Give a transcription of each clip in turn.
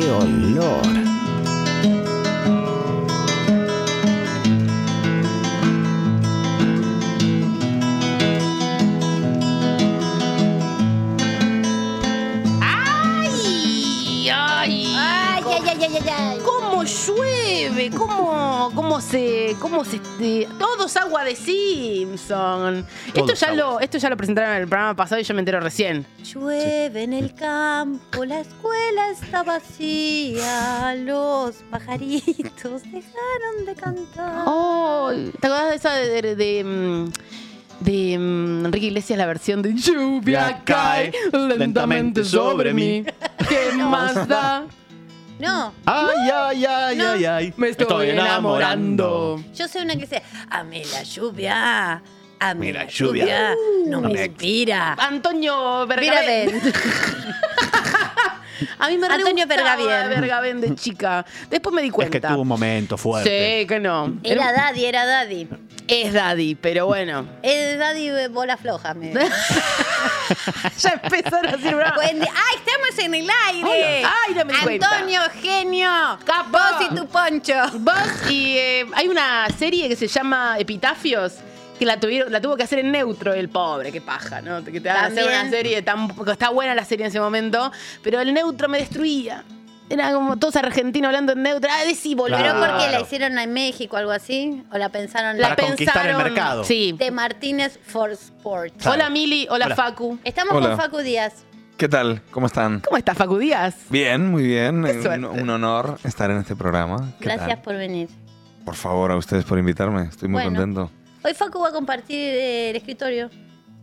Lord. ¡Ay! ¡Ay! Ay, ay, ay, ay, ay, ay. ¿Cómo llueve? ¿Cómo, cómo se.? ¿Cómo se.? este, todo es agua de Simpson. Esto Todo ya, es lo, agua. esto ya lo presentaron en el programa pasado y yo me entero recién. Llueve en el campo, la escuela está vacía, los pajaritos dejaron de cantar. Oh, ¿Te acordás de esa de. de, de, mm, de, mm, Enrique Iglesias, la versión de Lluvia Ya cae cae lentamente lentamente sobre sobre mí? ¿Qué más da? No, Ay, ay, ay, No. ay, ay. Me estoy, enamorando. yo soy una que dice, a mí la lluvia, a mí Mira, la lluvia, lluvia. no No me me- inspira. Antonio Bergavén. Mira, ven. A mí me re Antonio gustaba Bergavén. Bergavén de chica. Después me di Es que cuenta. tuvo un momento fuerte. Sí, que no. Era Era- daddy, era daddy. es daddy, pero bueno. Es daddy eh, bola floja, me. ya empezaron a decir bravo. Buen día. ¡Ay, estamos en el Ay, aire! ay, no me di cuenta. Antonio, genio, Capo. vos y tu poncho. Vos y eh, hay una serie que se llama Epitafios que la tuvieron, la tuvo que hacer en neutro el pobre, qué paja, ¿no? Que te hagan hacer También. una serie tan está buena la serie en ese momento, pero el neutro me destruía. Era como todos argentinos hablando en neutro. Ah, decí, boludo. ¿Pero por qué la Claro. hicieron en México algo así? ¿O la pensaron La la Para conquistar el pensaron- mercado. Sí. de Martínez for Sport? Claro. Hola Mili, hola, Hola. Facu. Estamos Hola. con Facu Díaz. ¿Qué tal? ¿Cómo están? ¿Cómo estás, Facu Díaz? Bien, muy bien. Qué Un- suerte. Un, honor estar en este programa. ¿Qué Gracias tal? por venir. Por favor, a ustedes por invitarme. Estoy muy Bueno. contento. Hoy Facu va a compartir eh, el escritorio.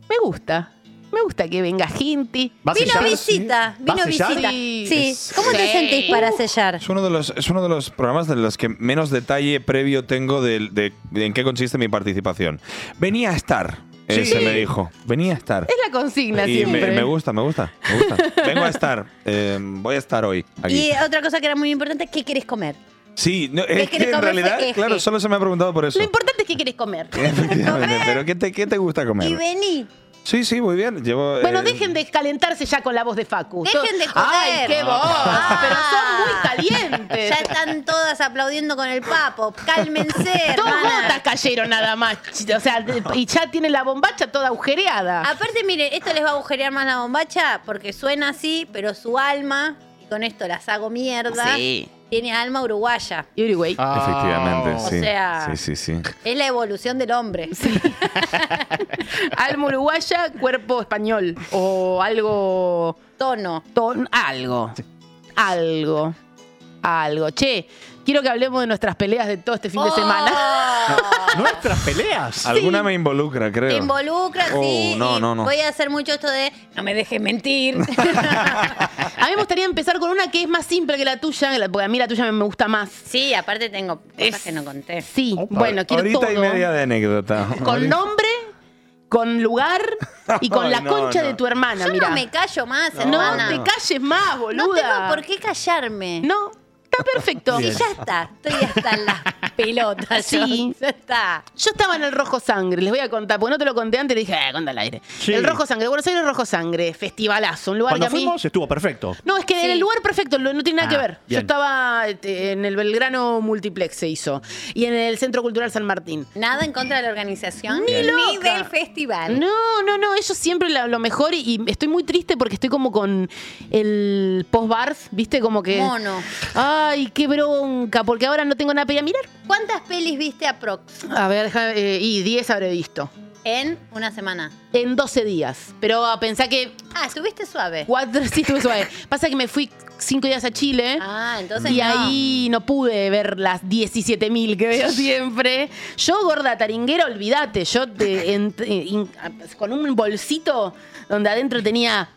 Me gusta. Me gusta que venga gente. ¿Va a Vino sellar? visita, ¿Sí? ¿Va a vino sellar? visita. Sí. Sí. Es- ¿Cómo te Sí. sentís para sellar? Es uno, de los, es uno de los programas de los que menos detalle previo tengo de, de- de en qué consiste mi participación. Venía a estar, eh, Sí. se me dijo. Venía a estar. Es la consigna Y me, siempre. me gusta, me gusta, me gusta. Vengo a estar. Eh, voy a estar hoy. Aquí. Y eh, otra cosa que era muy importante, ¿qué querés comer? sí, no, ¿Ves es que que le en comes realidad, eje? claro, solo se me ha preguntado por eso. Lo importante es que querés comer. Efectivamente, pero ¿qué te, qué te gusta Y comer? vení, Sí, sí, muy bien. Llevo, Bueno, eh, dejen de calentarse ya con la voz de Facu. Dejen de Todo- joder. ¡Ay, qué voz! Ah. Pero son muy calientes. ya están todas aplaudiendo con el papo. Cálmense, Dos hermana. gotas cayeron nada más. ch- O sea, de- y ya tiene la bombacha toda agujereada. Aparte, miren, esto les va a agujerear más la bombacha porque suena así, pero su alma, y con esto las hago mierda, Sí. tiene alma uruguaya. Y Uruguay. Ah. Efectivamente, O Oh, sí. sea- Sí, sí, sí. Es la evolución del hombre. Alma uruguaya, cuerpo español. O algo. Tono. ton- algo. Algo. Algo. Che, quiero que hablemos de nuestras peleas de todo este fin de semana. Oh. Nuestras peleas. Alguna me involucra, creo. Te involucra, Oh, sí. no, y no, no. Voy a hacer mucho esto de no me dejes mentir. A mí me gustaría empezar con una que es más simple que la tuya, que la- porque a mí la tuya me gusta más. sí, aparte tengo cosas Es- que no conté. Sí, bueno, quiero Ahorita todo. y media de anécdota. Con Ahorita- nombre, con lugar y con Ay, la no, concha no. de tu hermana, Yo mira. no me callo más, No hermana. te calles más, boluda. No tengo por qué callarme. No, está perfecto. Sí, ya está. Estoy hasta en las pelotas. Sí. Sí. Ya está. Yo estaba en el Rojo Sangre, les voy a contar, porque no te lo conté antes, dije, ah, conta al aire. Sí. El Rojo Sangre, Buenos Aires Rojo Sangre, festivalazo, un lugar Cuando que a mí... fuimos estuvo perfecto. No, es que Sí. en el lugar perfecto, lo- no tiene nada Ah, que ver. Yo bien. estaba este, en el Belgrano Multiplex, se hizo, y en el Centro Cultural San Martín. Nada en contra de la organización. Ni loca. del festival. No, no, no, ellos siempre la- lo mejor y, y estoy muy triste porque estoy como con el post-bars, ¿viste? Como que... Mono. Ay, qué bronca, porque ahora no tengo nada para ir a mirar. ¿Cuántas pelis viste a Prox A ver, déjame, eh, y 10 habré visto. en una semana? En 12 días. Pero ah, pensá que Ah, estuviste suave. cuatro, sí estuve suave. Pasa que me fui 5 días a Chile. Ah, entonces Y no. ahí no pude ver las 17.000 que veo siempre. Yo, gorda taringuera, olvídate. Yo te- en- in- con un bolsito donde adentro tenía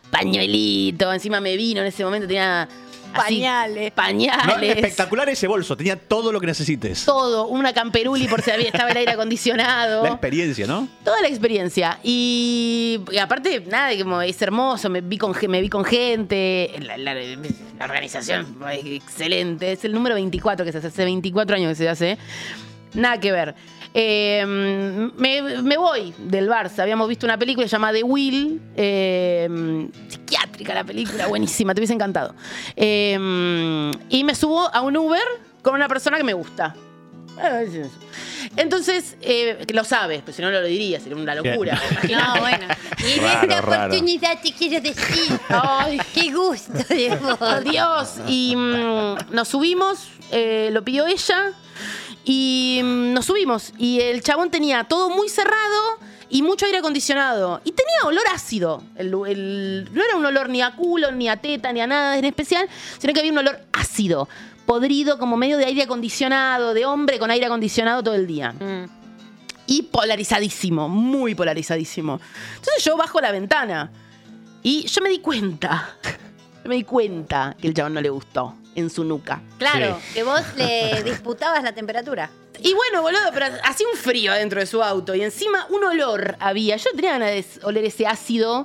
pañuelito. Encima me vino en ese momento, tenía. así, Pañales. No, Pañales. espectacular ese bolso, tenía todo lo que necesites. Todo. Una camperuli por si había, estaba el aire acondicionado. La experiencia, ¿no? Toda la experiencia. Y, y aparte, nada, como es hermoso, me vi con, ge- me vi con gente, la, la- la organización fue excelente. Es el número 24 que se hace, hace 24 años que se hace. Nada que ver. Eh, me, me voy del Barça. Habíamos visto una película llamada The Will, eh, psiquiátrica la película, buenísima, te hubiese encantado. Eh, y me subo a un Uber con una persona que me gusta. Ah, es eso. Entonces, eh, lo sabes, pues si no no lo diría, sería una locura. No, bueno. Y en Raro, esta raro. oportunidad te quiero decir. Ay. ¡Qué gusto de Oh, vos! Dios. Y mm, nos subimos, eh, lo pidió ella, y mm, nos subimos. Y el chabón tenía todo muy cerrado y mucho aire acondicionado. Y tenía olor ácido. El lu- el- no era un olor ni a culo, ni a teta, ni a nada en especial, sino que había un olor ácido, podrido, como medio de aire acondicionado, de hombre con aire acondicionado todo el día Mm. y polarizadísimo, muy polarizadísimo. Entonces yo bajo la ventana y yo me di cuenta, yo me di cuenta que el chabón no le gustó en su nuca. Claro, que vos le disputabas la temperatura. Y bueno, boludo, pero hacía un frío dentro de su auto y encima un olor había. Yo tenía ganas de s- oler ese ácido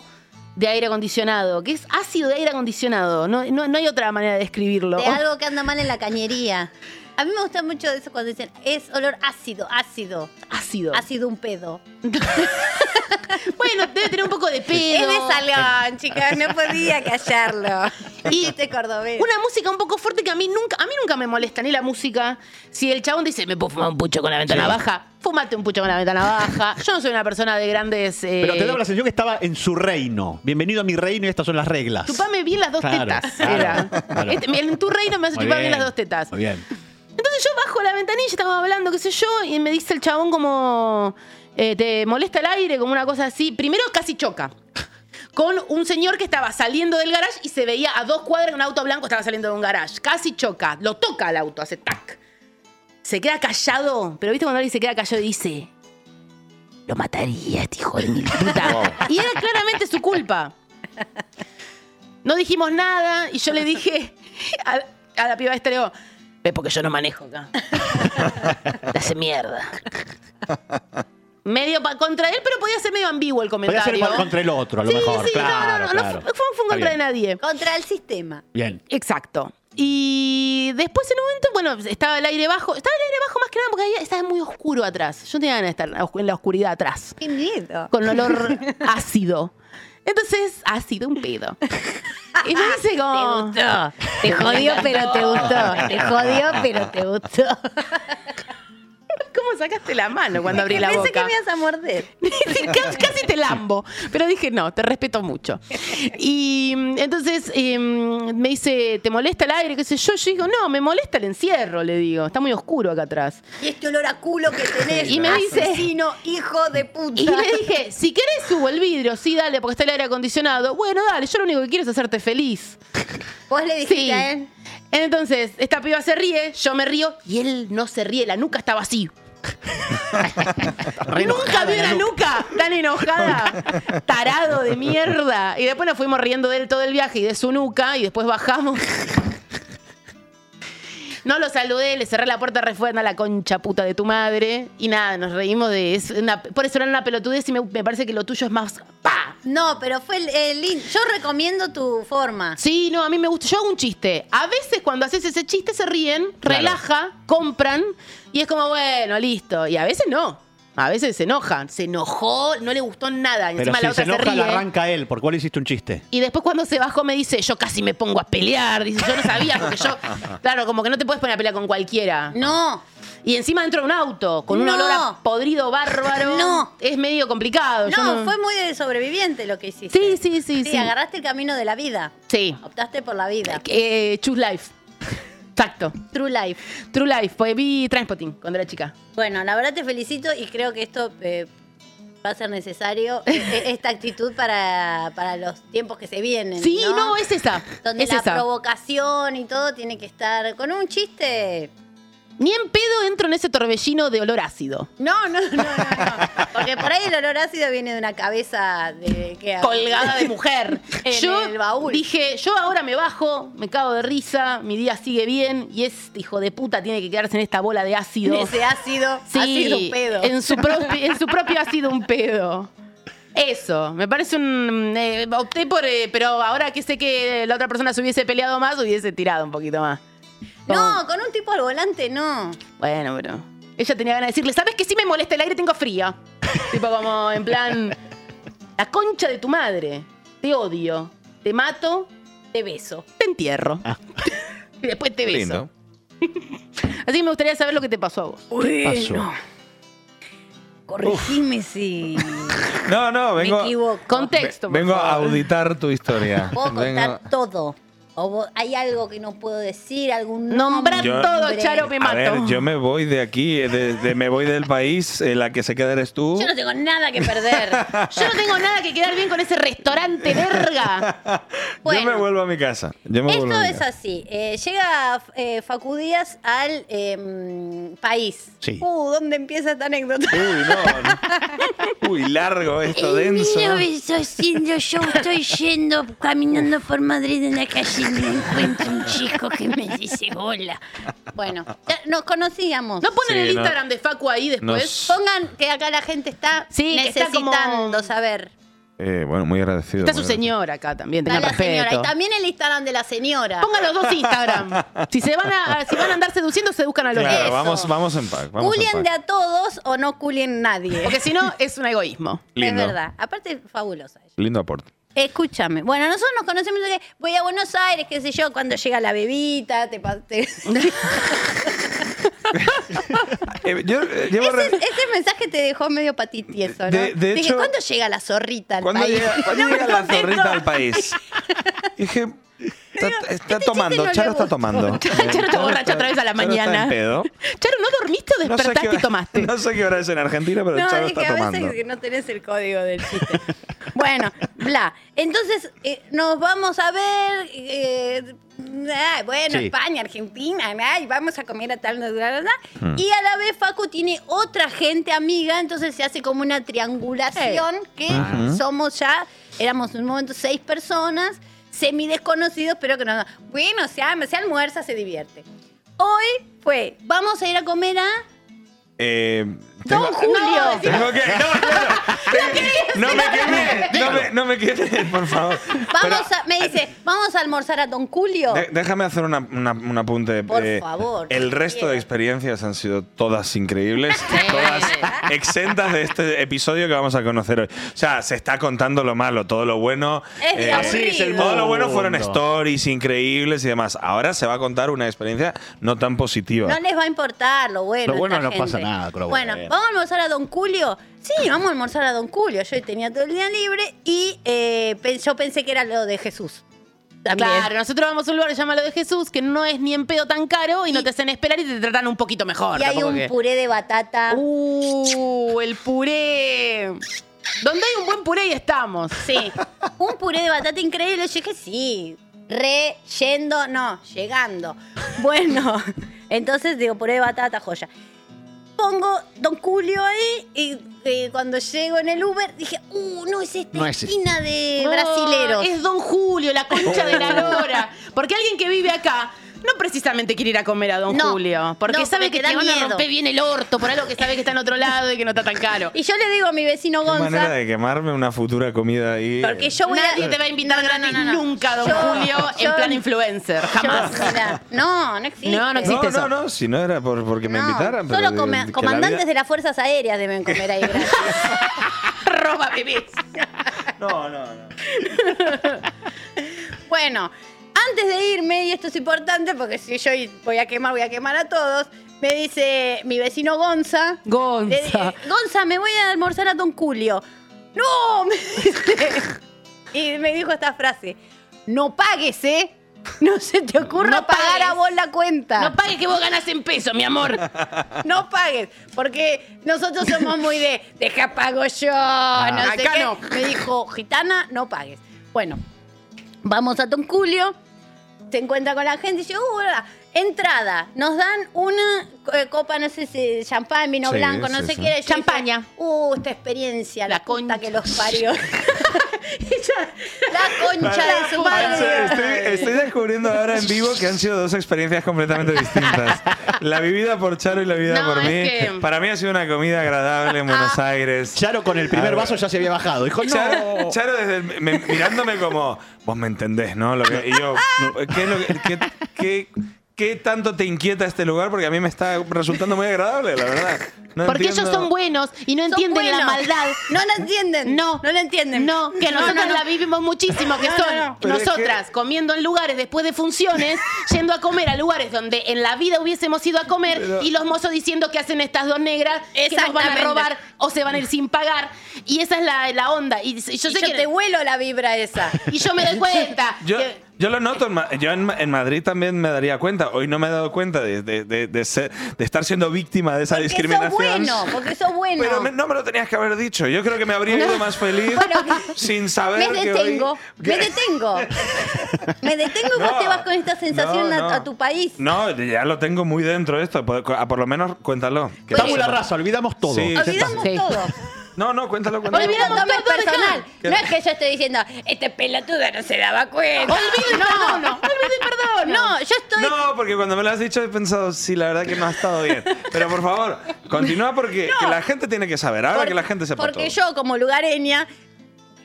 de aire acondicionado, que es ácido de aire acondicionado, no, no- no hay otra manera de describirlo. De algo que anda mal en la cañería. A mí me gusta mucho eso cuando dicen, es olor ácido, ácido. Ácido. Ácido un pedo. Bueno, debe tener un poco de Es pedo. de salón, chicas, no podía callarlo. Y- Y te cordobés. Una música un poco fuerte que a mí nunca, a mí nunca me molesta ni la música. Si el chabón dice, me puedo fumar un pucho con la ventana baja, fumate un pucho con la ventana baja. Yo no soy una persona de grandes. eh, Pero te daba la sensación que estaba en su reino. Bienvenido a mi reino y estas son las reglas. Chupame bien las dos Claro, tetas. claro, era. claro. Este, en tu reino me hace Muy chupar bien las dos tetas. Muy bien. Entonces yo bajo la ventanilla, estaba hablando, qué sé yo, y me dice el chabón como, eh, te molesta el aire, como una cosa así. Primero casi choca. Con un señor que estaba saliendo del garage y se veía a dos cuadras que un auto blanco estaba saliendo de un garage. Casi choca. Lo toca el auto, hace tac. Se queda callado, pero viste cuando alguien se queda callado y dice, lo mataría este hijo de mi puta. Oh. Wow. Y era claramente su culpa. No dijimos nada y yo le dije a, a la piba esta, le digo, ve porque yo no manejo acá. Te hace mierda. Medio pa- contra él, pero podía ser medio ambiguo el Podría comentario. ser con- contra el otro, a lo sí, mejor. sí, claro, no, no, no, claro. no fue, fue un Está contra de bien. nadie. Contra el sistema. Bien. Exacto. Y después en un momento, bueno, estaba el aire bajo. Estaba el aire bajo más que nada porque ahí estaba muy oscuro atrás. Yo no tenía ganas de estar en la oscuridad atrás Qué miedo. con olor ácido. Entonces, ácido, un pedo. Y me dice como... Te jodió, pero te gustó. Te jodió, pero te gustó. ¿Cómo sacaste la mano cuando abrí la Pensé boca? que me ibas a morder. casi, casi te lambo. Pero dije, no, te respeto mucho. Y mm, entonces eh, me dice, ¿te molesta el aire? ¿Qué sé yo? Yo digo, no, me molesta el encierro, le digo. Está muy oscuro acá atrás. Y este olor a culo que tenés. Y me dice- Asesino, hijo de puta. Y le dije, si querés subo el vidrio, sí, dale, porque está el aire acondicionado. Bueno, dale, yo lo único que quiero es hacerte feliz. Vos le dijiste Sí. a él. Entonces, esta piba se ríe, yo me río y él no se ríe, la nuca estaba así. Nunca vi una nuca tan enojada, tarado de mierda. Y después nos fuimos riendo de él todo el viaje y de su nuca y después bajamos. No lo saludé, le cerré la puerta re fuerte a la concha puta de tu madre. Y nada, nos reímos de es una- Por eso era una pelotudez y me, me parece que lo tuyo es más. ¡Pa! No, pero fue el, el in- Yo recomiendo tu forma. Sí, no, a mí me gusta. Yo hago un chiste. A veces cuando haces ese chiste se ríen, Claro. relaja, compran y es como, bueno, listo. Y a veces no. A veces se enojan. Se enojó, no le gustó nada. Y Pero encima si la se otra se, enoja, ríe. la arranca él. ¿Por cuál hiciste un chiste? Y después cuando se bajó me dice, yo casi me pongo a pelear. Dice, yo no sabía porque yo... Claro, como que no te puedes poner a pelear con cualquiera. No. Y encima dentro de un auto, con un No. olor a podrido bárbaro. No. Es medio complicado. Yo No, fue muy de sobreviviente lo que hiciste. Sí, sí, sí, sí. agarraste el camino de la vida. Sí. Optaste por la vida. Eh, choose life. Exacto. True life. True Life, pues vi Transpotting cuando era chica. Bueno, la verdad te felicito y creo que esto eh, va a ser necesario, e- e- esta actitud para, para los tiempos que se vienen. Sí, no, ¿no? es esa. Donde es la esa. provocación y todo tiene que estar con un chiste. Ni en pedo entro en ese torbellino de olor ácido. No, no, no, no, no. Porque por ahí el olor ácido viene de una cabeza de que Colgada de mujer. En yo el baúl. dije, yo ahora me bajo, me cago de risa, mi día sigue bien y este hijo de puta tiene que quedarse en esta bola de ácido. Ese ácido Sí, ha sido un pedo. En su, propi- en su propio ácido un pedo. Eso, me parece un... eh, opté por... eh, pero ahora que sé que la otra persona se hubiese peleado más, hubiese tirado un poquito más. Como- No, con un tipo al volante no. Bueno, pero. Ella tenía ganas de decirle, ¿sabes que si me molesta el aire tengo frío? tipo como en plan. La concha de tu madre. Te odio. Te mato. Te beso. Te entierro. Y después te beso. Lindo. Así que me gustaría saber lo que te pasó a vos. Paso. Corregime si No, no, me vengo, equivoco. Contexto. por vengo a favor. auditar tu historia. Puedo Vengo- contar todo. O vos- hay algo que no puedo decir, algún Nombra nombre. todo, Charo, me A mato. ver, yo me voy de aquí, eh, de- de- me voy del país, eh, la que se queda eres tú. Yo no tengo nada que perder. Yo no tengo nada que quedar bien con ese restaurante verga. Yo me Bueno. vuelvo a mi casa. Yo me vuelvo Esto a mi es casa. así. eh, llega eh, Facu Díaz al eh, país. Sí. Uh, ¿dónde empieza esta anécdota? Uy, no, no. Uy, largo esto, En denso. 1900 yo estoy yendo caminando por Madrid en la calle y me encuentro un chico que me dice hola. Bueno, ya nos conocíamos. ¿No ponen Sí, el no. Instagram de Facu ahí después? Nos- Pongan que acá la gente está Sí, que está necesitando como- saber. Eh, bueno, muy agradecido. Está su muy agradecido. señora acá también, Está tengan la señora. respeto. Y también el Instagram de la señora. Ah, Pongan los dos Instagram. Si se van a, si van a andar seduciendo, seduzcan a los Claro, dos. vamos, vamos en pack. Vamos en Culien pack. de a todos o no culien nadie. Porque si no, es un egoísmo. Lindo. Es verdad. Aparte, fabulosa ella. Lindo aporte. Escúchame. Bueno, nosotros nos conocemos desde que voy a Buenos Aires, qué sé yo, cuando llega la bebita, te, pa- te- Eh, yo eh, llevo re- Ese, ese mensaje te dejó medio patitieso, ¿no? De- de Dije, hecho- ¿cuándo llega la zorrita al ¿Cuándo país? llega, cuándo No me llega la contestó. zorrita al país? Dije, está, está tomando, este no le Charo está gustó. tomando. Charo está borracho otra vez a Charo la está mañana. en pedo. Charo, ¿no dormiste o No sé, despertaste qué hora, y tomaste? no sé qué hora es en Argentina, pero No, Charo dije, está a tomando. veces que no tenés el código del chiste. bueno, bla. Entonces, eh, nos vamos a ver. eh, ay, bueno, Sí. España, Argentina, ay, vamos a comer a tal. bla, bla, bla. Y a la vez, Facu tiene otra gente amiga, entonces se hace como una triangulación que Ajá. somos ya, éramos en un momento seis personas, semi desconocidos, pero que no. Bueno, se ama, se almuerza, se divierte. Hoy fue, vamos a ir a comer a. Eh, Don Julio. Tengo que. No, claro. No me quemes, no me, no me quemes, por favor. Vamos a- me dice, vamos a almorzar a Don Julio. De- déjame hacer una- una- un apunte. eh, Por favor, El cualquiera. resto de experiencias han sido todas increíbles, Sí. todas exentas de este episodio que vamos a conocer hoy. O sea, se está contando lo malo, todo lo bueno. eh, Es de Así es el aburrido. Todo lo bueno fueron Mundo. stories increíbles y demás. Ahora se va a contar una experiencia no tan positiva. No les va a importar lo bueno. Lo bueno esta no pasa gente. nada con lo bueno. bueno, bien. vamos a almorzar a Don Julio. Sí, vamos a almorzar a Don Julio. Yo tenía todo el día libre y eh, pen- yo pensé que era lo de Jesús. También. Claro, nosotros vamos a un lugar que se llama Lo de Jesús, que no es ni en pedo tan caro y, no te hacen esperar y te tratan un poquito mejor. Y hay tampoco un que- puré de batata. Uh, el puré. Donde hay un buen puré y estamos. Sí. un puré de batata increíble. Yo dije, sí. Re, yendo, no, llegando. Bueno, entonces digo, puré de batata, joya. Pongo Don Julio ahí y eh, cuando llego en el Uber dije, uh, no, es esta No es esquina de este". No, brasileros. Ah, Es Don Julio, la concha de la lora. Porque alguien que vive acá no precisamente quiere ir a comer a Don No, Julio. Porque no, sabe porque que da te van a miedo. romper bien el orto por algo que sabe que está en otro lado y que no está tan caro. Y yo le digo a mi vecino Qué manera Gonza, de quemarme una futura comida ahí. eh. porque yo voy Nadie a... te va a invitar gratis nunca, Don Yo- Julio, yo- en plan influencer. Jamás. Yo- mira, no, no existe. No, no No, existe no, eso. no, si no era por, porque me No, invitaran. pero Solo de- come- que la comandantes vida- de las fuerzas aéreas deben comer ahí gratis. Roba bebés. No, no, no. Bueno, antes de irme, y esto es importante porque si yo voy a quemar, voy a quemar a todos, me dice mi vecino Gonza. Gonza. le dije, Gonza, me voy a almorzar a Don Julio. ¡No! me dice. y me dijo esta frase. No pagues, ¿eh? No se te ocurra No pagar pagues. a vos la cuenta. No pagues que vos ganas en peso, mi amor. Ah, No pagues, porque nosotros somos muy de, deja pago yo, Ah, no sé acá qué. no. Me dijo, gitana, no pagues. Bueno, vamos a Don Julio, se encuentra con la gente y dice, uh, hola". entrada, nos dan una eh, copa, no sé si champán, vino Sí, blanco, no sí, sé sí. qué. era. Y yo Champaña. dije, Uh, esta experiencia, la, La concha concha. que los parió. Ella, la concha de su madre. Estoy, estoy descubriendo ahora en vivo que han sido dos experiencias completamente distintas. La vivida por Charo y la vida No, por mí. es que- Ah. Para mí ha sido una comida agradable en Buenos Aires. Charo con el primer vaso ya se había bajado. Dijo, Charo, no. Charo desde el- me- mirándome como, vos me entendés, ¿no? Lo que, y yo, ¿qué es lo que- qué- qué- ¿Qué tanto te inquieta este lugar? Porque a mí me está resultando muy agradable, la verdad. No Porque ellos entiendo- son buenos y no entienden la buenos. maldad. No la entienden. No. No la entienden. No, que No, nosotros no, no. la vivimos muchísimo, que No, no, son no. Pero es que- nosotras comiendo en lugares después de funciones, yendo a comer a lugares donde en la vida hubiésemos ido a comer Pero- y los mozos diciendo que hacen estas dos negras, que nos van a Exactamente. robar o se van a ir sin pagar. Y esa es la, la onda. Y s- yo Y sé yo que... te huelo la vibra esa. y yo me doy cuenta. Yo, que- yo lo noto, en Ma- yo en, Ma- en Madrid también me daría cuenta. Hoy no me he dado cuenta de, de- de- de ser- de estar siendo víctima de esa Porque sos discriminación. bueno, porque sos bueno. Pero me- no me lo tenías que haber dicho. Yo creo que me habría ido más feliz Bueno, sin saber me que detengo, hoy- que- me detengo. Me detengo y vos te vas con esta sensación no, a- no. A, tu país. No, ya lo tengo muy dentro esto. Por, a- por lo menos cuéntalo. Que Tabula pasa. rasa, olvidamos todo. Sí. Ya está. Olvidamos Sí. todo. No, no, cuéntalo, cuéntalo. No Olvidamos lo tomes todo, dejá. personal. Que- No es que yo estoy diciendo, este pelotudo no se daba cuenta. Olviden, no, no, no, olviden, perdón. No, No, yo estoy. No, porque cuando me lo has dicho he pensado, sí, la verdad que no ha estado bien. Pero por favor, continúa porque que la gente tiene que saber. Ahora por- que la gente sepa Porque todo. yo, como lugareña,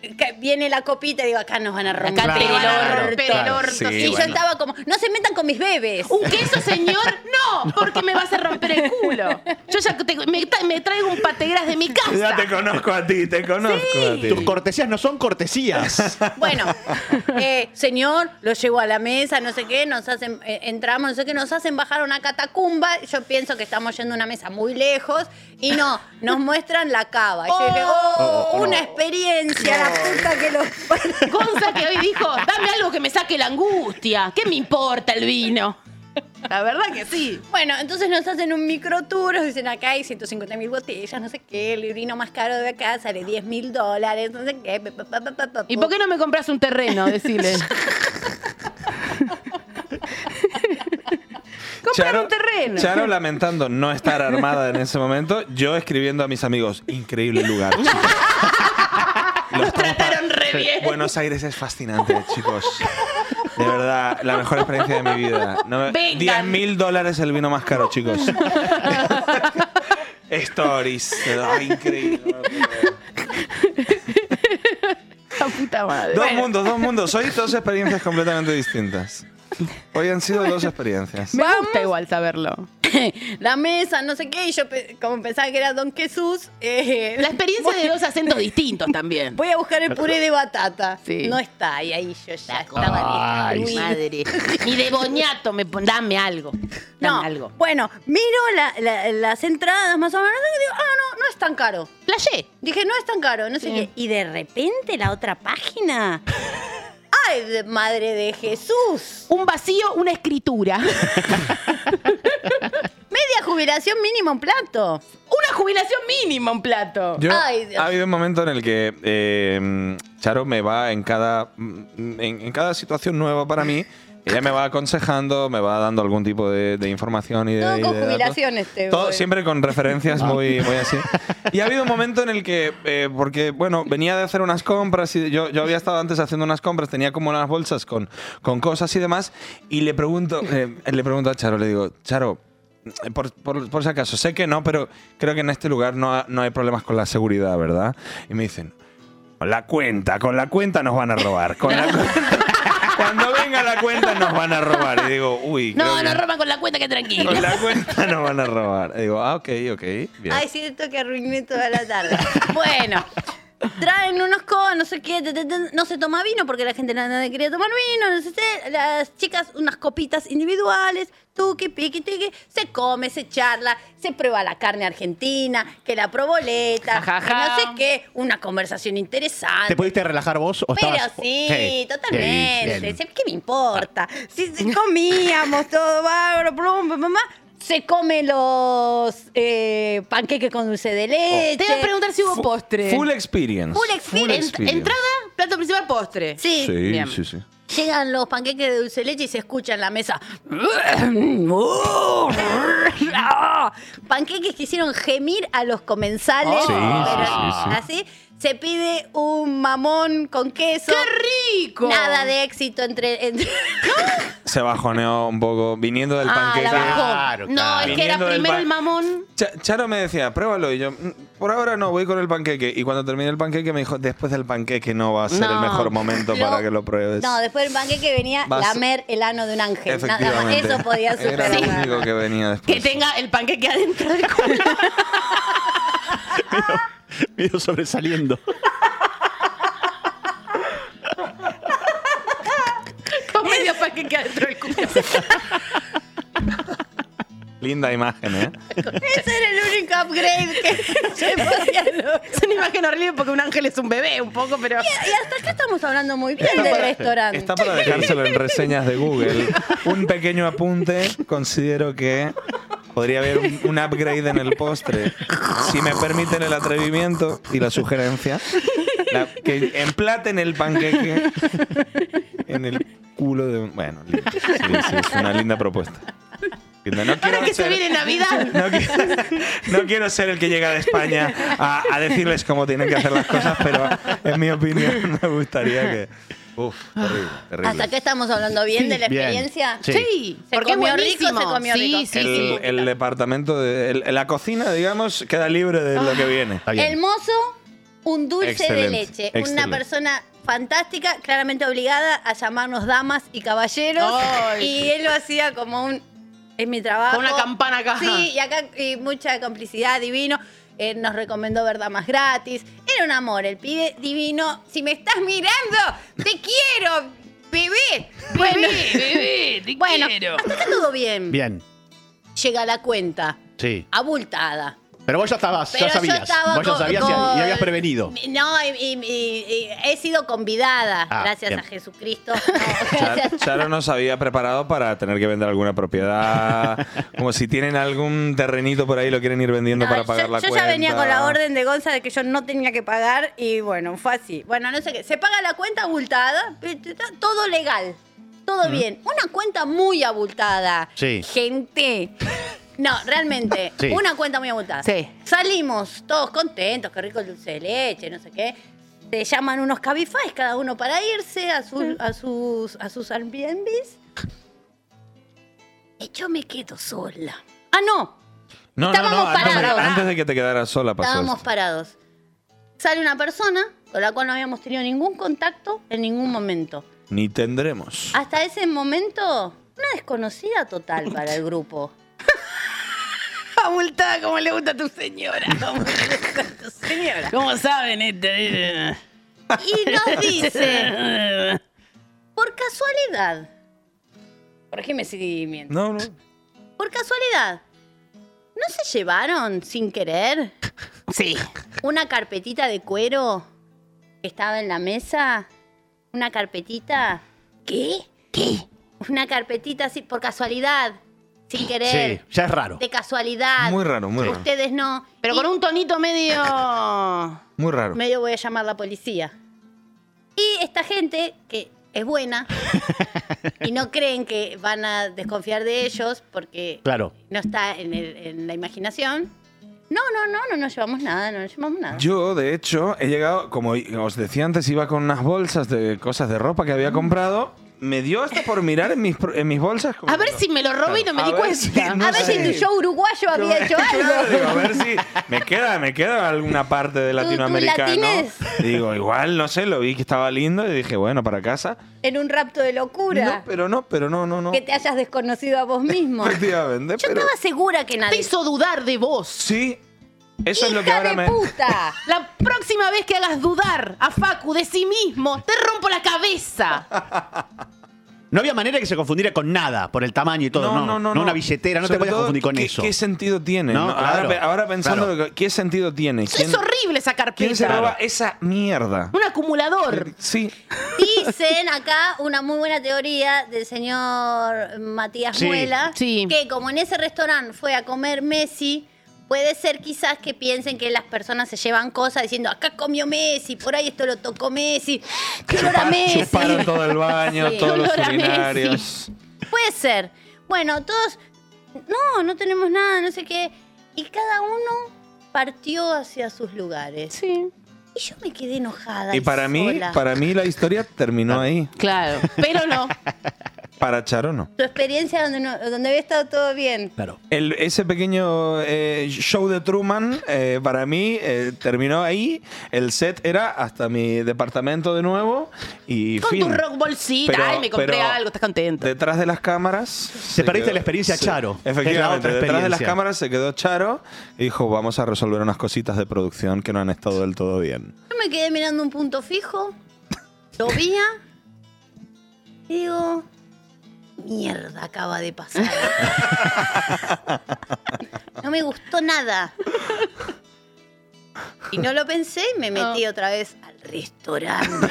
que viene la copita y digo, acá nos van a romper. Acá te nos van a claro, romper claro, el orto. sí, y bueno. yo estaba como, no se metan con mis bebés. ¿Un queso, señor? Oh, No, porque me vas a romper el culo. Yo ya te- me, tra- me traigo un pategras de mi casa. Ya te conozco a ti, te conozco a ti. Tus cortesías no son cortesías. Bueno, eh, señor, lo llevo a la mesa, no sé qué, nos hacen, eh, entramos, no sé qué, nos hacen bajar a una catacumba. Yo pienso que estamos yendo a una mesa muy lejos y no, nos muestran la cava. Y yo dije, oh, una experiencia, la puta que los parió. Gonza que hoy dijo, dame algo que me saque la angustia. ¿Qué me importa el vino? La verdad que sí. Bueno, entonces nos hacen un micro tour, nos dicen acá hay 150 mil botellas, no sé qué, el librino más caro de acá sale 10 mil dólares, no sé qué. pa, pa, pa, pa, pa, ¿Y por qué no me compras un terreno? Decirle. Comprar un terreno. Charo lamentando no estar armada en ese momento, yo escribiendo a mis amigos, increíble lugar. chicos". Los estamos pa- trataron re Sí, bien. Buenos Aires es fascinante, chicos. De verdad, la mejor experiencia de mi vida. No, Vengan. 10 mil dólares el vino más caro, chicos. Stories. Ay, increíble. La puta madre. Dos mundos, dos mundos. Hoy dos experiencias completamente distintas. Hoy han sido dos experiencias. Me gusta igual saberlo. la mesa, no sé qué, y yo pe- como pensaba que era Don Jesús, eh, La experiencia de dos acentos distintos también. Voy a buscar el puré de batata. Sí. No está, y ahí yo ya estaba Ay, destruida. madre. Ni de boñato me pon- dame algo. Dame No, algo. bueno, miro la- la- las entradas más o menos y digo, ah, no, no es tan caro. Playé. Dije, no es tan caro, no sé qué. Y de repente la otra página. ¡Ay, de- madre de Jesús! Un vacío, una escritura. Media jubilación mínimo en plato. una jubilación mínima, un plato. Yo, Ay, Dios. ha habido un momento en el que eh, Charo me va en cada, en, en cada situación nueva para mí. Ella me va aconsejando, me va dando algún tipo de, de información y de. Todo y con este, de datos. jubilaciones te Todo, voy. siempre con referencias muy, muy así. Y ha habido un momento en el que, eh, porque, bueno, venía de hacer unas compras y yo, yo había estado antes haciendo unas compras, tenía como unas bolsas con, con cosas y demás, y le pregunto, eh, le pregunto a Charo, le digo, Charo, eh, por, por- por si acaso, sé que no, pero creo que en este lugar no, ha- no hay problemas con la seguridad, ¿verdad? Y me dicen, con la cuenta, con la cuenta nos van a robar. Con la cuenta- Cuando venga la cuenta nos van a robar. Y digo, uy. creo No, que- no roban con la cuenta que tranquilo. con la cuenta nos Ah, van a robar. Y digo, ah, ok, ok. Bien. Ay, siento que arruiné toda la tarde. bueno. Traen unos conos, no sé qué, te, te, te, no se toma vino porque la gente no, no quería tomar vino, no sé qué. Las chicas unas copitas individuales, tuqui, piqui, tiqui. Se come, se charla, se prueba la carne argentina, que la proboleta, Ja, ja, que ja. no sé qué. Una conversación interesante. ¿Te pudiste relajar vos o Pero estabas- sí, bien. totalmente. Sí, ¿Qué me importa? Si si comíamos todo, bárbaro, plum, pum, mamá. Se come los eh, panqueques con dulce de leche. Te iba a preguntar si hubo postre. Oh. Full experience. Full experience. Ent- entrada, plato principal, postre. Sí, Sí, Bien. sí, sí. llegan los panqueques de dulce de leche y se escucha en la mesa. panqueques que hicieron gemir a los comensales. Sí, sí, pero sí, sí. Así se pide un mamón con queso. ¡Qué chico. Nada de éxito entre. entre- Se bajoneó un poco viniendo del Ah, panqueque. la bajó. Claro, no, claro. es que era Viniendo del primero ba- el mamón. Cha- Charo me decía, pruébalo. Y yo, "Mm, por ahora no, voy con el panqueque. Y cuando terminé el panqueque me dijo, después del panqueque no va a ser el No. mejor momento Lo- para que lo pruebes. No, después del panqueque venía Vas- lamer el ano de un ángel. Nada más. Efectivamente. Eso podía Era superar. lo único que venía después. Que tenga el panqueque adentro del culo. Medio sobresaliendo. Con medio panqueque adentro del culo. Linda imagen, ¿eh? Ese era el único upgrade que se podía lograr. Es una imagen horrible porque un ángel es un bebé, un poco, pero. Y hasta acá estamos hablando muy bien del restaurante. Está para dejárselo en reseñas de Google. Un pequeño apunte, considero que podría haber un, un upgrade en el postre. Si me permiten el atrevimiento y la sugerencia, la- que emplaten el panqueque en el culo de un... Bueno, lindo. Sí, sí, es una linda propuesta. Linda, No quiero Ahora que se ser- viene Navidad. no quiero, no quiero ser el que llega de España a, a decirles cómo tienen que hacer las cosas, pero en mi opinión me gustaría que. Uf, terrible, terrible. Hasta acá estamos hablando bien de la bien. experiencia. Sí. Sí, Se porque es comió rico, buenísimo. se comió sí, rico. sí, el, sí. el departamento de. el- la cocina, digamos, queda libre de lo que viene. Está bien. Ah, El mozo, un dulce de Excelente, leche. excelente. Una persona fantástica, claramente obligada a llamarnos damas y caballeros. Ay. Y él lo hacía como un. Es mi trabajo. Con una campana acá. Sí, y acá y mucha complicidad, divino. Eh, nos recomendó ver damas gratis. Era un amor, el pibe divino. Si me estás mirando, te quiero, bebé. Bueno, bebé, te bueno quiero. hasta acá todo bien. Bien, Llega la cuenta, sí. abultada. Pero vos ya estabas, ya Pero yo sabías. estaba vos ya con- sabías y- y, con- habías prevenido. No, y, y- y- y he sido convidada, Ah, gracias bien. a Jesucristo. No, Char- gracias. Charo nos había preparado para tener que vender alguna propiedad. Como si tienen algún terrenito por ahí lo quieren ir vendiendo No, para yo- pagar la yo cuenta. ya venía con la orden de Gonza de que yo no tenía que pagar y bueno, fue así. Bueno, no sé qué. Se paga la cuenta abultada, pero está todo legal, todo bien. Una cuenta muy abultada. Sí. Gente. No, realmente, Sí. una cuenta muy abultada. Sí. Salimos todos contentos, qué rico el dulce de leche, no sé qué. Se llaman unos cabifais cada uno para irse a, su- a sus a sus Airbnbs. Y yo me quedo sola. Ah, no, No, no, Estábamos no, antes, de, parados. antes de que te quedaras sola pasó Estábamos esto. parados. Sale una persona con la cual no habíamos tenido ningún contacto en ningún momento. Ni tendremos. Hasta ese momento, una desconocida total para el grupo. Abultada como le gusta a tu señora. Como le gusta a tu señora. ¿Cómo saben este? Y nos dice, por casualidad, corregime si miento, No, no. por casualidad, ¿no se llevaron sin querer Sí. una carpetita de cuero que estaba en la mesa? ¿Una carpetita? ¿Qué? ¿Qué? Una carpetita así, por casualidad, sin Sí, querer. ya es raro. de casualidad. Muy raro, muy raro. Ustedes no. Pero Y con un tonito medio. Muy raro. medio voy a llamar a la policía. Y esta gente que es buena y no creen que van a desconfiar de ellos porque Claro. no está en, el- en la imaginación. No, no, no, no nos llevamos nada, no nos llevamos nada. Yo, de hecho, he llegado, como os decía antes, iba con unas bolsas de cosas de ropa que Mm. había comprado. Me dio hasta por mirar en mis, pro- en mis bolsas. como- A ver si me lo robé y no me A di ver cuenta. si- no a ver sé. si tu show uruguayo había hecho Claro, algo. digo, a ver si me queda, me queda alguna parte de tu latinoamericano. latinés. Digo, igual, no sé, lo vi que estaba lindo y dije, bueno, para casa. En un rapto de No, locura. pero no, pero no, no, no. que te hayas desconocido a vos mismo. Yo Efectivamente, pero estaba segura que Te nadie. hizo dudar de vos. sí. Eso es lo que ¡Hija ahora de me puta! La próxima vez que hagas dudar a Facu de sí mismo, te rompo la cabeza. No había manera que se confundiera con nada por el tamaño y todo. No, no, no. una billetera, no Sobre te podías todo, confundir con ¿qué- eso. ¿Qué sentido tiene? No, No, claro. ahora, pe- ahora pensando, Claro. lo que- ¿qué sentido tiene? ¿Quién- Es horrible esa ¿Quién se carpeta. roba esa mierda? Un acumulador. Sí. Dicen acá una muy buena teoría del señor Matías Sí, Muela, sí. que como en ese restaurante fue a comer Messi, puede ser quizás que piensen que las personas se llevan cosas diciendo, acá comió Messi, por ahí esto lo tocó Messi, qué olor a Messi. Chuparon todo el baño, Sí. todos los Olor a Messi. urinarios. Puede ser. Bueno, todos, no, no tenemos nada, no sé qué. Y cada uno partió hacia sus lugares. Sí. Y yo me quedé enojada. Y para mí, sola. para mí la historia terminó ahí. Claro, pero no. Para Charo no. Tu experiencia donde, no- donde había estado todo bien. Claro. El- ese pequeño eh, show de Truman, eh, para mí, eh, terminó ahí. El set era hasta mi departamento de nuevo y Con fin. tu rock bolsita, Pero- ay, me compré pero algo, estás contento. Detrás de las cámaras. se perdiste la experiencia se- Charo, que es la Efectivamente, otra detrás de las experiencia. cámaras se quedó Charo y dijo: Vamos a resolver unas cositas de producción que no han estado del todo bien. Yo me quedé mirando un punto fijo, llovía y digo, mierda, acaba de pasar. No me gustó nada. Y no lo pensé y me metí otra vez al restaurante.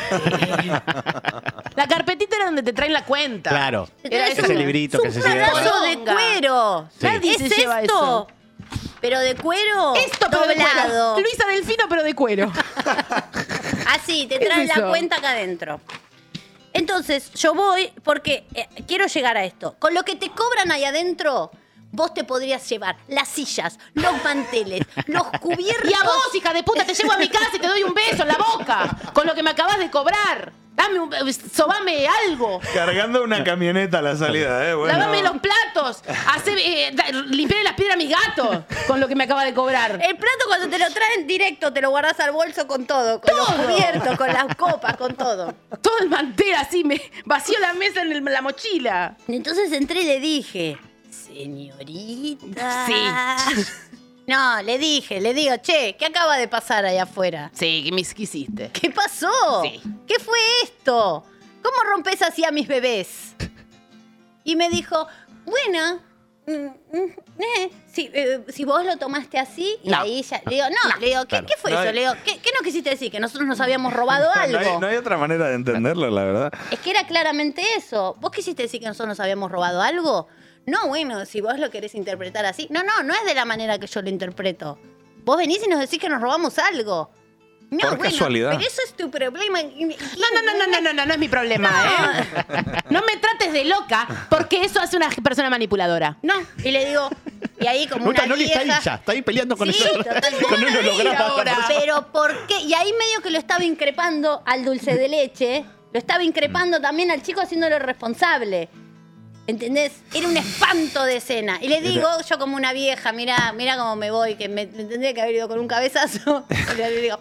La carpetita era donde te traen la cuenta. Claro. Era Es ese un- librito es que un se lleva. planazo de Poronga. cuero. Sí. Nadie ¿Es se lleva esto? eso. Pero de cuero Esto, pero de doblado. cuero. Luisa Delfino, pero de cuero. Así, Ah, te ¿Qué traen es la eso? cuenta acá adentro. Entonces, yo voy porque eh, quiero llegar a esto. Con lo que te cobran ahí adentro, vos te podrías llevar las sillas, los manteles, los cubiertos. Y a vos, hija de puta, te llevo a mi casa y te doy un beso en la boca. Con lo que me acabas de cobrar. Dame un. eh, Sobame algo. Cargando una camioneta a la salida, ¿eh? Bueno. Lavame los platos. Hacé, eh, da- limpiarle las piedras a mis gatos. Con lo que me acaba de cobrar. El plato cuando te lo traen directo, te lo guardás al bolso con todo, con los Todo. cubiertos, con las copas, con todo. Todo el mantel así. Me vacío la mesa en el- la mochila. Entonces entré y le dije, señorita. Sí. No, le dije, le digo, che, ¿qué acaba de pasar ahí afuera? Sí, ¿qué me qué hiciste? ¿Qué pasó? Sí. ¿Qué fue esto? ¿Cómo rompes así a mis bebés? Y me dijo, bueno, mm, mm, eh, si, eh, si vos lo tomaste así, y No. ahí ya, le digo, no, le digo, ¿qué, claro. qué fue No eso? hay- Le digo, ¿qué, qué no quisiste decir? Que nosotros nos habíamos robado No algo. hay, no hay otra manera de entenderlo, la verdad. Es que era claramente eso. ¿Vos quisiste decir que nosotros nos habíamos robado algo? No, bueno, si vos lo querés interpretar así. No, no, no es de la manera que yo lo interpreto. Vos venís y nos decís que nos robamos algo. No, Por bueno, casualidad. Pero eso es tu problema. No, no, no, no, no, no, no, no es mi problema, ¿eh? No me trates de loca, porque eso hace una persona manipuladora. No, y le digo, y ahí como Nunca una Noli está ahí vieja- ya, está ahí peleando con Sí, eso. totalmente. Con el holograma. ahora. Pero ¿por qué? Y ahí medio que lo estaba increpando al dulce de leche, lo estaba increpando también al chico haciéndolo responsable. ¿Entendés? Era un espanto de escena. Y le digo, yo como una vieja, mirá, mirá cómo me voy, que me me tendría que haber ido con un cabezazo. Y le digo,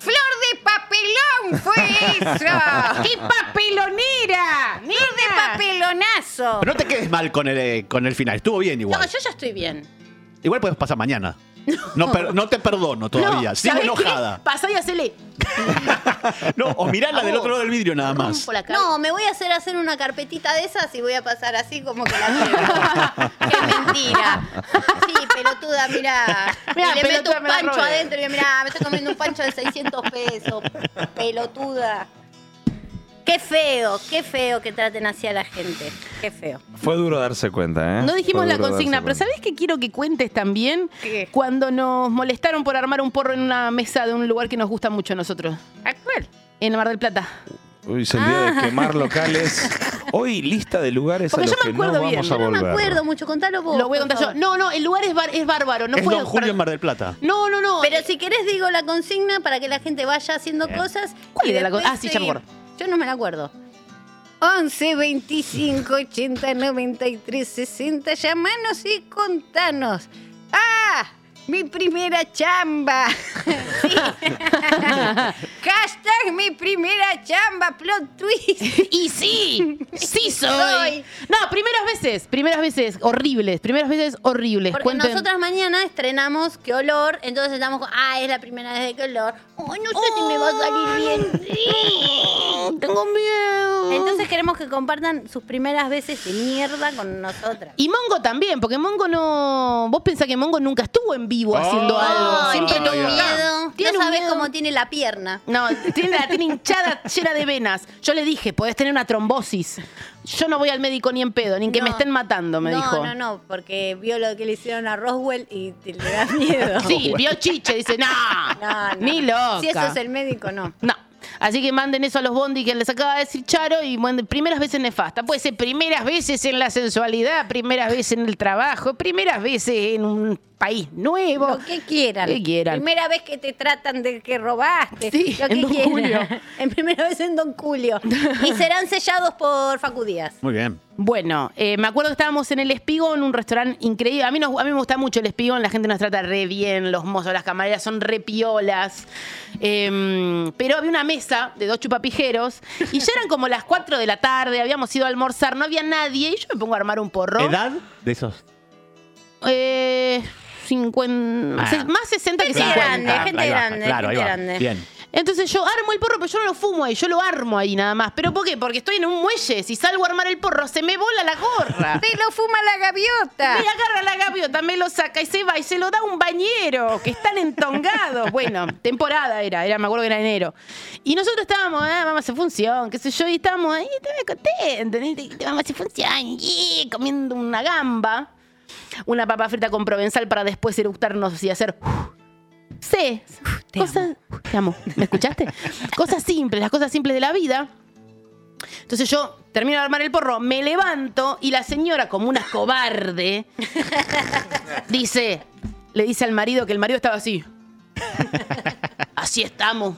¡Flor de papelón fue eso! ¡Qué papelonera! ¡Ni ¡Flor de papelonazo! Pero no te quedes mal con el, eh, con el final. Estuvo bien No, igual. yo ya estoy bien. Igual puedes pasar mañana. No, per- no te perdono todavía. No, Sigo ¿sabés enojada. qué? Pasá y hacele. No, o mirala del vos. otro lado del vidrio nada más. Por la cara. No, me voy a hacer hacer una carpetita de esas y voy a pasar así como que la llevo. ¡Qué mentira! Sí, pelotuda, mirá. Mirá, Y le meto pelotuda, un me la pancho robé. adentro y yo, mirá, me estoy comiendo un pancho de 600 pesos. Pelotuda. Qué feo, qué feo que traten así a la gente. Qué feo. Fue duro darse cuenta, ¿eh? No dijimos Fue la duro darse consigna, pero cuenta. ¿sabés qué quiero que cuentes también? ¿Qué? Cuando nos molestaron por armar un porro en una mesa de un lugar que nos gusta mucho a nosotros. Actual. En Mar del Plata. Hoy es el día de quemar locales. Hoy lista de lugares Ah. a Porque yo los me que no acuerdo vamos bien, a yo No me volver. acuerdo mucho, contalo vos. Lo voy a por contar yo. favor. No, no, el lugar es, bar- es bárbaro. No es fue Don Julio en Mar del Plata. No, no, no. Pero si querés digo la consigna para que la gente vaya haciendo Eh. cosas. ¿Cuál y era la después con- ah, sí, ya me seguir. acuerdo. Yo no me la acuerdo. 11 25 80 93 60 llamanos y contanos. ¡Ah! Mi primera chamba. Sí. Hashtag mi primera chamba, plot twist. Y sí, sí soy. Soy. No, primeras veces, primeras veces horribles, primeras veces horribles. Porque Cuenten. nosotras mañana estrenamos qué olor, entonces estamos con, ah, es la primera vez de qué olor. Ay, no sé si me va a salir bien. Oh, tengo miedo. Entonces queremos que compartan sus primeras veces de mierda con nosotras. y Mongo también, porque Mongo no. Vos pensás que Mongo nunca estuvo en vivo haciendo algo. Ay, Siempre tiene un estuvo acá. miedo. Tiene no un sabes miedo. cómo tiene la pierna. No, tiene, la tiene hinchada llena de venas. Yo le dije, podés tener una trombosis. Yo no voy al médico ni en pedo, ni que No. me estén matando, me no, dijo. No, no, porque vio lo que le hicieron a Roswell y te le da miedo. Sí, vio chiche, dice, no, No, no. ni loca. Si eso es el médico, no. No. Así que manden eso a los Bondi que les acaba de decir Charo y manden primeras veces nefasta. Puede ser primeras veces en la sensualidad, primeras veces en el trabajo, primeras veces en un país nuevo. Lo que quieran. Lo que quieran. Primera vez que te tratan de que robaste. Sí, lo que en Don quieran. Julio. En primera vez en Don Julio. y serán sellados por Facu Díaz. Muy bien. Bueno, eh, me acuerdo que estábamos en el Espigón, un restaurante increíble. A mí, nos- a mí me gusta mucho el Espigón, la gente nos trata re bien, los mozos, las camareras son re piolas. Em, pero había una mesa de dos chupapijeros y ya eran como las 4 de la tarde, habíamos ido a almorzar, no había nadie y yo me pongo a armar un porro. ¿Edad de esos? Eh, 50, Ah. se- más 60 que Gente 50. grande, gente ahí va, grande, Claro, ahí gente va. grande. Bien. Entonces yo armo el porro, pero yo no lo fumo ahí, yo lo armo ahí nada más. ¿Pero por qué? Porque estoy en un muelle. Si salgo a armar el porro, se me bola la gorra. ¡Te lo fuma la gaviota! Me agarra la gaviota, me lo saca y se va y se lo da a un bañero, que están entongados. Bueno, temporada era, era, me acuerdo que era enero. Y nosotros estábamos, ah, vamos a hacer función, qué sé yo, y estábamos ahí, estaba contento, ¿entendés? vamos a hacer función, y comiendo una gamba, una papa frita con provenzal para después eructarnos y hacer. Sí, te cosas. Te amo, ¿me escuchaste? cosas simples, las cosas simples de la vida. Entonces yo termino de armar el porro, me levanto y la señora, como una cobarde, dice, le dice al marido que el marido estaba así. Así estamos.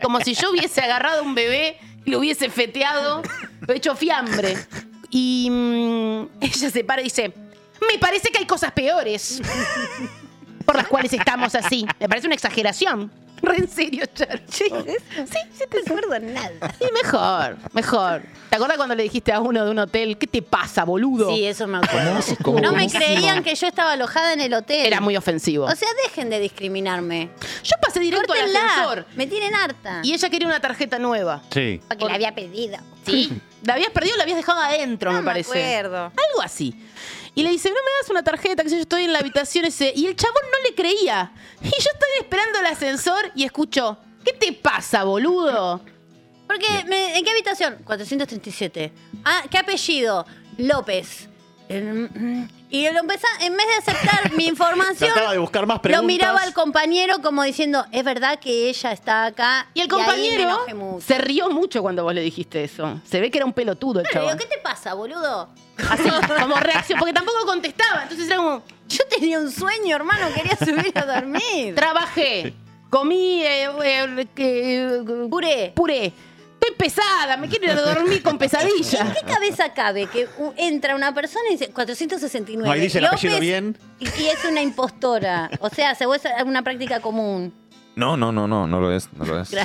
Como si yo hubiese agarrado un bebé y lo hubiese feteado, lo he hecho fiambre. Y mm, ella se para y dice, me parece que hay cosas peores por las cuales estamos así. Me parece una exageración. Re en serio, Char. Sí, sí, te No recuerdo nada. y mejor, mejor. ¿Te acuerdas cuando le dijiste a uno de un hotel, ¿qué te pasa, boludo? Sí, eso me acuerdo. ¿Cómo? No me ¿Cómo? creían que yo estaba alojada en el hotel. Era muy ofensivo. O sea, dejen de discriminarme. Yo pasé directo al ascensor Córtenla. Me tienen harta. y ella quería una tarjeta nueva. Sí. Ah. Porque la había pedido. ¿Sí? La habías perdido, la habías dejado adentro, me parece. acuerdo. Algo así. Y le dice, no me das una tarjeta, que yo estoy en la habitación ese. Y el chabón no le creía. Y yo estoy esperando el ascensor y escucho, ¿qué te pasa, boludo? Porque, me- ¿en qué habitación? 437. Ah, ¿qué apellido? López. Eh, mm, Y lo empezá- en vez de aceptar mi información, Trataba de buscar más lo preguntas. miraba al compañero como diciendo, es verdad que ella está acá. Y el ahí me compañero enojé mucho. se rió mucho cuando vos le dijiste eso. Se ve que era un pelotudo el Claro, le chabón. digo, ¿qué te pasa, boludo? Así, como reacción, porque tampoco contestaba. Entonces era como, Yo tenía un sueño, hermano, quería subir a dormir. trabajé, comí eh, eh, eh, Puré. puré. Estoy pesada, me quiero ir a dormir con ¿En pesadilla. qué cabeza cabe que u- entra una persona y dice 469? Ahí dice el López, apellido bien. Y, y es una impostora. O sea, se vuelve una práctica común. No, no, no, no, no lo es, no lo es. No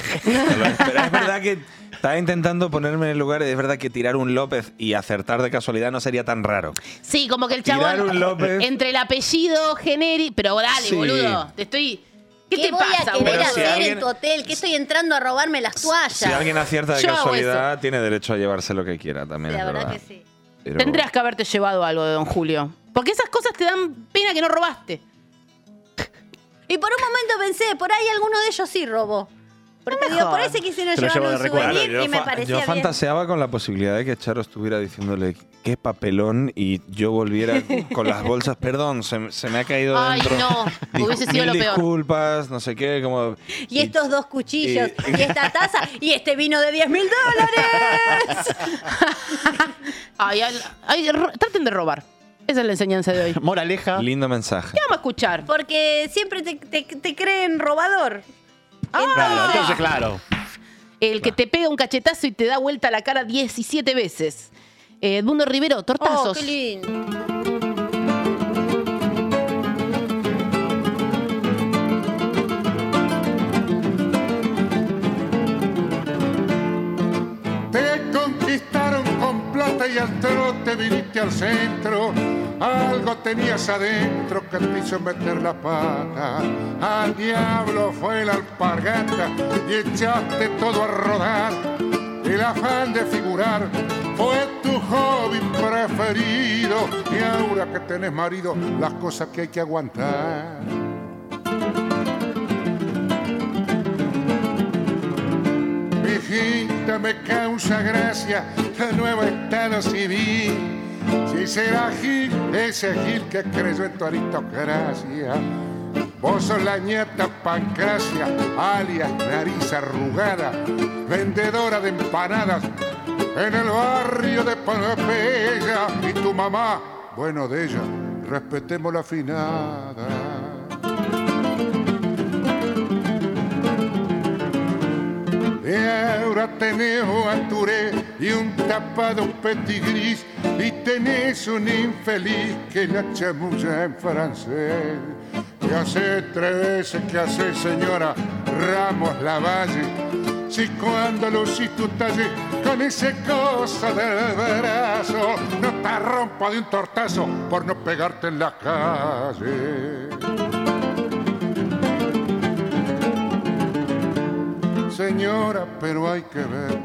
lo es, Pero es verdad que estaba intentando ponerme en el lugar y es verdad que tirar un López y acertar de casualidad no sería tan raro. Sí, como que el Tirar chabón, un López. entre el apellido genérico, pero dale, Sí. boludo, te estoy... ¿Qué, te voy pasa, a querer boludo? Pero si hacer en alguien- tu hotel? ¿Qué estoy entrando a robarme las toallas? Si alguien acierta de Yo hago casualidad, tiene derecho a llevarse lo que quiera también. La es verdad que sí. Pero- Tendrías que haberte llevado algo de Don Julio. Porque esas cosas te dan pena que no robaste. Y por un momento pensé, por ahí alguno de ellos sí robó. Porque No me digo, por ahí jodas. se quisieron Se lo llevar llevo de un recuerdo. souvenir yo, y me fa- parecía yo bien. fantaseaba con la posibilidad de que Charo estuviera diciéndole qué papelón y yo volviera con las bolsas. Perdón, se, se me ha caído Ay, dentro. no, Dis- hubiese sido mil lo peor. disculpas, no sé qué, como... Y estos dos cuchillos, Y- y esta taza, y este vino de 10 mil dólares. Ay, ay, ay, ro- traten de robar. Esa es la enseñanza de hoy. ¿Qué Moraleja. Lindo mensaje. vamos a escuchar? Porque siempre te, te- te creen robador. Ah. Claro, entonces, claro. El que te pega un cachetazo y te da vuelta la cara 17 veces. Eh, Edmundo Rivero, Oh, tortazos. qué lindo. Te conquistaron con plata y al trote viniste al centro. Algo tenías adentro que te hizo meter la pata. Al diablo fue la alpargata y echaste todo a rodar. El afán de figurar fue tu hobby preferido. Y ahora que tenés marido, las cosas que hay que aguantar. Mijita, me causa gracia de nuevo estado civil. Si será Gil, ese Gil que creyó en tu aristocracia. Vos sos la nieta Pancracia, alias nariz arrugada, vendedora de empanadas en el barrio de Pompeya. Y tu mamá, bueno de ella, respetemos la finada. Y ahora tenés Baturé y un tapado petigris y tenés un infeliz que la chamulla en francés. Y hace tres veces que hace señora Ramos Lavalle. Si cuando lucís tu talle con esa cosa del brazo, no te rompa de un tortazo por no pegarte en la calle. señora, pero hay que ver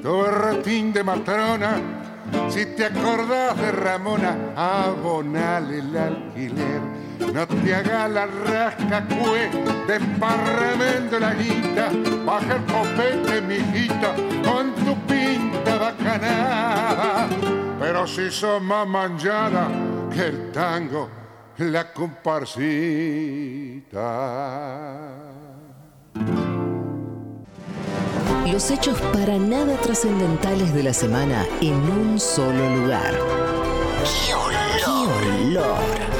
tu berretín de matrona. Si te acordás de Ramona, abonale el alquiler. No te haga la rasca cue, desparramendo la guita. Baja el copete, mijita, con tu pinta bacanada. Pero si sos más manchada que el tango, la comparsita. Los hechos para nada trascendentales de la semana en un solo lugar. ¡Qué olor!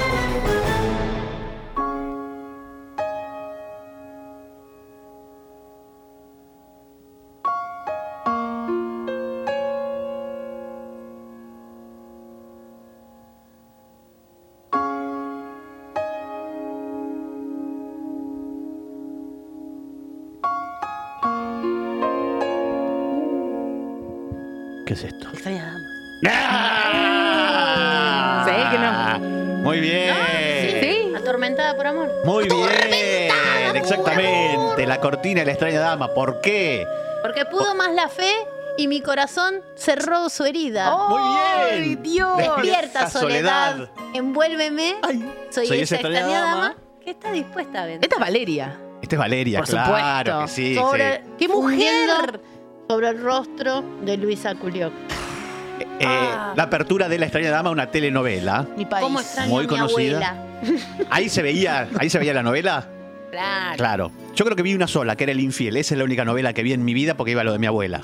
¿Qué es esto? Extraña dama. ¡Ah! Sí, que no. Muy bien. Atormentada por amor. Muy bien. Exactamente. La cortina de la extraña dama. ¿Por qué? Porque pudo más la fe y mi corazón cerró su herida. Muy ¡Ay, bien. Dios! Despierta soledad, envuélveme. soy, soy esa extraña dama. ¿Qué está dispuesta a vender? Esta es Valeria. Esta es Valeria, Por claro. supuesto. Que sí, sobre sí. Ah, ¡Qué mujer! hundiendo Sobre el rostro de Luisa Culioc. Eh, La apertura de la extraña dama, una telenovela. Ah. Mi país. ¿Cómo extraño Muy a mi conocida. abuela? Ahí se veía, ahí se veía la novela. Claro. Yo creo que vi una sola, que era El Infiel. Esa es la única novela que vi en mi vida porque iba a lo de mi abuela.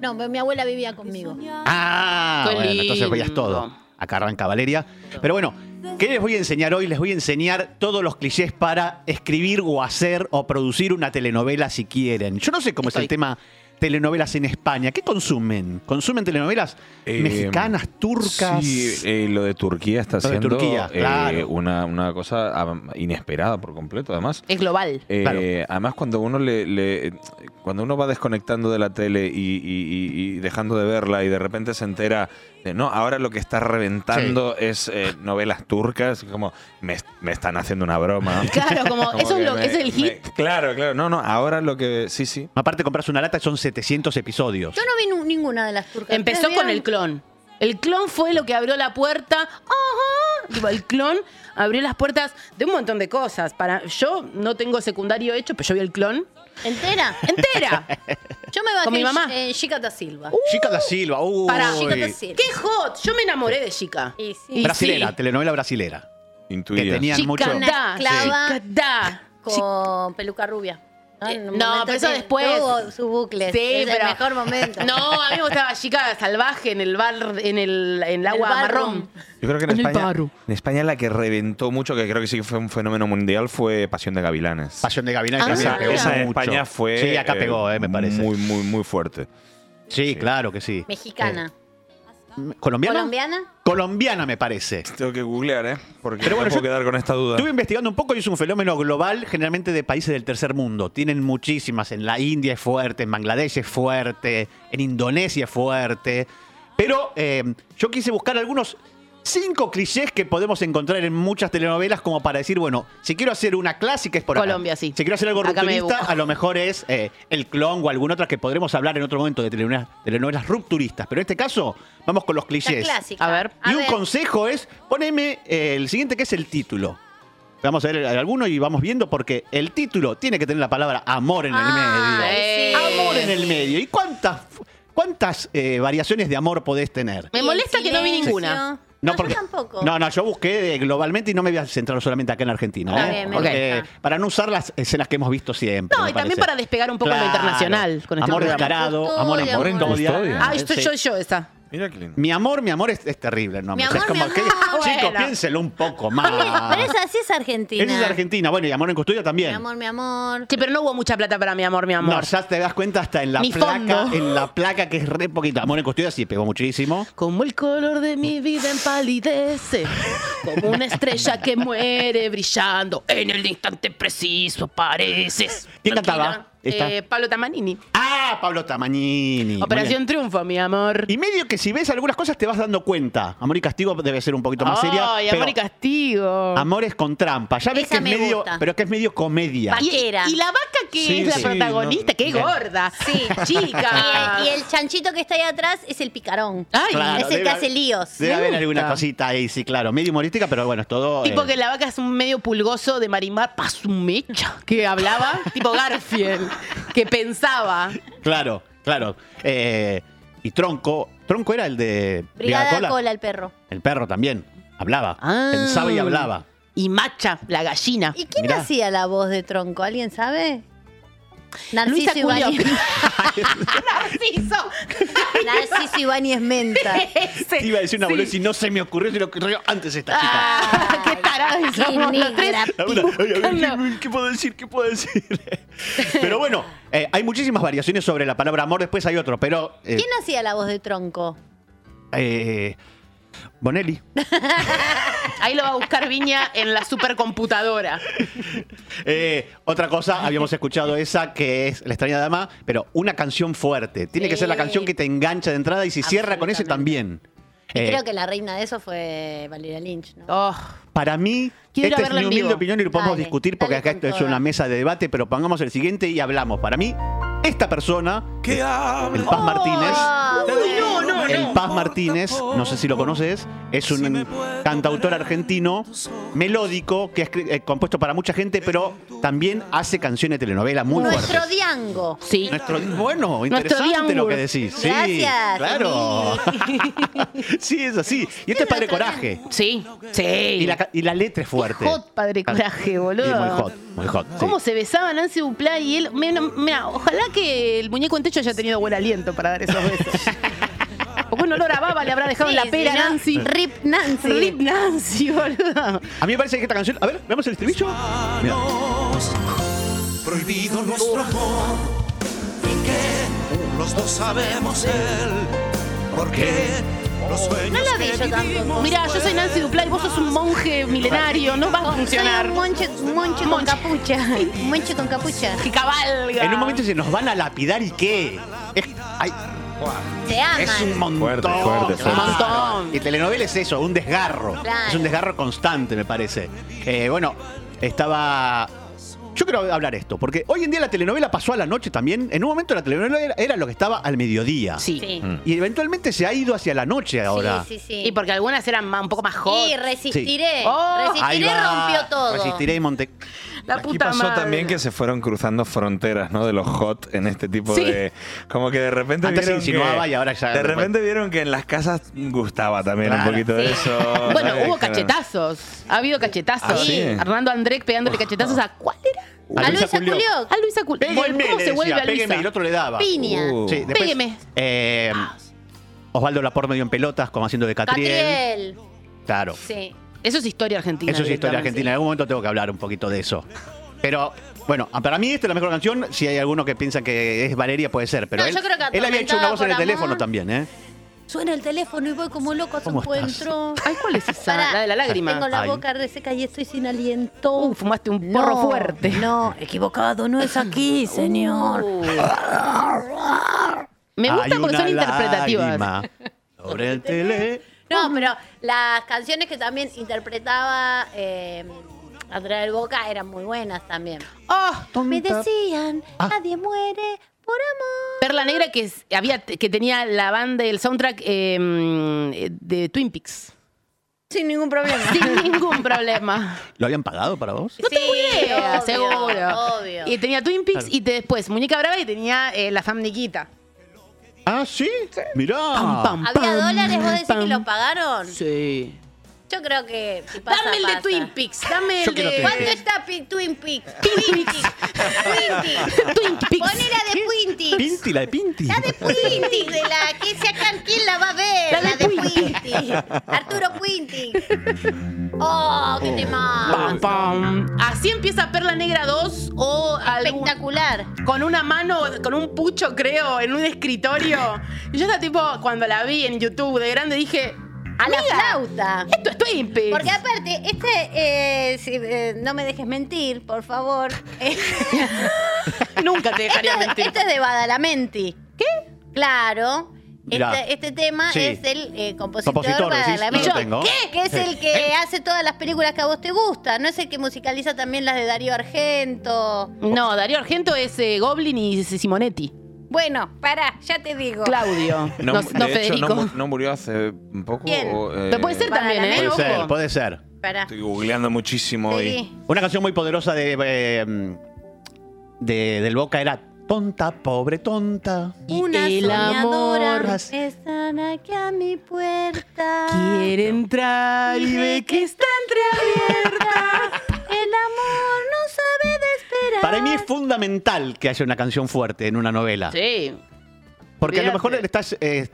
No, pero mi abuela vivía conmigo. Ah, Qué bueno, entonces veías lindo. todo. Acá arranca Valeria. Pero bueno, ¿qué les voy a enseñar hoy? Les voy a enseñar todos los clichés para escribir o hacer o producir una telenovela si quieren. Yo no sé cómo es Estoy. el tema telenovelas en España. ¿Qué consumen? ¿Consumen telenovelas Eh, mexicanas, turcas? Sí, eh, lo de Turquía está Lo de siendo Turquía, eh, claro. una, una cosa ah, inesperada por completo, además. Es global. Eh, Claro. Además, cuando uno le, le- cuando uno va desconectando de la tele y, y- y- y dejando de verla y de repente se entera, de, no, ahora lo que está reventando es eh, novelas turcas, como me, me están haciendo una broma. Claro, como, Como eso es, que lo, me- es el hit. me- claro, claro. No, no, ahora lo que. Sí, sí. Aparte compras una lata y son 700 episodios. Yo no vi nu- ninguna de las turcas. Empezó ¿Ustedes con vieron? el clon. El clon fue lo que abrió la puerta. Ajá. Digo, el clon abrió las puertas de un montón de cosas. Para, yo no tengo secundario hecho, pero yo vi el clon ¿Entera? entera. Yo me bajé Con mi en- mamá. Uh, en Chica da Silva. Chica da Silva, uy. Pará. Chica da Silva. ¡Qué hot! Yo me enamoré de Chica. Y sí. Y Brasilera, sí. telenovela brasilera. Intuía. Que tenían mucho. Chica da, Sí. Chica da. con peluca rubia. Eh, En un no, momento pero eso que después. Tuvo su bucle. Sí, es pero- el mejor momento. No, a mí me gustaba chica salvaje en el bar, en el, en el agua barroom. marrón. Yo creo que en, En el España, paro. en España la que reventó mucho, que creo que sí que fue un fenómeno mundial, fue Pasión de Gavilanes. Pasión de Gavilanes Ah, también Esa, pegó esa en mucho. España fue. Sí, acá pegó, eh, me parece. Muy, muy, muy fuerte. sí, claro que sí. Mexicana. Eh, ¿Colombiana? ¿Colombiana? Colombiana, me parece. Tengo que googlear, ¿eh? Porque Pero Pero bueno, puedo yo- quedar con esta duda. Estuve investigando un poco y es un fenómeno global, generalmente de países del tercer mundo. Tienen muchísimas. En la India es fuerte, en Bangladesh es fuerte, en Indonesia es fuerte. Pero eh, yo quise buscar algunos cinco clichés que podemos encontrar en muchas telenovelas como para decir, bueno, si quiero hacer una clásica es por acá. Colombia, sí. Si quiero hacer algo Acá me rupturista, busco. a lo mejor es eh, El Clon o alguna otra que podremos hablar en otro momento de telenovelas, telenovelas rupturistas. Pero en este caso, vamos con los La clichés. clásica. A ver. Y un consejo es, poneme eh, el siguiente que es el título. Vamos a ver el- alguno y vamos viendo porque el título tiene que tener la palabra amor en el medio. Eh, Amor en el medio. ¿Y cuántas, cuántas eh, variaciones de amor podés tener? Me molesta que no vi Silencio. ninguna. No, yo tampoco. No, no, yo busqué eh, globalmente y no me voy a centrar solamente acá en Argentina. Está ¿eh? bien, me Porque, gusta. Para no usar las escenas que hemos visto siempre. No, me y también parece. para despegar un poco lo internacional con este amor programa. descarado, Custodia, amor en amor en custodia. custodia. Ah, esto Sí. yo, yo, esta. Mira qué lindo. Mi amor, mi amor es, es terrible. No, Mi es amor, como mi que- amor. Chicos, Bueno. piénselo un poco Pero más. esa sí es Argentina. Ah. Esa es Argentina. Bueno, y amor en custodia Mi también. amor, mi amor. Sí, pero no hubo mucha plata para mi amor, mi amor. No, ya te das cuenta hasta en la Mi placa, fondo. en la placa que es re poquito. Amor en custodia sí pegó muchísimo. Como el color de mi vida empalidece, como una estrella que muere brillando, en el instante preciso apareces. ¿Quién Tranquila. cantaba esta? Eh, Pablo Tamanini. Ah, Pablo Tamagnini. Muy Operación Triunfo, mi amor. bien. Y medio que si ves algunas cosas te vas dando cuenta. Amor y castigo debe ser un poquito más seria. Ay, pero amor y castigo. Amores con trampa. Ya ves Esa que es me medio, gusta. pero que es medio comedia. Pa- Vaquera. Y, y la vaca que Sí, es la sí, protagonista, no. qué gorda. Sí. Chica. Y el, y el chanchito que está ahí atrás es el picarón. Ay, Claro, es el debe que haber- hace líos. Debe haber gusta. alguna cosita ahí, sí, claro. Medio humorística, pero bueno, es todo. Tipo eh, que la vaca es un medio pulgoso de Marimar Pazumecha, que hablaba, tipo Garfield, que pensaba. Claro, claro. Eh, y Tronco. Tronco era el de. Brigada Brigadocola. cola. el perro. El perro también. Hablaba. Ah. Pensaba y hablaba. Y Macha, la gallina. ¿Y quién Mirá. hacía la voz de tronco? ¿Alguien sabe? Narciso Luisa Culio. Ibáñez. Narciso. Narciso Ibáñez Menta. Te Iba a decir una boludez y no se me ocurrió, se lo ocurrió antes esta chica. Ah, qué tarados Qué somos los tres. negra. La una, ay, a ver, Buscando. ¿Qué puedo decir? ¿Qué puedo decir? Pero bueno, eh, hay muchísimas variaciones sobre la palabra amor, después hay otro, pero. eh, ¿Quién hacía la voz de tronco? eh, Bonelli. Ahí lo va a buscar Viña en la supercomputadora. Eh, otra cosa, habíamos escuchado esa que es La extraña dama, pero una canción fuerte. Tiene que ser la Sí. canción que te engancha de entrada y si cierra con ese también. Eh, Creo que la reina de eso fue Valeria Lynch, ¿no? Oh, Para mí, Quiero ir a esta es verla mi en humilde vivo. opinión y lo podemos Dale, discutir porque dale acá con esto es toda. una mesa de debate, pero pongamos el siguiente y hablamos. Para mí, esta persona, ¿Qué el Paz Martínez. Oh, no, no, El Paz Martínez, no sé si lo conoces, es un cantautor argentino melódico que es cre- eh, compuesto para mucha gente, pero también hace canciones de telenovela muy Nuestro fuertes. Diango. sí. Nuestro, bueno, Nuestro interesante lo Diangur. que decís. Sí, Gracias, Claro. sí, es así. Y este es Padre Coraje. Sí. Sí. Y la, ca- y la letra es fuerte. Hot, padre coraje, boludo. Sí, muy hot, muy hot. sí. ¿Cómo se besaba Nancy Duplá y él? Mira, mira, ojalá que el muñeco en techo haya tenido buen aliento para dar esos besos. Porque un olor a baba le habrá dejado en la Sí, pera si no, Nancy. Rip Nancy. Rip Nancy, boludo. A mí me parece que esta canción. A ver, veamos el estribillo. Mira. prohibido nuestro amor y que los dos sabemos él porque los sueños No la vi que yo tampoco. Mira, yo soy Nancy Duplá y vos sos un monje milenario, no vas a funcionar. Soy un monche, monche con capucha. Monche con capucha. Que cabalga. En un momento se nos van a lapidar y qué. Es, ay, Se aman. es un montón. Fuerte, fuerte, fuerte. claro. Un montón. Y telenovela es eso, un desgarro. Claro. Es un desgarro constante, me parece. Eh, bueno, estaba. Yo quiero hablar esto, porque hoy en día la telenovela pasó a la noche también. En un momento la telenovela era, era lo que estaba al mediodía. Mm. Sí. Sí. Y eventualmente se ha ido hacia la noche ahora. Sí, sí, sí. Y porque algunas eran más- un poco más hot. Y resistiré. Sí. Oh, Ahí resistiré va. rompió todo. Ah, Resistiré y Monte. la Aquí puta pasó madre. también que se fueron cruzando fronteras, ¿no? De los hot en este tipo Sí. de. Como que de repente Antes vieron. se insinuaba que, y ahora ya- De repente vieron que en las casas gustaba también Claro. un poquito de eso. Bueno, ¿sabes? hubo Claro. cachetazos. Ha habido cachetazos. Ah, ¿sí? Hernando Andrés pegándole cachetazos a ¿cuál era? A Luisa Culioc. Culioc. A Luisa Cul. Pégueme, Bueno, ¿Cómo le se decía, vuelve a pégueme, Luisa? y el otro le daba. Piña. Uh. Sí, después, Pégueme. eh, Osvaldo Lapor medio en pelotas, como haciendo de Catriel. Catriel. Claro. Sí. Eso es historia argentina. Eso es historia directamente. argentina. En algún momento tengo que hablar un poquito de eso. Pero, bueno, ah, para mí esta es la mejor canción. Si hay alguno que piensa que es Valeria, puede ser. Pero No, él, yo creo que él había hecho una voz en el Atormentada por teléfono amor. también, ¿eh? Suena el teléfono y voy como loco a su ¿Cómo estás? encuentro. Ay, ¿cuál es esa? Pará, la de la lágrima. Tengo la Ay. boca reseca y estoy sin aliento. Uh, fumaste un porro fuerte. Uh. No, equivocado, no es aquí, señor. Me gusta Hay porque son una interpretativas. lágrima Sobre el tele. No, pero las canciones que también interpretaba eh, Andrea del Boca eran muy buenas también. Oh, Me decían, Ah. nadie muere por amor. Perla Negra que es- había que tenía la banda el soundtrack eh, de Twin Peaks. Sin ningún problema. Sin ningún problema. ¿Lo habían pagado para vos? No tengo Eh, seguro. Obvio. Y tenía Twin Peaks y te- después Muñeca Brava y tenía eh, la Famniquita. Ah, ¿sí? Mirá. Pam, pam. ¿Había dólares? ¿Vos decís que pam. lo pagaron? Sí. Yo creo que si pasa, Dame el de pasa. Twin Peaks, dame Yo el quiero de. Twin ¿Cuánto está Pi- Twin Peaks? Twin Peaks. Twin Peaks. Twin Peaks. Poné la de Twinty. Pinti, la de Pinti. La de Twinty, de la que se acan, ¿quién la va a ver? La, de Twinty. Arturo Twinty. Oh, qué tema. Pam, pam. Así empieza Perla Negra 2 o algún- Espectacular. con una mano, con un pucho, creo, en un escritorio. Y yo estaba tipo, cuando la vi en YouTube de grande, dije, A la "Amiga, flauta. Esto es Twin Peaks. Porque aparte, este, eh, si, eh, no me dejes mentir, por favor. Nunca te Este, dejaría mentir. este es de Badalamenti. ¿Qué? Claro. Mirá. Este, este tema Sí. es el eh, compositor, Compositor, decís, Badalamenti. no lo tengo. ¿Eh? ¿Qué? Que es el que hace todas las películas que a vos te gustan. No es el que musicaliza también las de Darío Argento. No, Darío Argento es eh, Goblin y Simonetti. Bueno, pará, ya te digo. Eh, Claudio, no, de no hecho, Federico. no mu- no murió hace un poco. ¿Quién? o, eh, Pero puede ser también, ¿eh? Puede Ojo. ser, puede ser. Pará. Estoy googleando muchísimo Sí. hoy. Una canción muy poderosa de, eh, de- del Boca era Tonta, pobre tonta. Y Una el soñadora amor están aquí a mi puerta. quiere entrar y ve que está entreabierta. El amor no sabe de esperar. Para mí es fundamental que haya una canción fuerte en una novela. Sí. porque a lo mejor olvídate. estás, eh,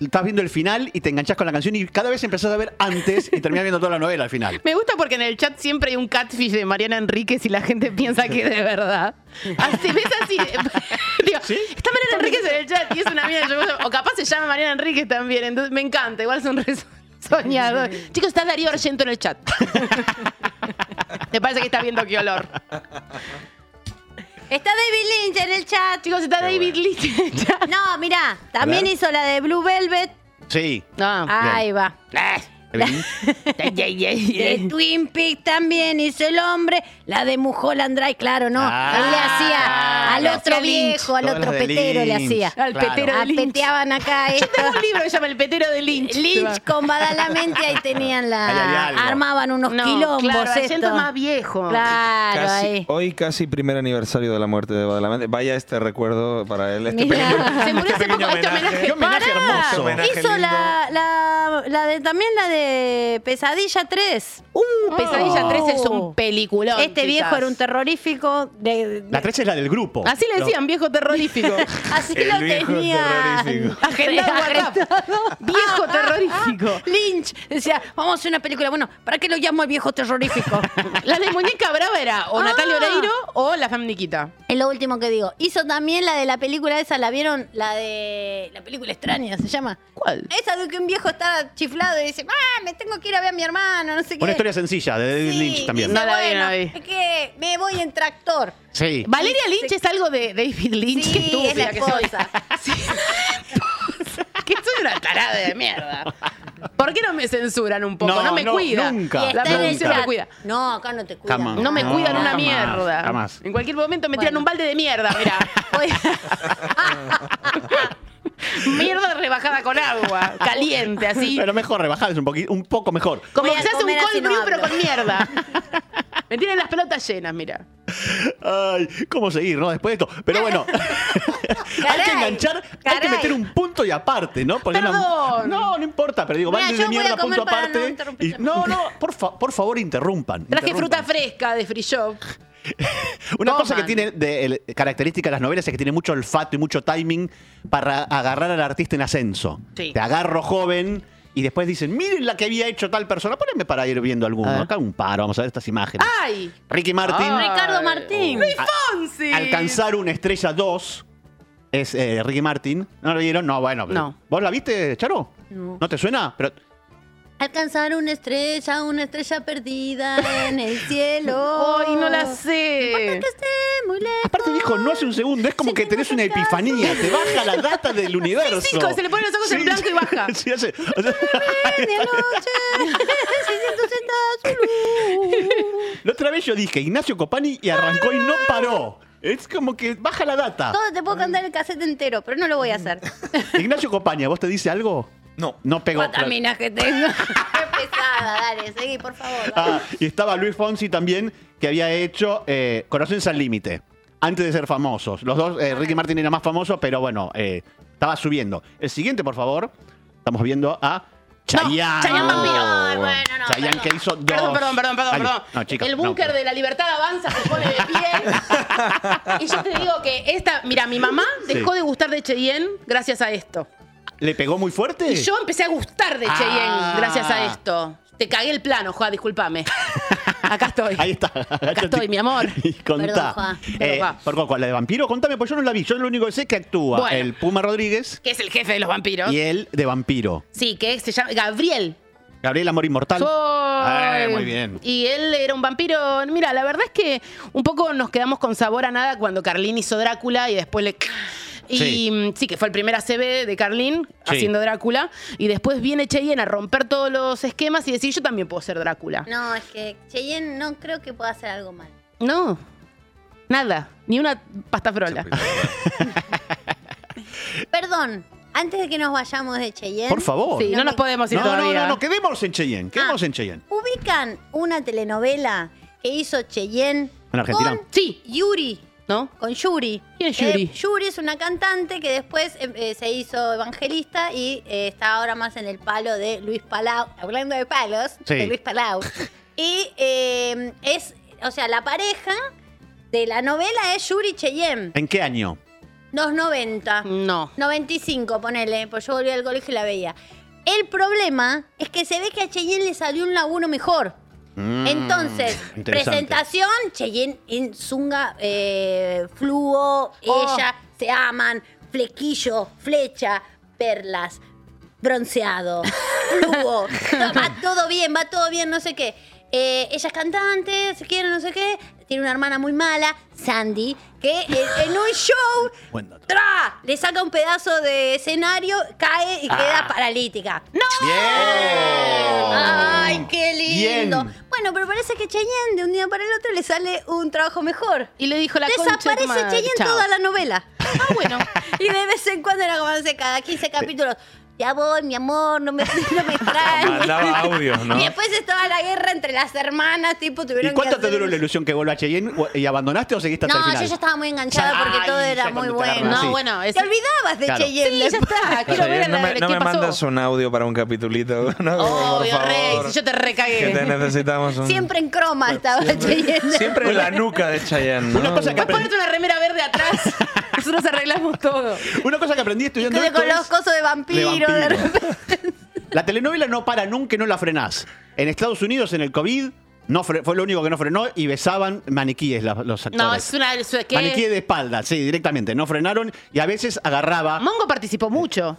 estás viendo el final y te enganchás con la canción y cada vez empezás a ver antes y terminás viendo toda la novela al final. Me gusta porque en el chat siempre hay un catfish de Mariana Enríquez y la gente piensa que de verdad. Así ves así. Digo, está Mariana Enríquez en el chat y es una mía. O capaz se llama Mariana Enríquez también. Entonces me encanta. Igual son re soñados. Chicos, está Darío Argento en el chat. Me parece que está viendo qué olor. Está David Lynch en el chat. Chicos, está David Lynch en el chat. No, mirá, también ver. hizo la de Blue Velvet. Sí. No. Ahí va. Ah, De Twin Peaks también hizo el hombre. La de Mulholland Drive, claro, ¿no? Ah, Ahí le claro. hacía al otro Hacía Lynch. viejo, al Todas otro las de petero le Lynch. hacía. Al Claro. petero de Lynch. Apeteaban acá esto. Tengo un libro que se llama El petero de Lynch. Lynch con Badalamente, ahí tenían Ahí había la... algo. Armaban unos No, quilombos claro, esto. Argento es más viejo. Claro, Casi- ahí. hoy casi primer aniversario de la muerte de Badalamenti. Vaya este recuerdo para él. Este Mirá. pequeño- Se murió hace Pequeño poco este homenaje. homenaje. Qué homenaje Pará. hermoso. Homenaje. Hizo la, la, la de también la de Pesadilla 3. Uh, Pesadilla 3 es un peliculón. Este viejo chicas. era un terrorífico de, de- La 3 es la del grupo. Así le decían, viejo terrorífico. así Oh, El lo viejo tenía terrorífico. Agendado WhatsApp. Viejo terrorífico. Lynch decía, vamos a hacer una película, bueno, ¿para qué lo llamo el viejo terrorífico? La de muñeca brava era o Ah. Natalia Oreiro o la Famniquita. es lo último que digo. Hizo también la de la película esa, ¿la vieron? La de la película extraña se llama. ¿Cuál? Esa de que un viejo está chiflado y dice, "Ah, me tengo que ir a ver a mi hermano", no sé qué. Una historia sencilla de David Sí, Lynch también. dice, No la vi, no "Bueno, la vi. Es que me voy en tractor. Sí. Valeria Lynch es algo de David Lynch. Sí, Qué estúpida es la que soy. esposa. Sí. que soy una tarada de mierda. ¿Por qué no me censuran un poco? No, No, me no, cuida. nunca. Y La está en el producción chat. me cuida. No, acá no te cuidan. Jamás. No me cuidan No, una jamás, mierda. jamás. En cualquier momento me tiran Bueno. un balde de mierda, mira. mierda rebajada con agua, caliente, así. Pero mejor, rebajades un, poqui- un poco mejor. Como Voy que a se hace un comer así cold no brew, hablo. pero con mierda. me tienen las pelotas llenas, mira. Ay, ¿cómo seguir, no? Después de esto. Ah, Pero bueno, hay que Caray, enganchar, hay que caray. meter un punto y aparte, ¿no? Porque una- Perdón. no, no importa, pero digo, Mira, van yo de voy a mierda, comer punto para no aparte. interrumpir. y- No, no, por, fa- por favor, interrumpan. Traje fruta interrumpan. fresca de Free Shop. Una Coman. cosa que tiene de, el- característica de las novelas es que tiene mucho olfato y mucho timing para agarrar al artista en ascenso. Sí. Te agarro joven y después dicen, miren la que había hecho tal persona, poneme para ir viendo alguno. A ver. Acá un paro, vamos a ver estas imágenes. Ah, ¡Ay! Ricky Martin, Ah. Ricardo Martín. ¡Luis A- Fonsi! alcanzar una estrella 2 es eh, Ricky Martin. ¿No lo vieron? No, bueno. pero- No. ¿Vos la viste, Charo? No. te suena? Pero Alcanzar una estrella, una estrella perdida en el cielo. ¡Ay, no la sé! Que esté muy lejos. aparte dijo, no hace un segundo, es como Sí, que tengo tenés una que epifanía, te baja la data del universo. sí, como se le ponen los ojos en blanco y baja. Sí, hace- o sea, Medianoche, 670 azul. La otra vez yo dije Ignacio Copani y arrancó y no paró. Es como que baja la data. Todo te puedo cantar el cassette entero, pero no lo voy a hacer. Ignacio Copani, ¿a vos te dice algo? No. No pegó. Cuántas minas que tengo. Qué pesada, dale, seguí, por favor. dale. Ah, y estaba Luis Fonsi también, que había hecho eh, Corazones al Límite, antes de ser famosos. Los dos, eh, Ricky Martin era más famoso, pero bueno, eh, Estaba subiendo. El siguiente, por favor. Estamos viendo a No, Chayanne. Chayanne Vampiro. Ay, bueno, no, Chayanne perdón. que hizo dos. Perdón, perdón, perdón, perdón, Ay, perdón. No, chicos, el no, búnker perdón. de la libertad avanza, se pone de pie. y yo te digo que esta, mira, mi mamá dejó Sí. de gustar de Cheyenne gracias a esto. ¿Le pegó muy fuerte? Y yo empecé a gustar de Ah. Cheyenne gracias a esto. Te cagué el plano, Juan, discúlpame. Acá estoy. Ahí está. Acá estoy, mi amor. Y contá. Perdón, Juan. Eh, Perdón, Juan. perdón, Juan, la de vampiro, contame, pues yo no la vi. Yo lo único que sé es que actúa Bueno. el Puma Rodríguez Que es el jefe de los vampiros. y el de vampiro. Sí, que se llama Gabriel. Gabriel Amor Inmortal. Soy. Eh, muy bien. Y él era un vampiro. Mira, la verdad es que un poco nos quedamos con sabor a nada cuando Carlín hizo Drácula y después le. Y Sí. mm, sí, que fue el primer ACB de Carlín Sí. haciendo Drácula. Y después viene Cheyenne a romper todos los esquemas y decir: Yo también puedo ser Drácula. No, es que Cheyenne no creo que pueda hacer algo mal. No. Nada. Ni una pasta frola. Perdón, antes de que nos vayamos de Cheyenne. Por favor. Sí, no, No nos me- podemos ir no, no, todavía. no, no, quedemos en Cheyenne. Quedemos Ah. en Cheyenne. ¿Ubican una telenovela que hizo Cheyenne ¿En Argentina? con Sí. Yuri? ¿No? Con Yuri. ¿Quién es Yuri? Eh, Yuri es una cantante que después eh, eh, se hizo evangelista y eh, está ahora más en el palo de Luis Palau. Hablando de palos, Sí. de Luis Palau. y eh, es, o sea, la pareja de la novela es Yuri Cheyenne, ¿En qué año? los 90. No. 95, ponele, pues yo volví al colegio y la veía. El problema es que se ve que a Cheyenne le salió un laburo mejor. Entonces, Mm, interesante. presentación, Cheyenne en zunga, eh, fluo, ella, se aman, flequillo, flecha, perlas, bronceado, fluo, No, va todo bien, va todo bien, no sé qué. Eh, ella es cantante, se quiere, no sé qué, tiene una hermana muy mala, Sandy, que en, en un show Buen dato. ¡Tra! Le saca un pedazo de escenario, cae y Ah. queda paralítica. ¡No! Bien. ¡Ay, qué lindo! Bien. Bueno, pero parece que Cheyenne de un día para el otro le sale un trabajo mejor. Y le dijo la concha de tu Desaparece madre. Cheyenne Chao. toda la novela. Ah, bueno. Y de vez en cuando era como, no sé, cada 15 capítulos. Ya voy, mi amor, no me, no me extrañes. Mandaba audios, ¿no? Y después estaba la guerra entre las hermanas, tipo, tuvieron Ah, ¿Y cuánto que te hacer duró un- la ilusión que vuelva a Cheyenne? ¿O- ¿Y abandonaste o seguiste hasta el No, final? yo ya estaba muy enganchada porque Ay, todo ya era cuando muy te bueno. agarran, No, sí. bueno. Es... Te olvidabas de Claro. Cheyenne. Sí, ya está. Quiero ver a no la, me, no qué me pasó. mandas un audio para un capitulito. No, por Obvio, favor. Rey, si yo te que te recagué. necesitamos un... Siempre en croma estaba Cheyenne. Siempre en la nuca de Chayanne, ¿no? Una cosa que Vos ponete una remera verde atrás. Nosotros arreglamos todo. Una cosa que aprendí estudiando Con- esto con es- los cosos de vampiro, de de vampiro. La telenovela no para nunca, y no la frenás. En Estados Unidos, en el COVID, no fre- fue lo único que no frenó y besaban maniquíes la- los actores. No, es una. es- ¿qué? Maniquíes de espalda, sí, directamente. No frenaron y a veces agarraba. Mongo participó mucho.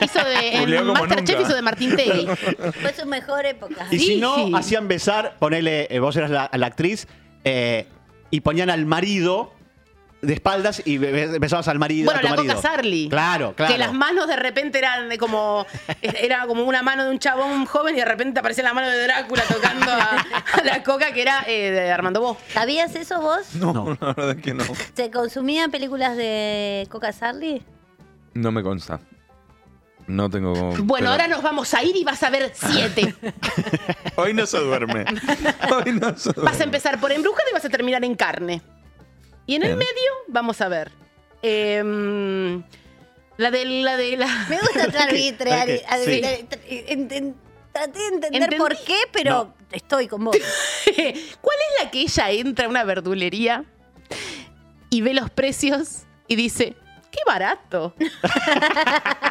Hizo de. Julió En como Masterchef nunca. hizo de Martín Tegui. Fue su mejor época. Y si Sí. no, hacían besar, ponele, eh, vos eras la, la actriz, eh, y ponían al marido de espaldas y be- be- besabas al marido. Bueno, a tu la marido. Coca Sarli. Claro, claro. Que las manos de repente eran de como. Era como una mano de un chabón joven y de repente aparecía la mano de Drácula tocando a, a la coca que era eh, de Armando Bo. ¿Sabías eso vos? No, La verdad que no. ¿Se consumían películas de Coca Sarli? No me consta. No tengo... Bueno, ahora nos vamos a ir y vas a ver siete. Hoy no se duerme. Hoy no se duerme. Vas a empezar por embrujada y vas a terminar en carne. Y en el Bien. medio, vamos a ver. em, la de la de la. Me gusta tu arbitrar. Ok, arbitrar- en- en- Traté de entender ¿Entendí? por qué, pero No. estoy con vos. ¿Cuál es la que ella entra a una verdulería y ve los precios y dice, qué barato?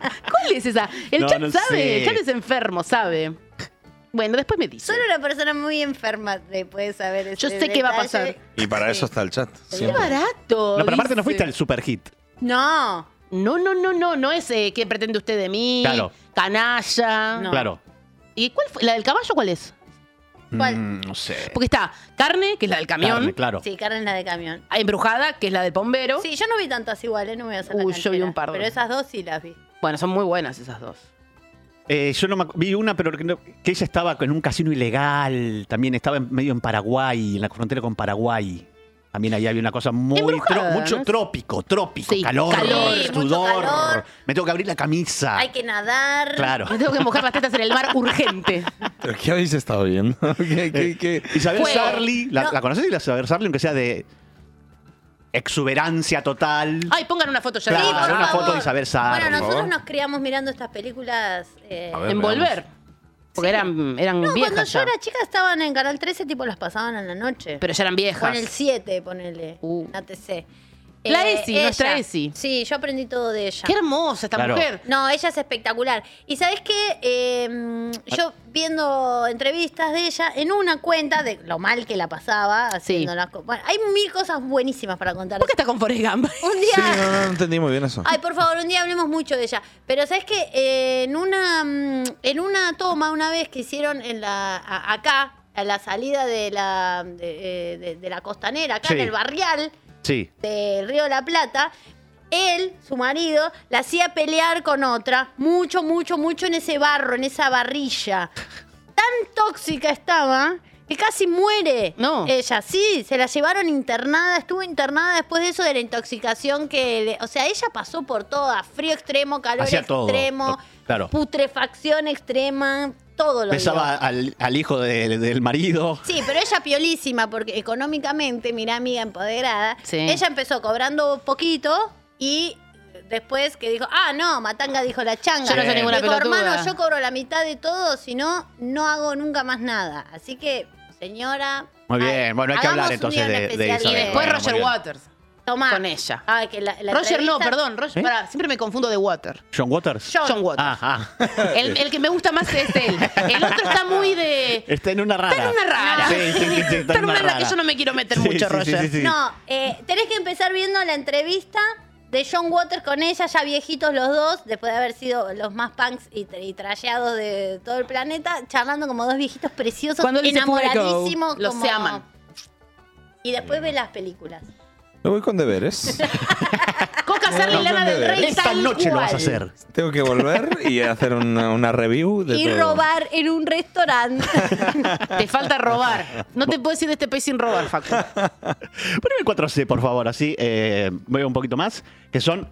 ¿Cuál es esa? El No, chat no sabe, sé. el chat es enfermo, sabe. Bueno, después me dice. Solo una persona muy enferma le puede saber eso. Yo sé qué va a pasar. Y para eso está el chat. Qué siempre. barato. No, pero aparte no dice. fuiste al super hit. No. No, no, no, no, no es eh, qué pretende usted de mí. Claro. Canalla. Claro. ¿Y cuál fue? ¿La del caballo cuál es? ¿Cuál? Mm, no sé. Porque está carne, que es la del camión. Carne, claro. Sí, Karen la de camión. Embrujada, que es la del bombero. Sí, yo no vi tantas iguales, no me voy a hacer la Uy, yo vi canchera, un par de- Pero esas dos sí las vi. Bueno, son muy buenas esas dos. Eh, yo no me acu- vi una, pero que, no- que ella estaba en un casino ilegal. También estaba en- medio en Paraguay, en la frontera con Paraguay. También ahí había una cosa muy. Embrujada, tro- mucho ¿no? trópico, trópico. Sí, calor, calor, mucho sudor. calor. Me tengo que abrir la camisa. Hay que nadar. Ah. Claro. Me tengo que mojar las tetas en el mar urgente. ¿Pero qué habéis estado viendo? Eh, ¿Qué, qué, qué? Isabel Fue- Sarli, ¿la, No. la conoces Isabel Sarli? Aunque sea de. exuberancia total. Ay, pongan una foto ya. Claro, Sí, por una favor. foto de Isabel Sarro, Bueno, por nosotros favor. nos criamos mirando estas películas. eh, A ver, Envolver. Porque eran, eran No, cuando viejas yo ya. era chica estaban en Canal 13, tipo las pasaban en la noche. Pero ya eran con viejas. el 7, ponele. Uh. La TC. La Esi, nuestra Esi. Sí, yo aprendí todo de ella. Qué hermosa esta Claro. mujer. No, ella es espectacular. Y sabes qué, Eh, mm, yo viendo entrevistas de ella, en una cuenta de lo mal que la pasaba haciendo las co- bueno, hay mil cosas buenísimas para contar. ¿Por qué está con Forrest Gump? Un Sí, día, no, no, no entendí muy bien eso. ay, por favor, un día hablemos mucho de ella. Pero sabes que en una mm, en una toma una vez que hicieron en la a- acá a la salida de la de, eh, de- de la costanera acá Sí. en el barrial Sí. del Río de la Plata, él, su marido, la hacía pelear con otra, mucho, mucho, mucho en ese barro, en esa barrilla. Tan tóxica estaba que casi muere No. ella. Sí, se la llevaron internada, estuvo internada después de eso de la intoxicación que... le- o sea, ella pasó por toda, frío extremo, calor Hacía todo. extremo, Claro. putrefacción extrema, todo lo Besaba dio. al, al hijo de- del marido. Sí, pero ella piolísima, porque económicamente, mira amiga empoderada, Sí. ella empezó cobrando poquito y después que dijo, ah, no, Matanga dijo la changa. Yo no soy ninguna dijo, pelotuda. hermano, yo cobro la mitad de todo, si no, no hago nunca más nada. Así que, señora... Muy bien, ay, bueno, hay que hagamos hablar un entonces día un de- de especial Isabel. Y después Bueno, muy Roger bien. Waters. Tomá. con ella. Ay, que la- la Roger no, entrevista- perdón. Roger, ¿Eh? pará, siempre me confundo de Water. John Waters. John, Waters. Ajá. El, el que me gusta más es él. El otro está muy de... Está en una rara. Está en una rara. Sí, sí, sí, sí, está, Está en una rara que yo no me quiero meter Sí, mucho, sí, Roger. sí, sí, sí. No, eh, tenés que empezar viendo la entrevista de John Waters con ella, ya viejitos los dos, después de haber sido los más punks y, tra- y trasheados de todo el planeta, charlando como dos viejitos preciosos, Cuando él dice enamoradísimos. Fuego, los como- se aman. Y después ve las películas. Me voy con deberes. Coca Sarla y Lana del Rey. Esta tal noche lo vas a cual. hacer. Tengo que volver y hacer una, una review de Y todo. robar en un restaurante. Te falta robar. No te puedes ir de este país sin robar, Facu. Poneme el 4C, por favor, así eh, veo un poquito más. Que son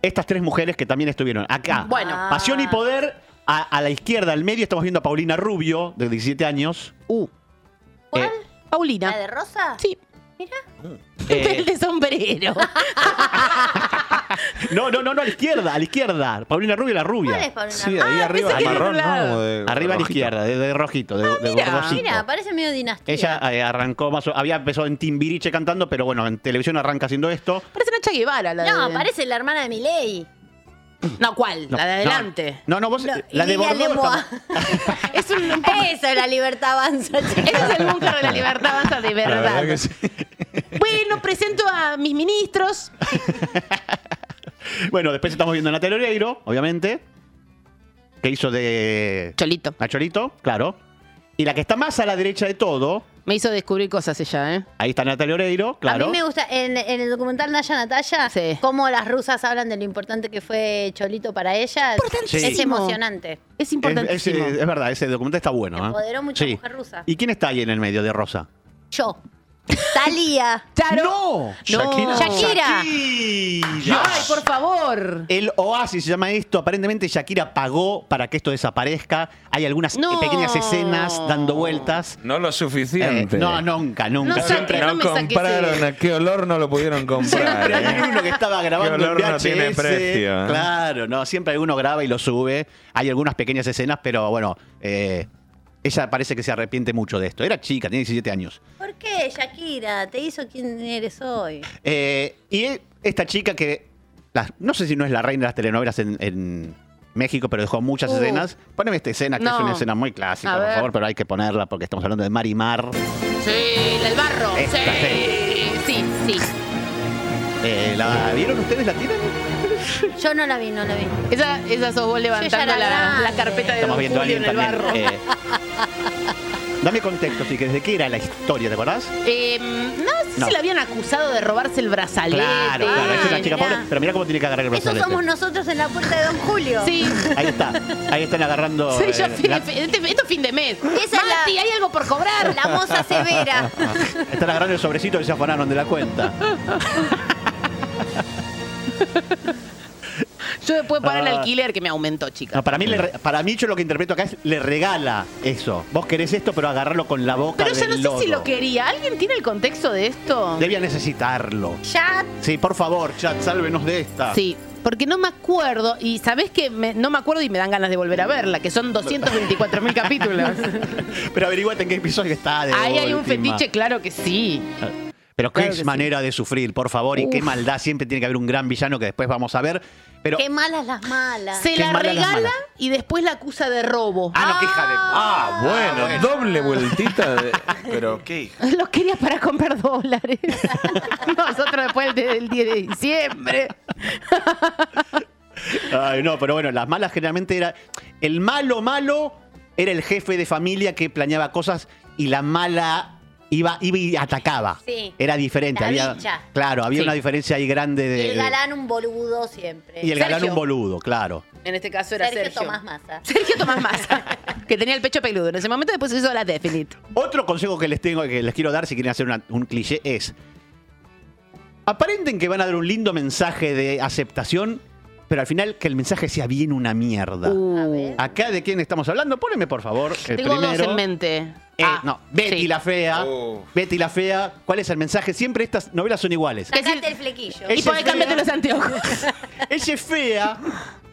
estas tres mujeres que también estuvieron acá. Bueno. Pasión y poder. A, a la izquierda, al medio, estamos viendo a Paulina Rubio, de 17 años. Uh. ¿Cuál? ¿La Paulina. de Rosa? Sí. Mira. Eh. El de sombrero. No, no, no, no, a la izquierda, a la izquierda. Paulina Rubio, la rubia. ¿Cuál es Paulina? Sí, ahí Ah, arriba, pensé que era marrón, otro lado. ¿no? Como de- Arriba a la rojito. izquierda, de, de rojito, de, de mira, gordocito. Mira, parece medio dinastía. Ella eh, arrancó más o- había empezado en Timbiriche cantando, pero bueno, en televisión arranca haciendo esto. Parece Nacha Guevara la No, de- parece la hermana de Miley. No, ¿cuál? No, la de no, adelante. No, no, vos No, eh, y la de Lilia Bordeaux Lemoa. estamos- Es un, un poco- Eso es la libertad avanza. chicos. Ese es el búnker de la libertad avanza de La verdad. verdad que sí. Bueno, presento a mis ministros. Bueno, después estamos viendo a Natalia Oreiro, obviamente. Que hizo de Cholito. Nacholito, claro. Y la que está más a la derecha de todo, Me hizo descubrir cosas ella, ¿eh? ahí está Natalia Oreiro, claro. A mí me gusta, en, en el documental Naya Natalia, Sí. cómo las rusas hablan de lo importante que fue Cholito para ellas. Importantísimo. Es emocionante. Es es, es- importantísimo. es verdad, ese documental está bueno. ¿eh? Empoderó mucha mujer rusa. ¿Y quién está ahí en el medio de Rosa? Yo. Talía. Claro. ¡No! Shakira. Shakira. Shakira. Ay, por favor. El Oasis se llama esto. Aparentemente Shakira pagó para que esto desaparezca. Hay algunas No. eh, pequeñas escenas dando vueltas. No lo Eh, suficiente. no, nunca, nunca. No Casi saqué, no no me saqué compraron. ese. ¿A qué olor no lo pudieron comprar? Siempre hay eh? uno que estaba grabando Qué olor en no VHS. tiene precio, ¿eh? Claro, no, siempre hay uno graba y lo sube. Hay algunas pequeñas escenas, pero bueno, eh, ella parece que se arrepiente mucho de esto. Era chica, tenía 17 años. ¿Por qué, Shakira? Te hizo quien eres hoy. Eh, y esta chica que, las- no sé si no es la reina de las telenovelas en, en México, pero dejó muchas Uh. escenas. Poneme esta escena, que No. es una escena muy A clásica, por ver. favor, pero hay que ponerla porque estamos hablando de Marimar. Sí, la del barro. Esta, sí. Sí, sí. Eh, ¿La vieron ustedes? ¿La tienen? Yo no la vi, no la vi. Esa, esa sos vos levantando era la, grande. la carpeta de Estamos Don viendo a Julio alguien en el también. barro. eh. dame contexto, sí, que desde qué era la historia, ¿te acordás? Eh, Em, no sé No. si la habían acusado de robarse el brazalete. Claro, claro, es una chica mirá. pobre, pero mira cómo tiene que agarrar el Eso brazalete. Ah, somos nosotros en la puerta de Don Julio. Sí. Ahí está, ahí están agarrando. Sí, yo eh, fin de la- fe- este- esto es fin de mes. Esa es la- Mati, hay algo por cobrar. La moza severa. Están agarrando el sobrecito que se afanaron de la cuenta. Yo después pagar el Ah. alquiler que me aumentó, chica. No, para mí, le re- para mí yo lo que interpreto acá es le regala eso. Vos querés esto, pero agarrarlo con la boca. Pero ya del no sé si lodo. lo quería. ¿Alguien tiene el contexto de esto? Debía necesitarlo. Ya Sí, por favor, chat, sálvenos de esta. Sí, porque no me acuerdo, y sabés que me- no me acuerdo y me dan ganas de volver a verla, que son 224 mil capítulos. Pero averiguate en qué episodio está de Ahí hay un última. fetiche, claro que sí. Pero qué Claro que sí. manera de sufrir, por favor, y qué maldad. Siempre tiene que haber un gran villano que después vamos a ver. Pero. Qué malas las malas. Se Qué la mala las regala malas. y después la acusa de robo. Ah, no, qué hija de. Ah, bueno, doble vueltita. de- Pero qué hija. Los quería para comprar dólares. Nosotros después del, del 10 de diciembre. Ay, no, pero bueno, las malas generalmente era. El malo malo era el jefe de familia que planeaba cosas y la mala iba, iba y atacaba. Sí. Era diferente. La había, bicha. Claro, había Sí. una diferencia ahí grande de. Y el de- galán un boludo siempre. y el galán Sergio. un boludo, claro. En este caso era Sergio, Sergio. Tomás Massa. Sergio Tomás Massa, que tenía el pecho peludo. En ese momento después se hizo la Definite. Otro consejo que les tengo, que les quiero dar si quieren hacer una- un cliché es. Aparenten que van a dar un lindo mensaje de aceptación, pero al final que el mensaje sea bien una mierda. Uh. Acá de quién estamos hablando, poneme por favor. Ah. El Tengo dos primero. en mente. Eh, Ah, no, Betty sí. la fea. Oh. Betty la fea. ¿Cuál es el mensaje? Siempre estas novelas son iguales. ¿Qué Sacate decir- el flequillo. Es- Y por ahí Ella cámbiate fea. los anteojos. Ella es fea.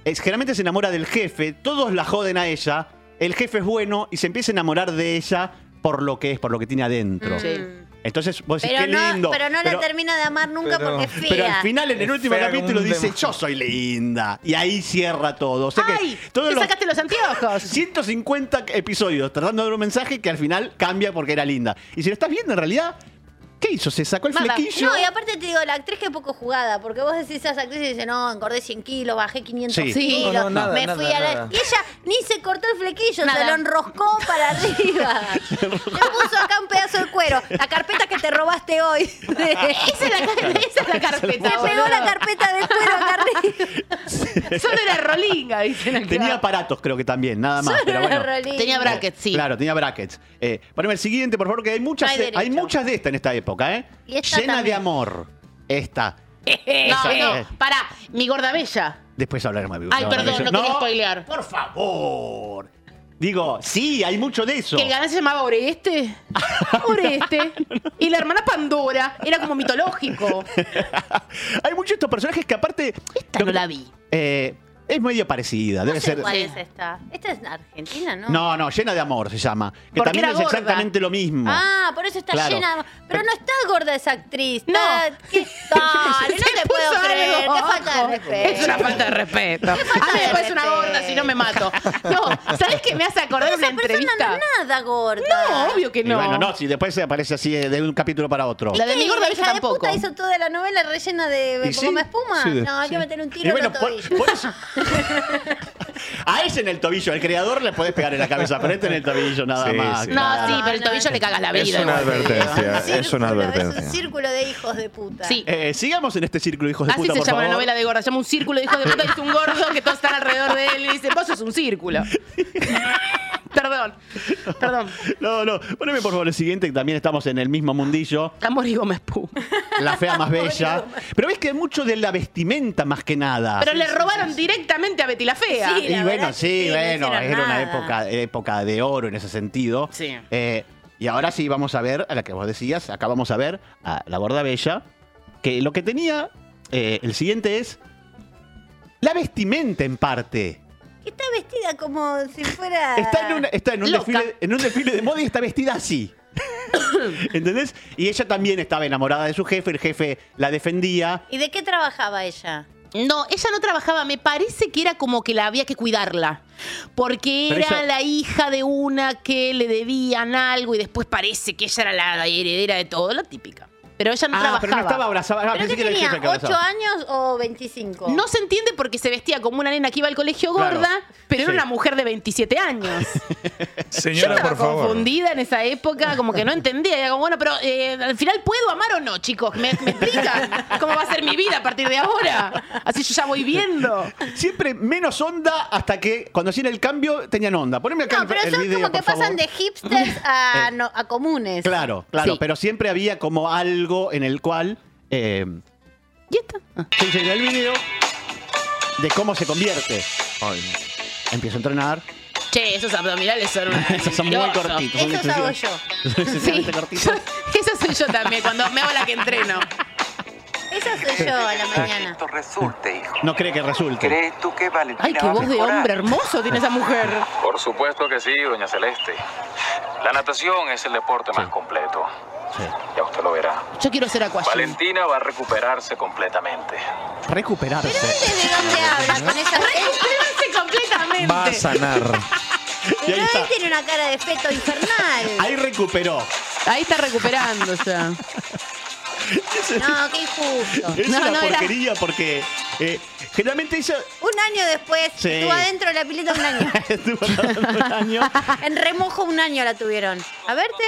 es- generalmente se enamora del jefe. Todos la joden a ella. El jefe es bueno y se empieza a enamorar de ella por lo que es, por lo que tiene adentro. Sí. Entonces vos decís, Mm. Pero qué no, Pues lindo. pero no la termina de amar nunca pero- porque es fea. pero al final, en el Es último fea como capítulo, un dice: demonio. Yo soy linda. Y ahí cierra todo. O sea que ¡Ay! todos te los sacaste los anteojos. 150 episodios tratando de dar un mensaje que al final cambia porque era linda. Y si lo estás viendo, en realidad, ¿qué hizo? ¿Se sacó el Nada. flequillo? No, y aparte te digo, la actriz que es poco jugada, porque vos decís a esa actriz y dice, no, engordé 100 kilos, bajé 500 Sí. Sí. kilos, No, no, nada, me nada, fui a la... nada. Y ella ni se cortó el flequillo, Nada. se lo enroscó para arriba. Te puso acá un pedazo de cuero, la carpeta que te robaste hoy. Esa es la, esa es la carpeta. Te pegó la boludo. carpeta de cuero acá arriba. Solo era rolinga, dicen acá. Tenía aparatos, creo que también, nada más. pero bueno. Rolín. Tenía brackets, sí. Claro, tenía brackets. Eh, poneme el siguiente, por favor, que hay muchas, No hay de- derecho. hay muchas de estas en esta época, ¿eh? Y esta Llena de también. amor. Esta. Esa, No, eh. no, pará. Mi gordabella. Después hablaremos de Ay, no, perdón, yo- no quería spoilear. Por favor. Digo, sí, hay mucho de eso. Que el galán se llamaba Oreste. Oreste. Y la hermana Pandora. Era como mitológico. hay muchos de estos personajes que aparte. Esta lo no que- la vi. Eh, es medio parecida, debe No sé ser. cuál Sí. es esta. Esta es Argentina, ¿no? No, no, llena de amor se llama. Que Porque también era es gorda. exactamente lo mismo. Ah, por eso está Claro. llena. de- Pero no está gorda esa actriz. No. Está... ¿Qué tal? Se No puso te puedo algo creer. Te falta de abajo. respeto. Es una falta de respeto. A mí de me parece una respeto. gorda si no me mato. No, ¿sabes qué me hace acordar Pero una esa persona no entrevista? es nada gorda. No, obvio que Y no. bueno, no, si después se aparece así eh, de un capítulo para otro. La de ¿Qué? mi gorda La bella hija de tampoco. puta hizo toda la novela rellena de ¿Y poco sí? más espuma. Sí, de- no, hay sí. que meter un tiro Y bueno, en los por, tobillos. por eso. A ese en el tobillo, el creador le podés pegar en la cabeza, pero este en el tobillo nada Sí, más. sí. No, claro. Ah, sí, pero el No, no, tobillo no. le cagas la vida. Es una igual. advertencia. Es una Círculo, advertencia. un círculo de hijos de puta. Sí. Eh, sigamos en este círculo, de hijos de Así puta, se por llama la favor. novela de gorda. Se llama un círculo de hijos de puta. Es un gordo que todos están alrededor de él y le dicen, vos sos un círculo. Perdón. Perdón. No, no, poneme por favor el siguiente, que también estamos en el mismo mundillo. Amor y Gómez Pú. La fea más bella. Pero ves que hay mucho de la vestimenta más que nada. Pero le robaron directamente a Betty la Fea. y Sí. la verdad bueno, que sí, sí, no bueno, hicieron era una nada. época, época de oro en ese sentido. Sí. Eh, y ahora sí vamos a ver, a la que vos decías, acá vamos a ver a la gorda bella, que lo que tenía, eh, el siguiente es la vestimenta en parte. Que está vestida como si fuera. Está en, una- está en un, Loca. desfile, en un desfile de moda y está vestida así. ¿Entendés? Y ella también estaba enamorada de su jefe, el jefe la defendía. ¿Y de qué trabajaba ella? No, ella no trabajaba, me parece que era como que la había que cuidarla. Porque Pero era ella- la hija de una que le debían algo y después parece que ella era la heredera de todo, la típica. Pero ella no ah, trabajaba. pero no estaba abrazada. Ah, ¿Pero pensé qué que era el tenía? jefe que ¿8 abrazaba. años o 25? No se entiende porque se vestía como una nena que iba al colegio Claro. gorda, pero era Sí. una mujer de 27 años. Yo Señora, estaba por favor. confundida en esa época, como que no entendía. Era como, bueno, pero eh, al final puedo amar o no, chicos. ¿Me, me explican cómo va a ser mi vida a partir de ahora? Así yo ya voy viendo. Siempre menos onda hasta que cuando hacían el cambio tenían onda. Poneme acá No, el- pero el son video, como que por favor. pasan de hipsters a, no- a comunes. Claro, claro, Sí. pero siempre había como algo en el cual. Eh, Ah, ¿Y esta? se llega el video. de cómo se convierte. Empiezo a entrenar. Che, esos abdominales son una- Esos son muy mentirosos. cortitos. son Eso hago excesivamente- yo. son excesivamente Sí, cortitos. eso soy yo también, cuando me hago la que entreno. Eso soy yo a la mañana. resulte, hijo. No cree que resulte. ¿Crees tú que Valentina Ay, qué va a voz de mejorar? hombre hermoso tiene esa mujer. Por supuesto que sí, doña Celeste. La natación es el deporte más completo. Ya usted lo verá. Yo quiero ser Ah, acuario. Valentina va a recuperarse completamente. Recuperarse. ¿De dónde habla con esa gente? completamente. Va a sanar. Y ahí Pero él está. tiene una cara de feto infernal. Ahí recuperó. Ahí está recuperando ya. No, qué injusto. Es No, una no, era- porquería porque eh, generalmente eso Un año después, Sí. estuvo adentro de la pileta un año. estuvo nadando un año. En remojo un año la tuvieron. A verte.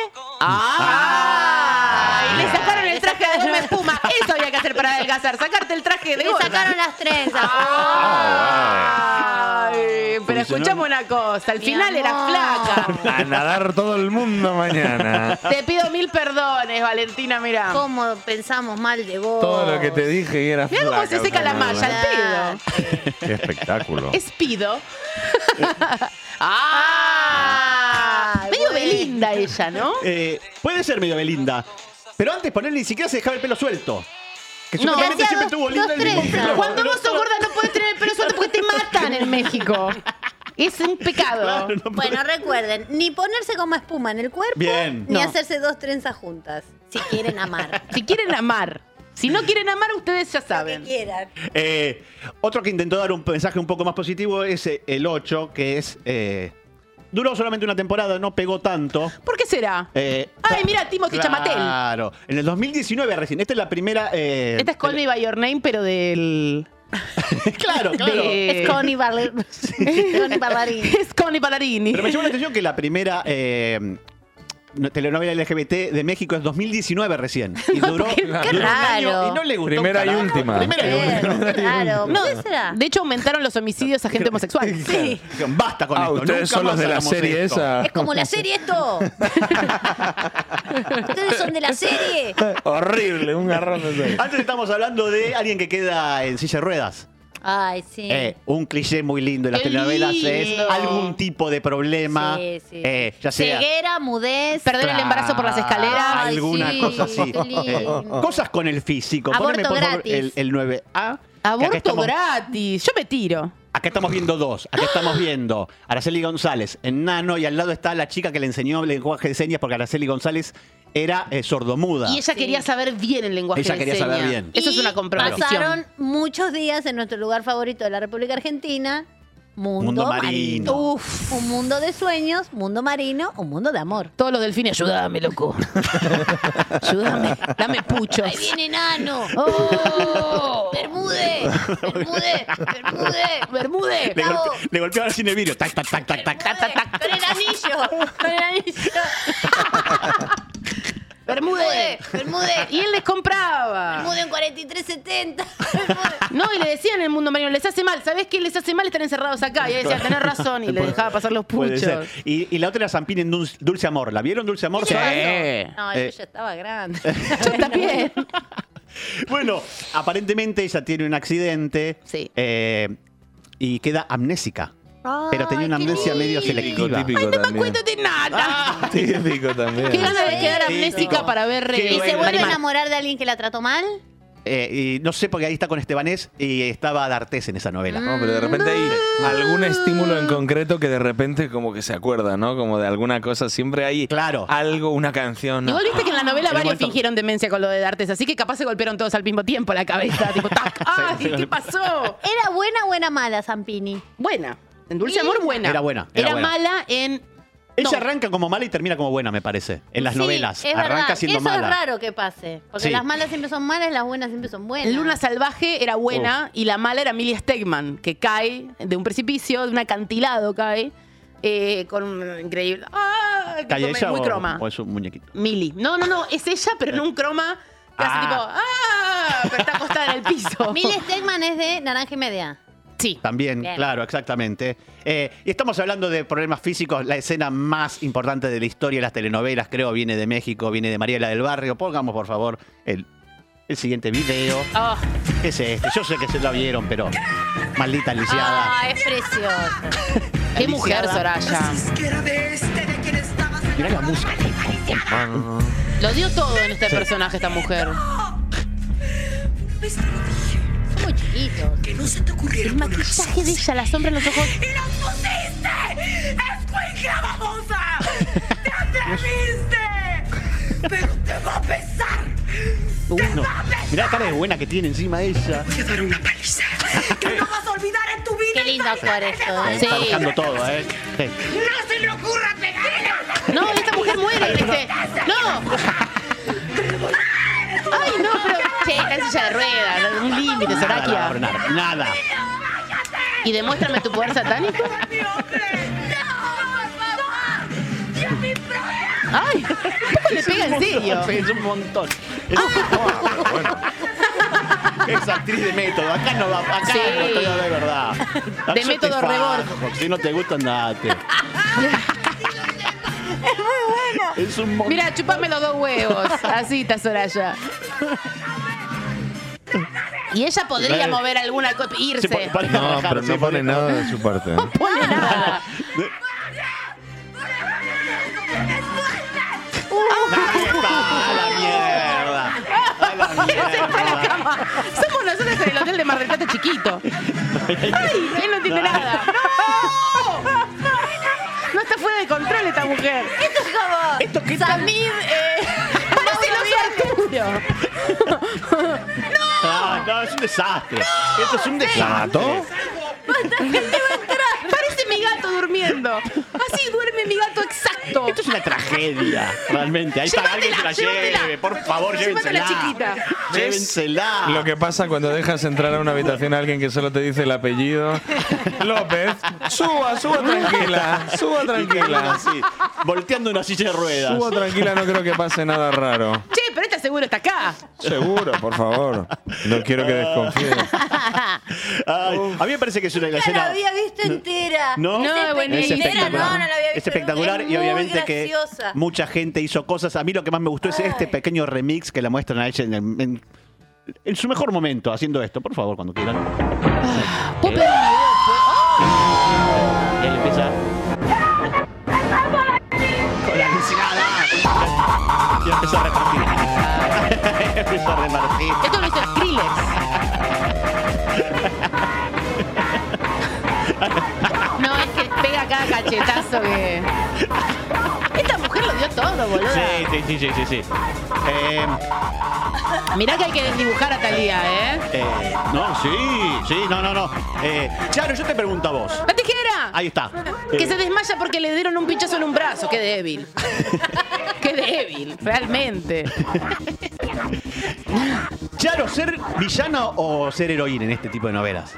¡Ah! Y le sacaron el traje de goma espuma. Eso había que hacer para adelgazar. Sacarte el traje de Ah. Le goma. sacaron las trenzas. Ah, Ay, pero Funcionó. escuchame una cosa. Al Mi final eras amor. flaca. A nadar todo el mundo mañana. Te pido mil perdones, Valentina, mirá. ¿Cómo pensamos mal de vos? Todo lo que te dije que era Mirá cómo se flaca, seca la no, no, malla. Al pido. Qué espectáculo. Es pido. ¡Ah! Medio bueno. Belinda ella, ¿no? Eh, puede ser medio Belinda. Pero antes ponerle ni siquiera se dejaba el pelo suelto. Que No, supuestamente hacía siempre dos- tuvo dos linda el mismo trenzas. pelo. Cuando vos sos gorda no podés tener el pelo suelto porque te matan en México. Es un pecado. Claro, no podés. Bueno, recuerden, ni ponerse como espuma en el cuerpo, Bien. ni No. hacerse dos trenzas juntas, si quieren amar. Si quieren amar. Si no quieren amar, ustedes ya saben. quieran. Eh, otro que intentó dar un mensaje un poco más positivo es eh, el 8, que es. eh, duró solamente una temporada, no pegó tanto. ¿Por qué será? Eh, Ay, mira, Timothy Chamatel. Claro, en el 2019 recién. Esta es la primera. eh, Esta es Call Me By Your Name, pero del... Claro, claro. de- Es Connie Ballerini. Connie Ballerini. Es Connie Ballarini. Pero me llamó la atención que la primera eh, no- telenovela LGBT de México es 2019 recién. Y duró, porque- duró qué un año raro. y no le gustó. un Primera y carajo. última. Primera y última. Claro, claro. No, ¿Qué será? de hecho aumentaron los homicidios a gente homosexual. Sí. Dijeron, Basta con Ah, esto. ustedes nunca son los más de la hagamos serie esto. esa. Es como la serie esto. Ustedes son de la serie. Horrible, un garrón de serie. Antes estamos hablando de alguien que queda en silla de ruedas. Ay, sí. Eh, un cliché muy lindo de las Qué telenovelas es lindo. algún tipo de problema. Sí, sí, eh, ya sea Ah, Ceguera, mudez. Perder el embarazo por las escaleras. Ay, Alguna sí, cosa así. qué lindo. Eh, cosas con el físico. Aborto Poneme, por favor, gratis. el, el 9A. que acá Ah. Aborto estamos- gratis. Yo me tiro. Acá estamos viendo dos. Acá estamos viendo Araceli González en Nano y al lado está la chica que le enseñó lenguaje de señas porque Araceli González era eh, sordomuda. Y ella quería saber bien el lenguaje Ella de quería señas. saber bien. Eso es Y una comprobación. Pasaron muchos días en nuestro lugar favorito de la República Argentina, Mundo, Mundo marino. Marino. Uf. Un mundo de sueños, mundo marino, un mundo de amor. Todos los delfines, ayúdame, loco. ayúdame. Dame puchos. Ahí viene Nano. ¡Oh! Bermude, Bermude, Bermude. Bermude. le, golpe- le golpeaba al cine vidrio. Tac, tac, tac, tac, tac. Tac, tac, tac. Con el anillo. Con el anillo. Bermude. Bermude. Y él les compraba. Bermude en 4370. No, y le decían en el mundo marino, les hace mal. ¿Sabés qué les hace mal? Están encerrados acá. Y él decía, tenés razón. Y le dejaba pasar los Puede puchos. ser. Y, y la otra era Zampín en Dulce, Dulce Amor. ¿La vieron Dulce Amor? No, Eh. yo ya estaba grande. Yo también. Bueno, aparentemente ella tiene un accidente Sí. eh, y queda amnésica. Pero tenía una amnesia medio selectiva. Típico también. Ah, Cuéntate nada. Típico también. Qué ganas de quedar Ah, Sí, amnésica no. para ver Qué eh, ¿Y se bueno. vuelve a animal. enamorar de alguien que la trató mal? Eh, y no sé porque ahí está con Estebanés y estaba D'Artés en esa novela. No, pero de repente hay Ah. algún estímulo en concreto que de repente como que se acuerda, ¿no? Como de alguna cosa. Siempre hay Claro. algo, una canción. ¿no? Igual viste que en la novela En un varios momento- fingieron demencia con lo de Dartes, así que capaz se golpearon todos al mismo tiempo la cabeza. tipo, tac, ¡ah! ¿Qué pasó? ¿Era buena o era mala, Zampini? Buena. En Dulce Amor, buena. Era buena, Era, era buena. mala en. Ella No. arranca como mala y termina como buena, me parece. En las Sí, novelas. es arranca verdad. siendo Eso mala. es raro que pase. Porque Sí. las malas siempre son malas, las buenas siempre son buenas. En Luna Salvaje era Oh. buena y la mala era Millie Stegman, que cae de un precipicio, de un acantilado cae, eh, con un increíble. ¡Ah! que ¿Calle come- ella muy o- croma. o es un muñequito? Millie. No, no, no, es ella, pero en un croma que hace Ah. tipo ¡ah! Pero está acostada en el piso. Mil Stegman es de naranja y media. Sí. También, Bien. claro, exactamente. Eh, y estamos hablando de problemas físicos. La escena más importante de la historia de las telenovelas, creo, viene de México, viene de Mariela del Barrio. Pongamos, por favor, el, el siguiente video. Ah. Oh. Es este. Yo sé que se lo vieron, pero Maldita lisiada. Ah, es precioso. Qué mujer, Soraya. Oh. Mirá la música. Lo dio todo en este Sí. personaje, esta mujer. Son muy chiquitos. Que no se te ocurriera. El maquillaje de ella, la sombra en los ojos. ¡Y nos pusiste! ¡Escuincla babosa! ¡Te atreviste! ¡Pero te va a pesar! Uh, no. Mirá la cara de buena que tiene encima ella. Te daré una paliza que no vas a olvidar en tu vida. Qué lindo actuar esto. Eh, Sí. Está bajando todo, ¿eh? Sí. ¡No se le ocurra pegarla! No, esta mujer muere, ¿viste? No. Ay, no, pero. Che, está en silla de ruedas, un límite, Nada, la va a Soraquia. frenar, nada. Y demuéstrame tu poder satánico. ¡Mi hombre! ¡No! ¡Dios mi propia! Ay, ¿cómo le pega en serio? Es un montón. Ah. Es un Es actriz de método. Acá no va. Acá Sí. no estoy de verdad. Acá De yo te método fajo, rebord. Si no te gusta, andate. Es un montón. Mira, chupame los dos huevos. Así está Soraya. Y ella podría Eh. mover alguna cosa, Se pone- irse. pone a No, rajar, pero se no pone nada de su parte. ¿eh? Pone nada. Ah. Ahí está, a la mierda. A la Se fue a la mierda. cama. Somos nosotros en el hotel de Mar del Plata chiquito. Ay, él no entiende nada. ¡No! No está fuera de control esta mujer. Esto es como. Esto que tal. Samid, eh, Parece el oso Arturo. Ah, no, es un desastre. Esto es un desastre. mató? Parece mi gato durmiendo. Así duerme mi gato exacto. Esto es una tragedia, realmente. Ahí está, alguien que la Llévatela, lleve. llévatela. Por favor, Llévatela, llévensela. chiquita. Llévensela. Lo que pasa cuando dejas entrar a una habitación a alguien que solo te dice el apellido. López, suba, suba tranquila, suba tranquila. Así, volteando una silla de ruedas. Suba tranquila, no creo que pase nada raro. Che, pero esta seguro está acá. Seguro, por favor. No quiero que desconfíe. Ay, a mí me parece que es una la nunca la escena. había visto entera. No, No, Es buenísimo. entera, no, no la había visto. Es espectacular Es y muy obviamente que graciosa. mucha gente hizo cosas. A mí lo que más me gustó es este pequeño remix que la muestran a ella en, el- en- en su mejor momento haciendo esto. Por favor, cuando quieran. ¿Puedo pedir un video? Y ahí empieza. Con la alucinada. Y empezó a repartir. empezó a repartir. Esto lo hizo Skrillex. No, es que pega cada cachetazo que. Esta mujer lo dio todo, boludo. Sí, sí, sí, sí, sí. sí. Eh, Mirá que hay que desdibujar a Talía, ¿eh? eh, no, sí, sí, no, no, no. Eh, claro, yo te pregunto a vos. ¡La tijera! Ahí está. Que Eh, se desmaya porque le dieron un pinchazo en un brazo. ¡Qué débil! ¡Qué débil! Realmente. Charo, ¿ser villana o ser heroína en este tipo de novelas?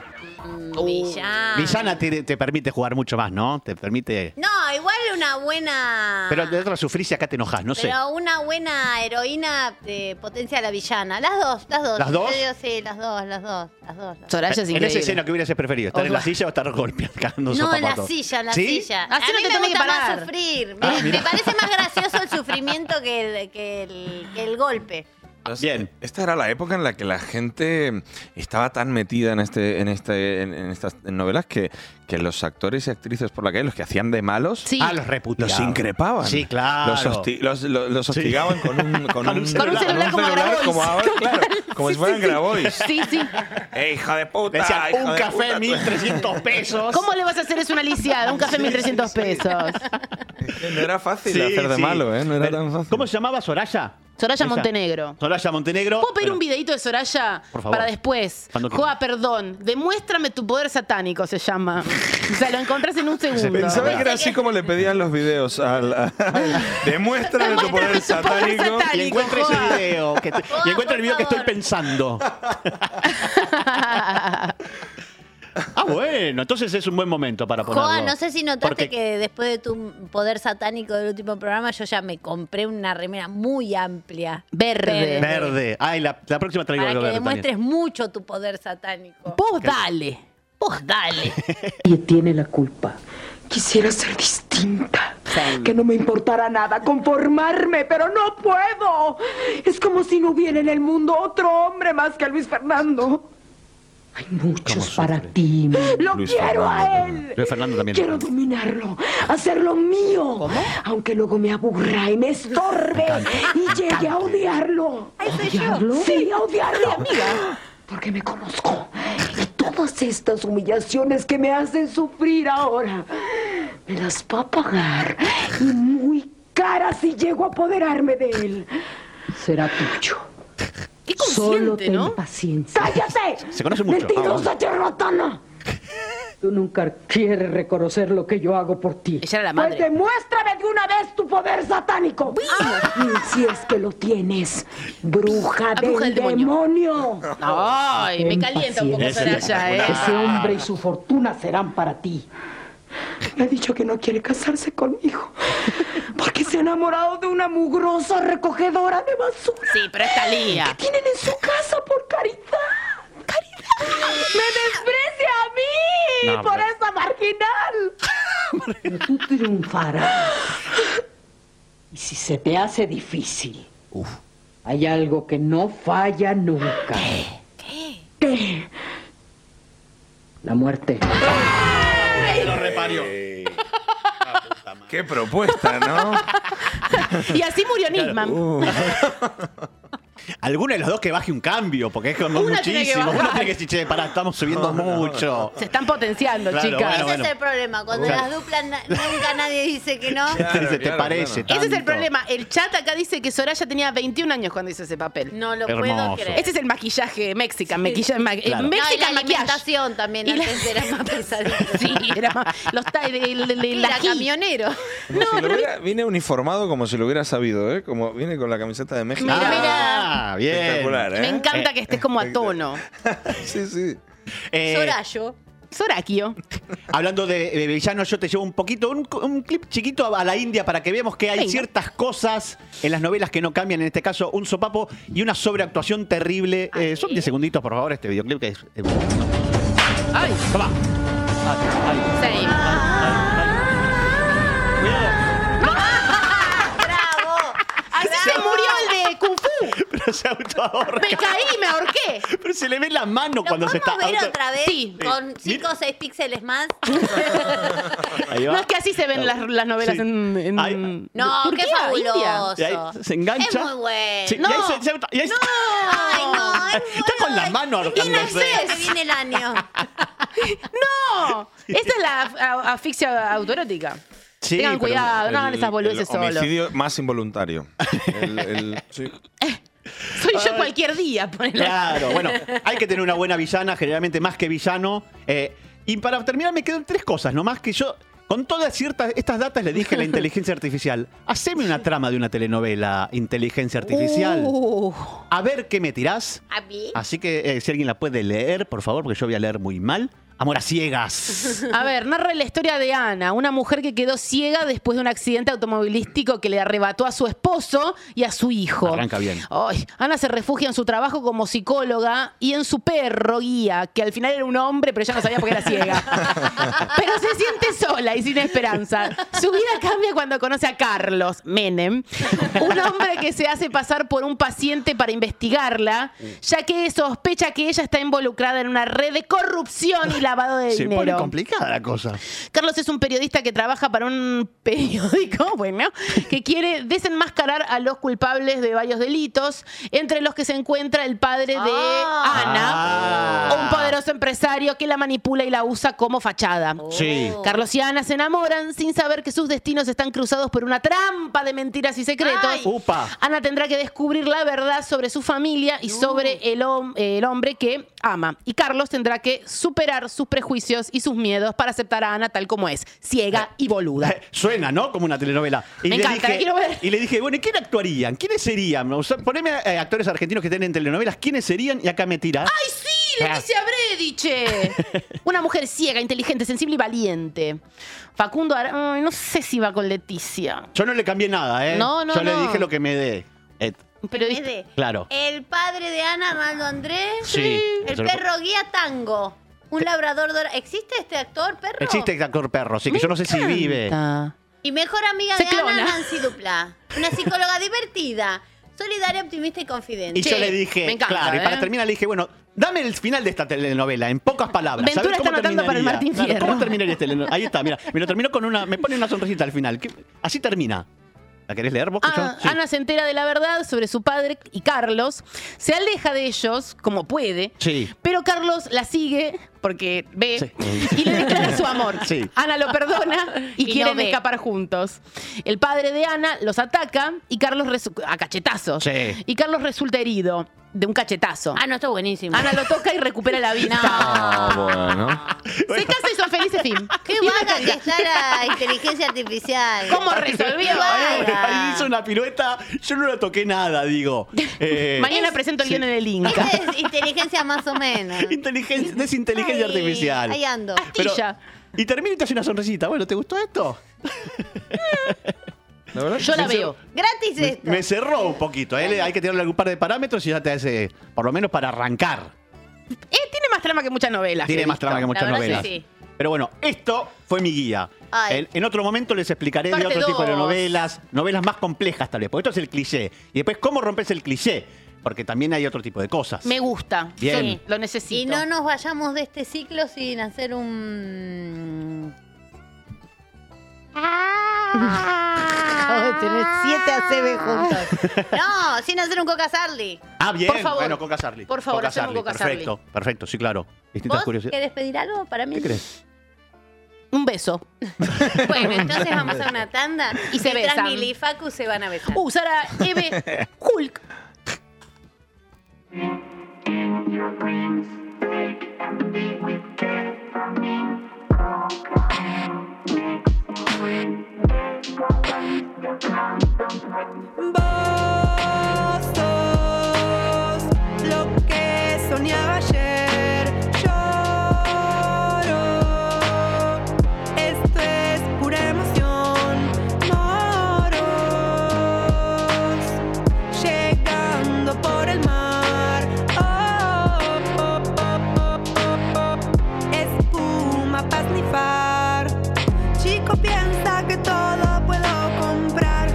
Villana. Villana te, te permite jugar mucho más, ¿no? Te permite. No, igual una buena. Pero de otra sufrís y acá te enojas, no sé. Ah. Pero una buena heroína eh, potencia a la villana. Las dos, las dos. ¿Las dos? Yo digo, sí, las dos, las dos, las dos. las dos. Soraya es en esa increíble. escena que hubieras preferido, estar en la silla o estar golpeando No, en la zapatos? silla, en la ¿Sí? silla. Así no te a mí me tenés que gusta más parar. sufrir. Ah, Me, mira. me parece más gracioso el sufrimiento que el, que el, que el golpe. Bien. Esta era la época en la que la gente estaba tan metida en este, en este, en, en estas novelas que, que los actores y actrices por la calle, los que hacían de malos, Sí. Ah, los reputados. los increpaban. Sí, claro. Los, hosti- los- los- los Sí. hostigaban con un, con un- un celular. Con un celular como Grabois. como ahora, claro, como si fueran Grabois. Sí, sí. ¡Eh, hija de Le puta! decían, hija un de café, puta". 1300 pesos. ¿Cómo le vas a hacer eso a una lisiada? Un café 1.300 pesos. No era fácil Sí, hacer de sí. malo, ¿eh? No era Pero, tan fácil. ¿Cómo se llamaba Soraya? Soraya Esa. Montenegro. Soraya Montenegro. ¿Puedo pedir Pero- un videito de Soraya Por favor. para después? Cuando quieras. Joa, perdón. Demuéstrame tu poder satánico, se llama. O sea, lo encontrás en un segundo. Pensaba que era así como le pedían los videos al. al- Demuéstrame tu poder Demuéstrame tu poder satánico. satánico. Y encuentra ese Joa. video. que estoy- y Joa, encuentra el por video que estoy favor. pensando. Ah, bueno, entonces es un buen momento para ponerlo. Joa, no sé si notaste Porque- que después de tu poder satánico del último programa, yo ya me compré una remera muy amplia. Verde. Verde. Ay, la, la próxima traigo Para que algo verde. también. demuestres mucho tu poder satánico. Vos dale. Vos dale. Nadie tiene la culpa. Quisiera ser distinta. Que no me importara nada, conformarme, pero no puedo. Es como si no hubiera en el mundo otro hombre más que Luis Fernando. Hay muchos para ti. Lo Luis quiero a Fernando. él. Luis Fernando también. Quiero dominarlo, hacerlo mío, aunque luego me aburra y me estorbe y llegue a odiarlo. ¿Odiarlo? Sí, a odiarlo. Porque me conozco y todas estas humillaciones que me hacen sufrir ahora me las va a pagar y muy cara si llego a apoderarme de él. Será tuyo. Qué Solo consciente, ten ¿no? paciencia. ¡Cállate! Se conoce mucho. ¡Mentirosa Ah, bueno. charlatana! Tú nunca quieres reconocer lo que yo hago por ti. Ella era la Pues madre. demuéstrame de una vez tu poder satánico. Ah. Y si es que lo tienes, bruja, Ah, del, bruja del demonio. Ay, me Ten calienta un poco paciencia, Soraya, ¿eh? Ese hombre y su fortuna serán para ti. Me ha dicho que no quiere casarse conmigo. Porque se ha enamorado de una mugrosa recogedora de basura. Sí, pero es Talía. Que tienen en su casa por caridad. ¡Caridad! ¡Me desprecia a mí! No, ¡Por pero- esa marginal! Pero tú triunfarás. Y si se te hace difícil, hay algo que no falla nunca. ¿Qué? ¿Qué? La muerte. Se lo reparió. Qué propuesta, ¿no? Y así murió Nisman. Uh. Alguno de los dos que baje un cambio, porque es como Una tiene que muchísimo. Uno bajar. tiene que decir, che, pará, estamos subiendo mucho. Se están potenciando, Claro, chicas. bueno, Ese bueno. es el problema. Cuando Claro. las duplas na- nunca nadie dice que no. Este Dice, ¿te parece? Ese es el tanto?" problema. El chat acá dice que Soraya tenía 21 años cuando hizo ese papel. No lo puedo Hermoso. creer. Ese es el maquillaje mexican, maquillaje, ma- eh, Claro. No, y la mexican maquillaje. alimentación también Y la- antes era más pesadilla. Sí, era más- los ta- el- el- el- el Era ají. camionero. Como si lo hubiera- vine uniformado como si lo hubiera sabido, ¿eh? Como vine con la camiseta de México. Mira, Ah, bien. Espectacular, ¿eh? Me encanta que estés como a tono. Sí, sí. Eh, Sorayo. Sorakio. Hablando de, de villanos, yo te llevo un poquito, un, un clip chiquito a la India para que veamos que hay Venga. ciertas cosas en las novelas que no cambian. En este caso, un sopapo y una sobreactuación terrible. Ah, Eh, son 10 segunditos, por favor, este videoclip que es. eh, Ay, Toma. same. ¡Ah! ¡Bravo! Así se murió el de Kung Fu. Pero se autoahorca. Me caí, me ahorqué. Pero se le ve la mano ¿Lo cuando podemos se está. ver auto- otra vez? Sí. Con 5 o 6 píxeles más. Ahí va. No es que así se ven las, las novelas Sí. en, en Ay. No, Turquía, qué fabuloso. India. Y ahí se engancha. Es muy bueno. Sí, y ahí se- se auto- y ahí se- Ay, no, es Está con la mano ahorcándose. bueno. Se viene el año. ¡No! Esa es la af- a- asfixia autorótica. Sí, Tengan pero cuidado, no hagan El- esas boludeces el solo. homicidio más involuntario. El- el- sí. Soy yo cualquier día, ponele. Claro, bueno, hay que tener una buena villana, generalmente más que villano. Eh, y para terminar me quedan tres cosas, nomás que yo, con todas ciertas estas datas le dije a la inteligencia artificial, haceme una trama de una telenovela, inteligencia artificial, Uh, a ver qué me tirás. A mí. Así que eh, si alguien la puede leer, por favor, porque yo voy a leer muy mal. Amor a ciegas. a ver, narra la historia de Ana, una mujer que quedó ciega después de un accidente automovilístico que le arrebató a su esposo y a su hijo. Arranca bien. Ay, Ana se refugia en su trabajo como psicóloga y en su perro guía, que al final era un hombre, pero ya no sabía por qué era ciega. Pero se siente sola y sin esperanza. Su vida cambia cuando conoce a Carlos Menem, un hombre que se hace pasar por un paciente para investigarla, ya que sospecha que ella está involucrada en una red de corrupción y lavado de Se pone dinero. complicada la cosa. Carlos es un periodista que trabaja para un periódico, bueno, que quiere desenmascarar a los culpables de varios delitos, entre los que se encuentra el padre de Ah. Ana, Ah. un poderoso empresario que la manipula y la usa como fachada. Sí. Carlos y Ana se enamoran sin saber que sus destinos están cruzados por una trampa de mentiras y secretos. Ay. Upa. Ana tendrá que descubrir la verdad sobre su familia y sobre el, hom- el hombre que ama. Y Carlos tendrá que superar sus prejuicios y sus miedos para aceptar a Ana tal como es, ciega y boluda. Suena, ¿no? Como una telenovela. Y Me encanta, la quiero ver. Y le dije, bueno, ¿y quién actuarían? ¿Quiénes serían? O sea, poneme eh, actores argentinos que estén en telenovelas. ¿Quiénes serían? Y acá me tira. ¡Ay, sí! Ah. Leticia Brediche. Una mujer ciega, inteligente, sensible y valiente. Facundo Ara- Ay, no sé si va con Leticia. Yo no le cambié nada, ¿eh? No, no, Yo no. le dije lo que me dé. Eh, Periodista. Fede, claro. El padre de Ana, Armando Andrés. Sí. El perro guía Tango. Un labrador dora- ¿Existe este actor, perro? Existe el actor perro, así que yo no sé si vive. Canta. Y mejor amiga Se de clona. Ana, Nancy Dupla. Una psicóloga divertida. Solidaria, optimista y confidente. Y yo le dije, claro, ¿eh? y para terminar le dije, bueno, dame el final de esta telenovela, en pocas palabras. Ventura ¿Sabés está anotando para el terminaría? Martín Fierro. ¿Cómo terminaría este telenovela? Ahí está, mira, me lo terminó con una, me pone una sonrisita al final. ¿Qué- Así termina. ¿La querés leer vos? que Ah, yo- sí. Ana se entera de la verdad sobre su padre y Carlos, se aleja de ellos como puede, Sí. pero Carlos la sigue porque ve y le declara su amor. Sí. Ana lo perdona y, Y no quieren ve. escapar juntos. El padre de Ana los ataca y Carlos resu- a cachetazos. Sí. Y Carlos resulta herido de un cachetazo. Ah, no, está buenísimo. Ana lo toca y recupera la vida. Ah, bueno. Se casa y son felices fin. Qué vaga que está la inteligencia artificial. ¿Cómo Qué resolvió? vaga. Ahí hizo una pirueta, yo no la toqué nada, digo. Eh, Mañana presento el guión en el Inca. Esa es inteligencia más o menos. inteligencia, desinteligencia Ahí- artificial. Ahí ando. Pero- y termina y te hace una sonrisita. Bueno, ¿te gustó esto? Yo la Me cer- veo. Gratis Me, esto. me cerró un poquito. ¿eh? Hay que tenerle algún par de parámetros y ya te hace, por lo menos para arrancar. Eh, tiene más trama que muchas novelas. Tiene he más visto. trama que muchas La verdad novelas. que sí. Pero bueno, esto fue mi guía. Ay. En, en otro momento les explicaré de Parte otro tipo de dos. novelas, novelas más complejas tal vez, porque esto es el cliché. Y después, ¿cómo rompes el cliché? Porque también hay otro tipo de cosas. Me gusta. Bien. Sí, lo necesito. Y no nos vayamos de este ciclo sin hacer un. Ah. Acabo de tener siete ACB juntos. No, sin hacer un Coca Sarli. Ah, bien. Por favor. bueno, Coca Sarli. Por favor, hacemos Sarli, Coca Sarli. Perfecto, perfecto, sí, claro. Distintas ¿Vos curiosidades. querés pedir algo para mí? ¿Qué crees? Un beso. Bueno, entonces vamos a una tanda. Y se Mientras besan. Mili y Facu se van a besar. Uh, Sara Eve Eh. Hulk. Vos sos lo que soñaba ayer. Lloro. Esto es pura emoción. Moros. Llegando por el mar. Oh, oh, oh, oh, oh. Espuma para snifar. Chico piensa que todo puedo comprar,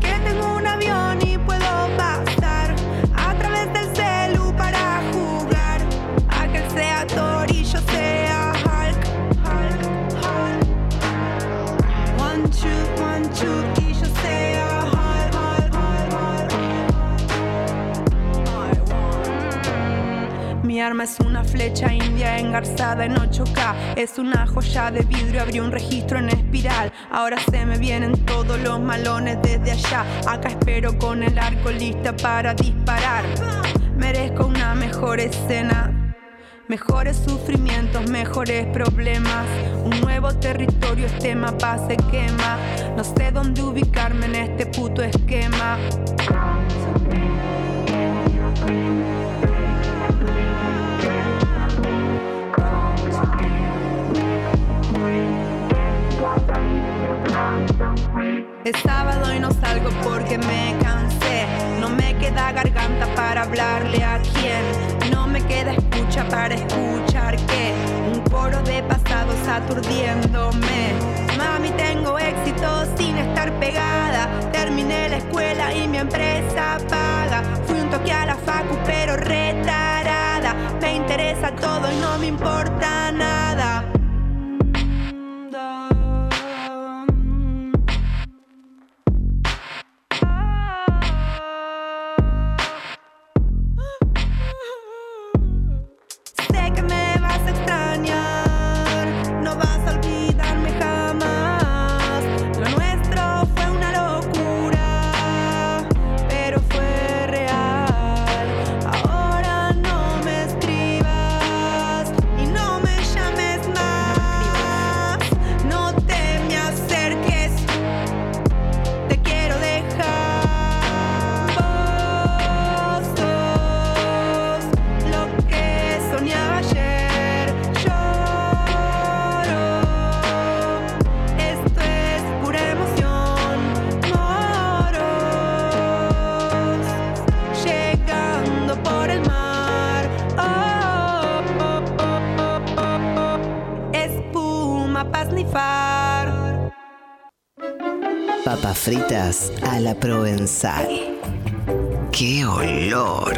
que tengo un avión y puedo pasar a través del celu para jugar, a que él sea Thor y yo sea Hulk, Hulk, Hulk. One two, one two y yo sea Hulk, Hulk, Hulk, Hulk. Mi arma es una flecha india engarzada en 8K. Es una joya de vidrio, abrí un registro en espiral. Ahora se me vienen todos los malones desde allá. Acá espero con el arco lista para disparar. Merezco una mejor escena. Mejores sufrimientos, mejores problemas. Un nuevo territorio, este mapa se quema. No sé dónde ubicarme en este puto esquema. Es sábado y no salgo porque me cansé. No me queda garganta para hablarle a quien. No me queda escucha para escuchar que un coro de pasados aturdiéndome. Mami, tengo éxito sin estar pegada. Terminé la escuela y mi empresa paga. Fui un toque a la facu, pero retarada. Me interesa todo y no me importa nada. Sé que me vas a extrañar, no vas a olvidarme jamás. Lo nuestro fue una locura, pero fue real. Ahora no me escribas y no me llames más. No te me acerques, te quiero dejar. Vos sos lo que soñaba ayer. Lloro. Esto es pura emoción. Moros. Llegando por el mar. Oh, oh, oh, oh, oh. Espuma para snifar. Papas fritas a la provenzal. ¡Qué olor!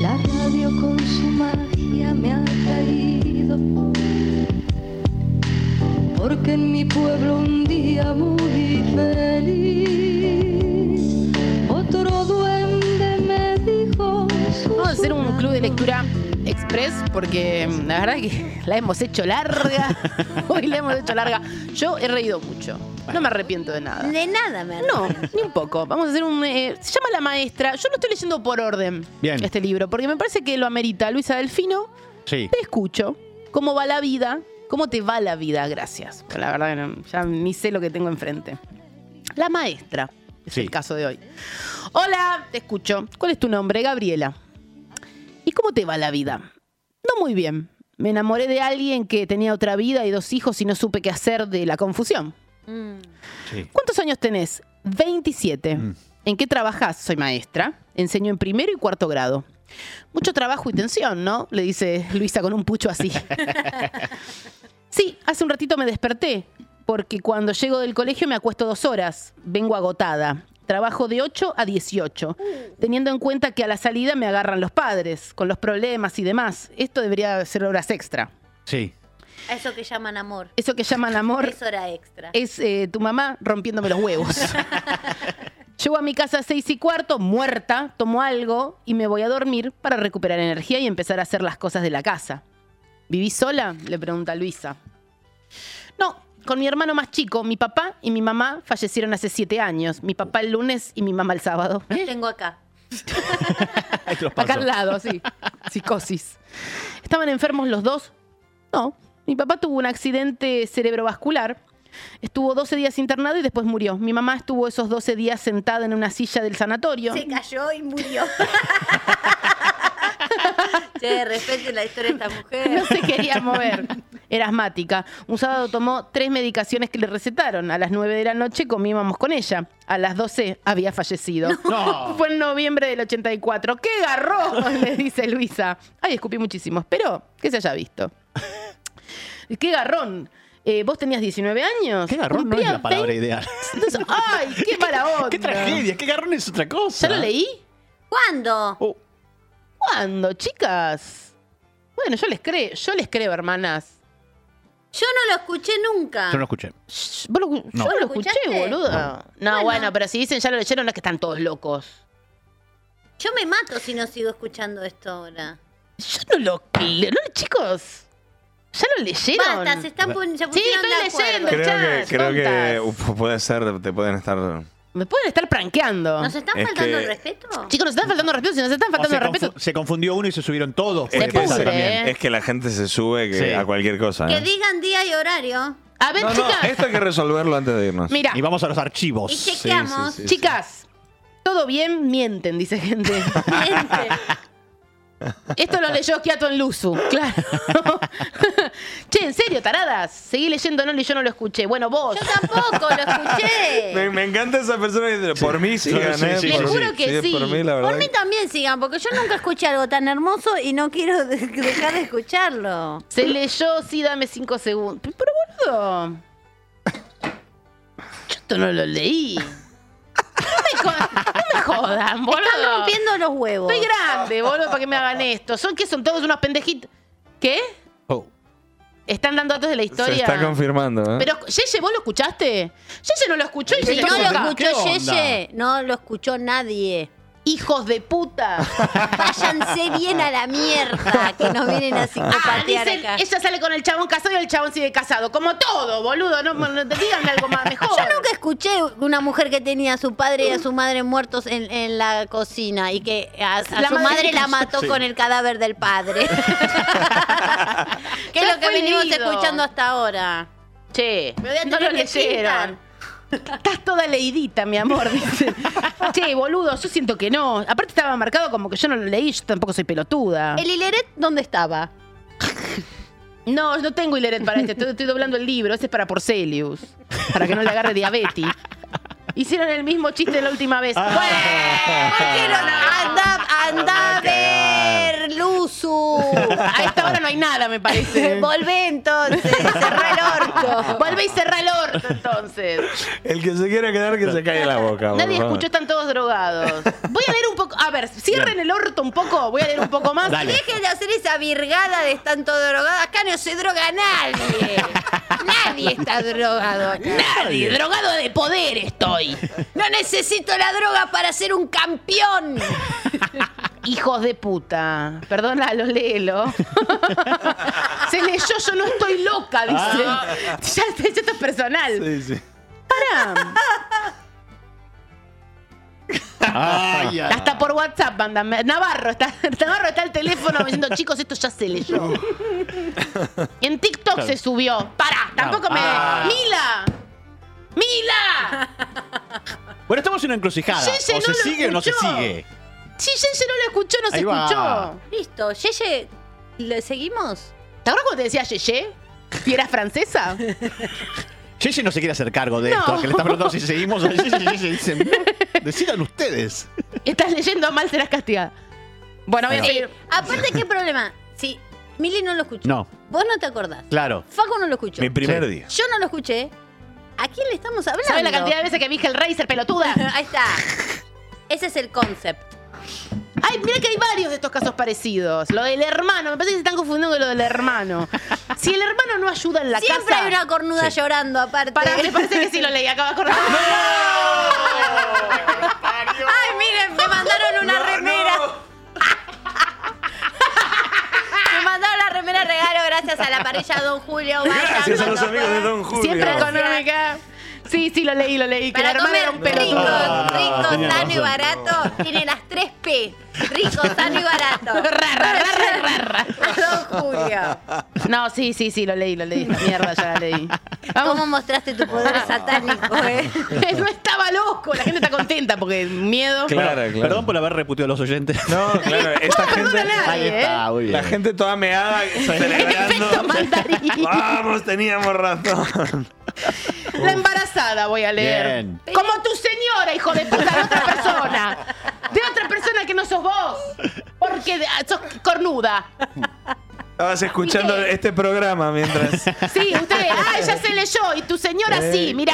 La radio con su magia me ha traído porque en mi pueblo un día muy feliz otro duende me dijo Vamos a hacer un club de lectura express porque mm, la verdad es que la hemos hecho larga. Hoy la hemos hecho larga. Yo he reído mucho. No me arrepiento de nada. De nada, me No, ni un poco. Vamos a hacer un... eh, se llama La Maestra. Yo lo estoy leyendo por orden. Bien. Este libro, porque me parece que lo amerita. Luisa Delfino, Sí. te escucho. ¿Cómo va la vida? ¿Cómo te va la vida? Gracias. Pero La verdad que no- ya ni sé lo que tengo enfrente. La maestra. Es el caso de hoy. Hola, te escucho. ¿Cuál es tu nombre? Gabriela. ¿Y cómo te va la vida? No muy bien. Me enamoré de alguien que tenía otra vida y dos hijos y no supe qué hacer de la confusión. ¿Cuántos años tenés? 27. ¿En qué trabajás? Soy maestra. Enseño en primero y cuarto grado. Mucho trabajo y tensión, ¿no? Le dice Luisa con un pucho así. sí, hace un ratito me desperté, porque cuando llego del colegio me acuesto dos horas. Vengo agotada. Trabajo de 8 a 18, teniendo en cuenta que a la salida me agarran los padres, con los problemas y demás. Esto debería ser horas extra. Sí. Eso que llaman amor. Eso que llaman amor Es hora extra. es eh, tu mamá rompiéndome los huevos. Llego a mi casa a seis y cuarto, muerta, tomo algo y me voy a dormir para recuperar energía y empezar a hacer las cosas de la casa. ¿Vivís sola? Le pregunta Luisa. No, con mi hermano más chico, mi papá y mi mamá fallecieron hace siete años. Mi papá el lunes y mi mamá el sábado. ¿Eh? Lo tengo acá. Acá al lado, sí. Psicosis. ¿Estaban enfermos los dos? No. Mi papá tuvo un accidente cerebrovascular. Estuvo 12 días internado y después murió. Mi mamá estuvo esos 12 días sentada en una silla del sanatorio. Se cayó y murió. che, respeten la historia de esta mujer. No se quería mover. Era asmática. Un sábado tomó tres medicaciones que le recetaron. A las 9 de la noche comíamos con ella. A las 12 había fallecido. No. Fue en noviembre del 84. ¡Qué garrón! Le dice Luisa. Ay, escupí muchísimo. Espero que se haya visto. ¡Qué garrón! Eh, ¿Vos tenías 19 años? Qué garrón no es Cumplía la palabra 20. ideal. Entonces, ¡Ay, qué mala onda! Qué tragedia, qué garrón es otra cosa. ¿Ya lo leí? Oh. ¿Cuándo? ¿Cuándo, chicas? Bueno, yo les creo, yo les creo, hermanas. Yo no lo escuché nunca. Yo no lo escuché. ¿Vos lo, yo No. no ¿Vos lo lo escuché, escuchaste? boluda. No, bueno. pero si dicen ya lo leyeron, no es que están todos locos. Yo me mato si no sigo escuchando esto ahora. Yo no lo. no, chicos. ¿Ya lo leyeron? Basta, se están poniendo. Sí, estoy leyendo, Creo que, chas, creo que tontas. uf, puede ser, te pueden estar. Me pueden estar pranqueando. ¿Nos están Es faltando que- el respeto? Chicos, nos están faltando el respeto. Si nos están faltando se, el respeto. confu- se confundió uno y se subieron todos. Es puede que, pasar se- también. es que la gente se sube que- Sí. a cualquier cosa. Que ¿eh? digan día y horario. A ver, No, eh, no, chicas. esto hay que resolverlo antes de irnos. Mira. Y vamos a los archivos. Y chequeamos. Sí, sí, sí, Chicas, todo bien, mienten, dice gente. Mienten. Esto lo leyó Kiato en Luzu, claro. che, en serio, taradas. Seguí leyendo, no, yo no lo escuché. Bueno, vos. Yo tampoco lo Ah. escuché. Me, me encanta esa persona que dice, por mí sí, Sí, gané, ¿eh? sí, sí, por sí. mí. Juro que sí. Por mí, la verdad. Por mí también sigan, porque yo nunca escuché algo tan hermoso y no quiero de- dejar de escucharlo. Se leyó, sí, dame cinco segundos. P- Pero boludo. Yo esto no lo leí. No me, jo- no me jodan, boludo. Están rompiendo los huevos. Estoy grande, boludo, para que me hagan esto. ¿Son qué? ¿Son todos unos pendejitos? ¿Qué? Oh. ¿Están dando datos de la Se historia? está confirmando. ¿eh? Pero, Yeye, ¿vos lo escuchaste? Yeye no lo escuchó y Si Yeye no nunca. lo escuchó Yeye, no lo escuchó nadie. ¡Hijos de puta! Váyanse bien a la mierda que nos vienen a Ah, psicopatear dicen, acá. ella sale con el chabón casado y el chabón sigue casado. Como todo, boludo. No, no te digan algo más mejor. Yo nunca escuché una mujer que tenía a su padre y a su madre muertos en, en la cocina y que a, a La su madre- madre la mató Sí. con el cadáver del padre. que es Ya lo que fue venimos leído. escuchando hasta ahora. Che, Me voy a no tener lo que leyeron. Estás toda leidita, mi amor, dice. che, boludo, yo siento que no. Aparte estaba marcado como que yo no lo leí, yo tampoco soy pelotuda. ¿El hileret dónde estaba? No, no tengo hileret para este, estoy, estoy doblando el libro, ese es para Porcelius, para que no le agarre diabetes. Hicieron el mismo chiste la última vez. Bueno, Anda, anda, ve a esta hora no hay nada, me parece. Volvé entonces, cerrá el orto. Volvé y cerrá el orto entonces. El que se quiera quedar, que se calle la boca. por Nadie favor. escuchó, están todos drogados. Voy a leer un poco. A ver, cierren el orto un poco. Voy a leer un poco más. Dejen de hacer esa virgada de están todos drogados. Acá no se droga nadie. nadie está drogado. acá. Nadie, drogado de poder estoy. No necesito la droga para ser un campeón. Hijos de puta. Perdón a los lelo. Se leyó, yo no estoy loca, dice. Ah. Ya, ya esto es personal. Pará. Ay, ay. Hasta por WhatsApp, mándame. Navarro está, Navarro está al teléfono diciendo, chicos, esto ya se leyó. Y en TikTok Claro. se subió. Pará, tampoco me. Ah. ¡Mila! ¡Mila! Bueno, estamos en una encrucijada. Yeye o no se lo sigue o no se escuchó. sigue. Si Yeye no lo escuchó, no se Ahí va. escuchó. Listo, Yeye, ¿le seguimos? ¿Te acuerdas cuando te decía Yeye? ¿Y eras francesa? Yeye no se quiere hacer cargo de No. esto, que le está preguntando si seguimos. o- Yeye, Yeye dice, "No, decidan ustedes. Estás leyendo mal, serás castigada. Bueno, voy a Sí. seguir. Aparte, ¿qué problema? Si Mili no lo escuchó. No. Vos no te acordás. Claro. Facu no lo escuchó. Mi primer Sí. día. Yo no lo escuché. ¿A quién le estamos hablando? ¿Sabes la cantidad de veces que vi el Razer, pelotuda? Ahí está. Ese es el concept. Ay, mira que hay varios de estos casos parecidos. Lo del hermano, me parece que se están confundiendo con lo del hermano. Si el hermano no ayuda en la Siempre casa. hay una cornuda Sí. llorando, aparte. Pará, me parece que sí lo leí, acaba de acordar. Ay, miren, me mandaron una remera. me mandaron la remera regalo gracias a la parrilla Don Julio. Vayan, Gracias a los cuando amigos de Don Julio. Siempre económica. Sí, sí, lo leí, lo leí. Que el Para hermano comer era un rico, pelotudo. rico, Ah, tenía sano y razón. barato, tiene las 3 P. Rico, sano y barato. Don Julio. No, sí, sí, sí, lo leí, lo leí. Esta mierda ya la leí. ¿Cómo mostraste tu poder satánico, eh? no estaba loco, la gente está contenta porque miedo. Bueno, Perdón por haber reputido a los oyentes. No, claro, esta gente. Ahí está, muy bien. La gente toda meada celebrando. Vamos, teníamos razón. La embarazada voy a leer. Bien. Como tu señora, hijo de puta, de otra persona. De otra persona que no sos vos. Porque de- ah, sos cornuda. Estabas escuchando este programa mientras. Sí, usted, ah, ya se leyó. Y tu señora sí, mirá.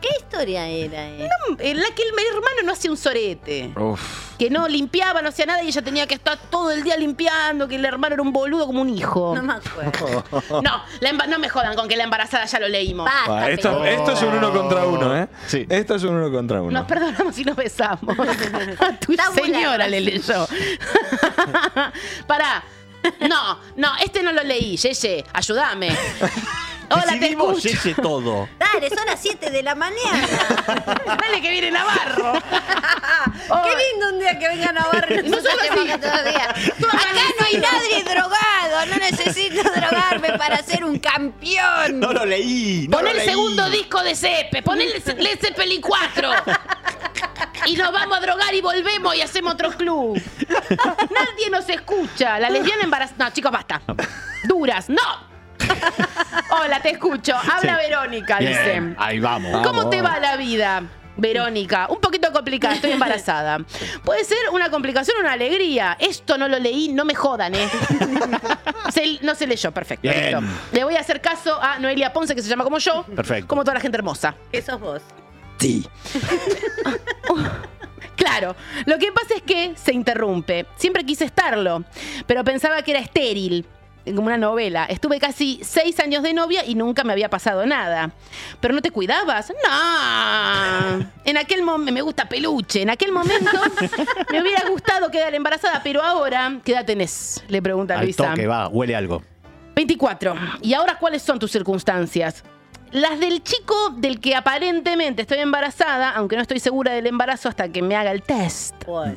¿Qué historia era, eh? No, en la que el mi hermano no hacía un sorete. Uf. Que no limpiaba, no hacía nada y ella tenía que estar todo el día limpiando, que el hermano era un boludo como un hijo. No me acuerdo. No, la emba- no me jodan con que la embarazada ya lo leímos. Ah, esto, esto es un uno contra uno, ¿eh? Sí. Esto es un uno contra Nos uno. perdonamos y nos besamos. A tu señora le leyó. Pará. No, no, este no lo leí, Yeye. Ayúdame. Hola, te Decidimos escucho. Yeye todo. Dale, son las 7 de la mañana. Dale que viene Navarro. Qué lindo un día que venga Navarro y No nosotros solo hacemos así. acá todavía. Acá no hay nadie drogado, no necesito drogarme para ser un campeón. No lo leí. No Pon lo el leí. segundo disco de Cepe, pon el Ce- Led Zeppelin 4. Y nos vamos a drogar y volvemos y hacemos otro club. Nadie nos escucha. La lesbiana embarazada. No, chicos, basta. Duras, no. Hola, te escucho. Habla Sí. Verónica, Bien, dice. Ahí vamos. ¿Cómo te va la vida? Verónica, un poquito complicada, estoy embarazada. Puede ser una complicación o una alegría. Esto no lo leí, no me jodan, ¿eh? Se- no se leyó, perfecto. Bien. listo. Le voy a hacer caso a Noelia Ponce, que se llama como yo. Perfecto. Como toda la gente hermosa. ¿Qué sos vos? Claro, lo que pasa es que se interrumpe. Siempre quise estarlo, pero pensaba que era estéril, como una novela. Estuve casi seis años de novia y nunca me había pasado nada. ¿Pero no te cuidabas? No. En aquel momento, me gusta peluche, en aquel momento me hubiera gustado quedar embarazada, pero ahora, ¿qué edad tenés? Le pregunta Al Luisa. toque, va, huele algo. 24. ¿Y ahora cuáles son tus circunstancias? Las del chico del que aparentemente estoy embarazada, aunque no estoy segura del embarazo hasta que me haga el test. Bueno.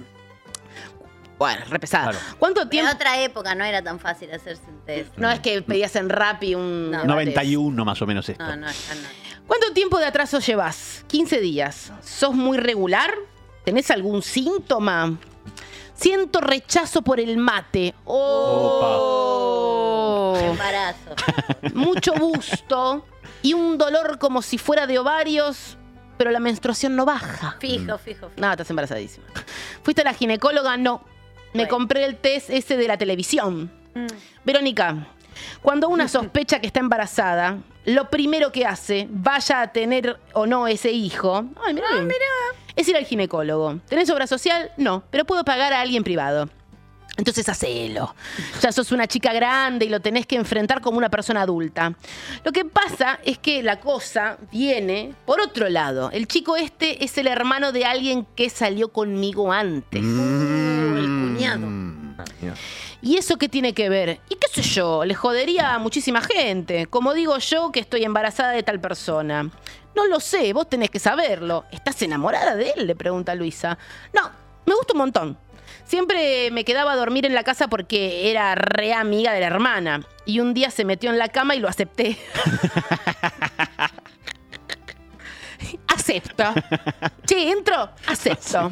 Bueno, re pesada. ¿Cuánto tiempo? En otra época no era tan fácil hacerse un test. No es que pedías en Rappi un... 91 más o menos Ah. esto. No, no, acá no. ¿Cuánto tiempo de atraso llevas? 15 días. ¿Sos muy regular? ¿Tenés algún síntoma? Siento rechazo por el mate. ¡Oh! Embarazo. Mucho gusto y un dolor como si fuera de ovarios, pero la menstruación no baja. Fijo, fijo, fijo. Nada, estás embarazadísima. ¿Fuiste a la ginecóloga? No. Me compré el test ese de la televisión. Verónica, cuando una sospecha que está embarazada, lo primero que hace, vaya a tener o no ese hijo, ay, mirá bien, es ir al ginecólogo. ¿Tenés obra social? No, pero puedo pagar a alguien privado. Entonces hacelo. Ya sos una chica grande y lo tenés que enfrentar como una persona adulta. Lo que pasa es que la cosa viene por otro lado. El chico este es el hermano de alguien que salió conmigo antes. el cuñado. ¿Y eso qué tiene que ver? ¿Y qué sé yo? Le jodería a muchísima gente. Como digo yo que estoy embarazada de tal persona. No lo sé, vos tenés que saberlo. ¿Estás enamorada de él? Le pregunta Luisa. No, me gusta un montón. Siempre me quedaba a dormir en la casa porque era re amiga de la hermana. Y un día se metió en la cama y lo acepté. Acepto. Che, entro, acepto.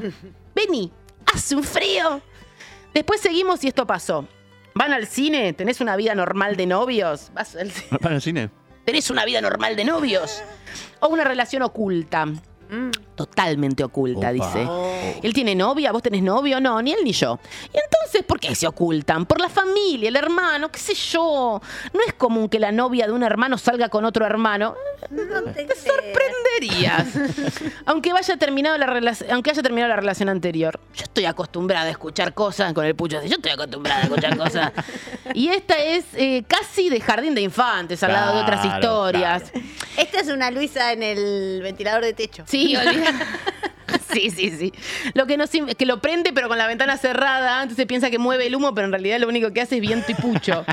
Vení, hace un frío. Después seguimos y esto pasó. ¿Van al cine? ¿Tenés una vida normal de novios? ¿Vas al cine? ¿Para el cine? ¿Tenés una vida normal de novios? ¿O una relación oculta? Totalmente oculta, dice. Él tiene novia, vos tenés novio, no, ni él ni yo. Y entonces, ¿por qué se ocultan? Por la familia, el hermano, qué sé yo. No es común que la novia de un hermano salga con otro hermano. te sorprenderías. aunque, vaya terminado la relac- aunque haya terminado la relación anterior. Yo estoy acostumbrada a escuchar cosas con el pucho. Yo estoy acostumbrada a escuchar cosas. y esta es eh, casi de jardín de infantes, al lado de otras Claro, historias. Esta es una Luisa en el ventilador de techo. Sí, olvida- Sí, sí, sí. Lo que no sim- que lo prende pero con la ventana cerrada, entonces piensa que mueve el humo, pero en realidad lo único que hace es viento y pucho.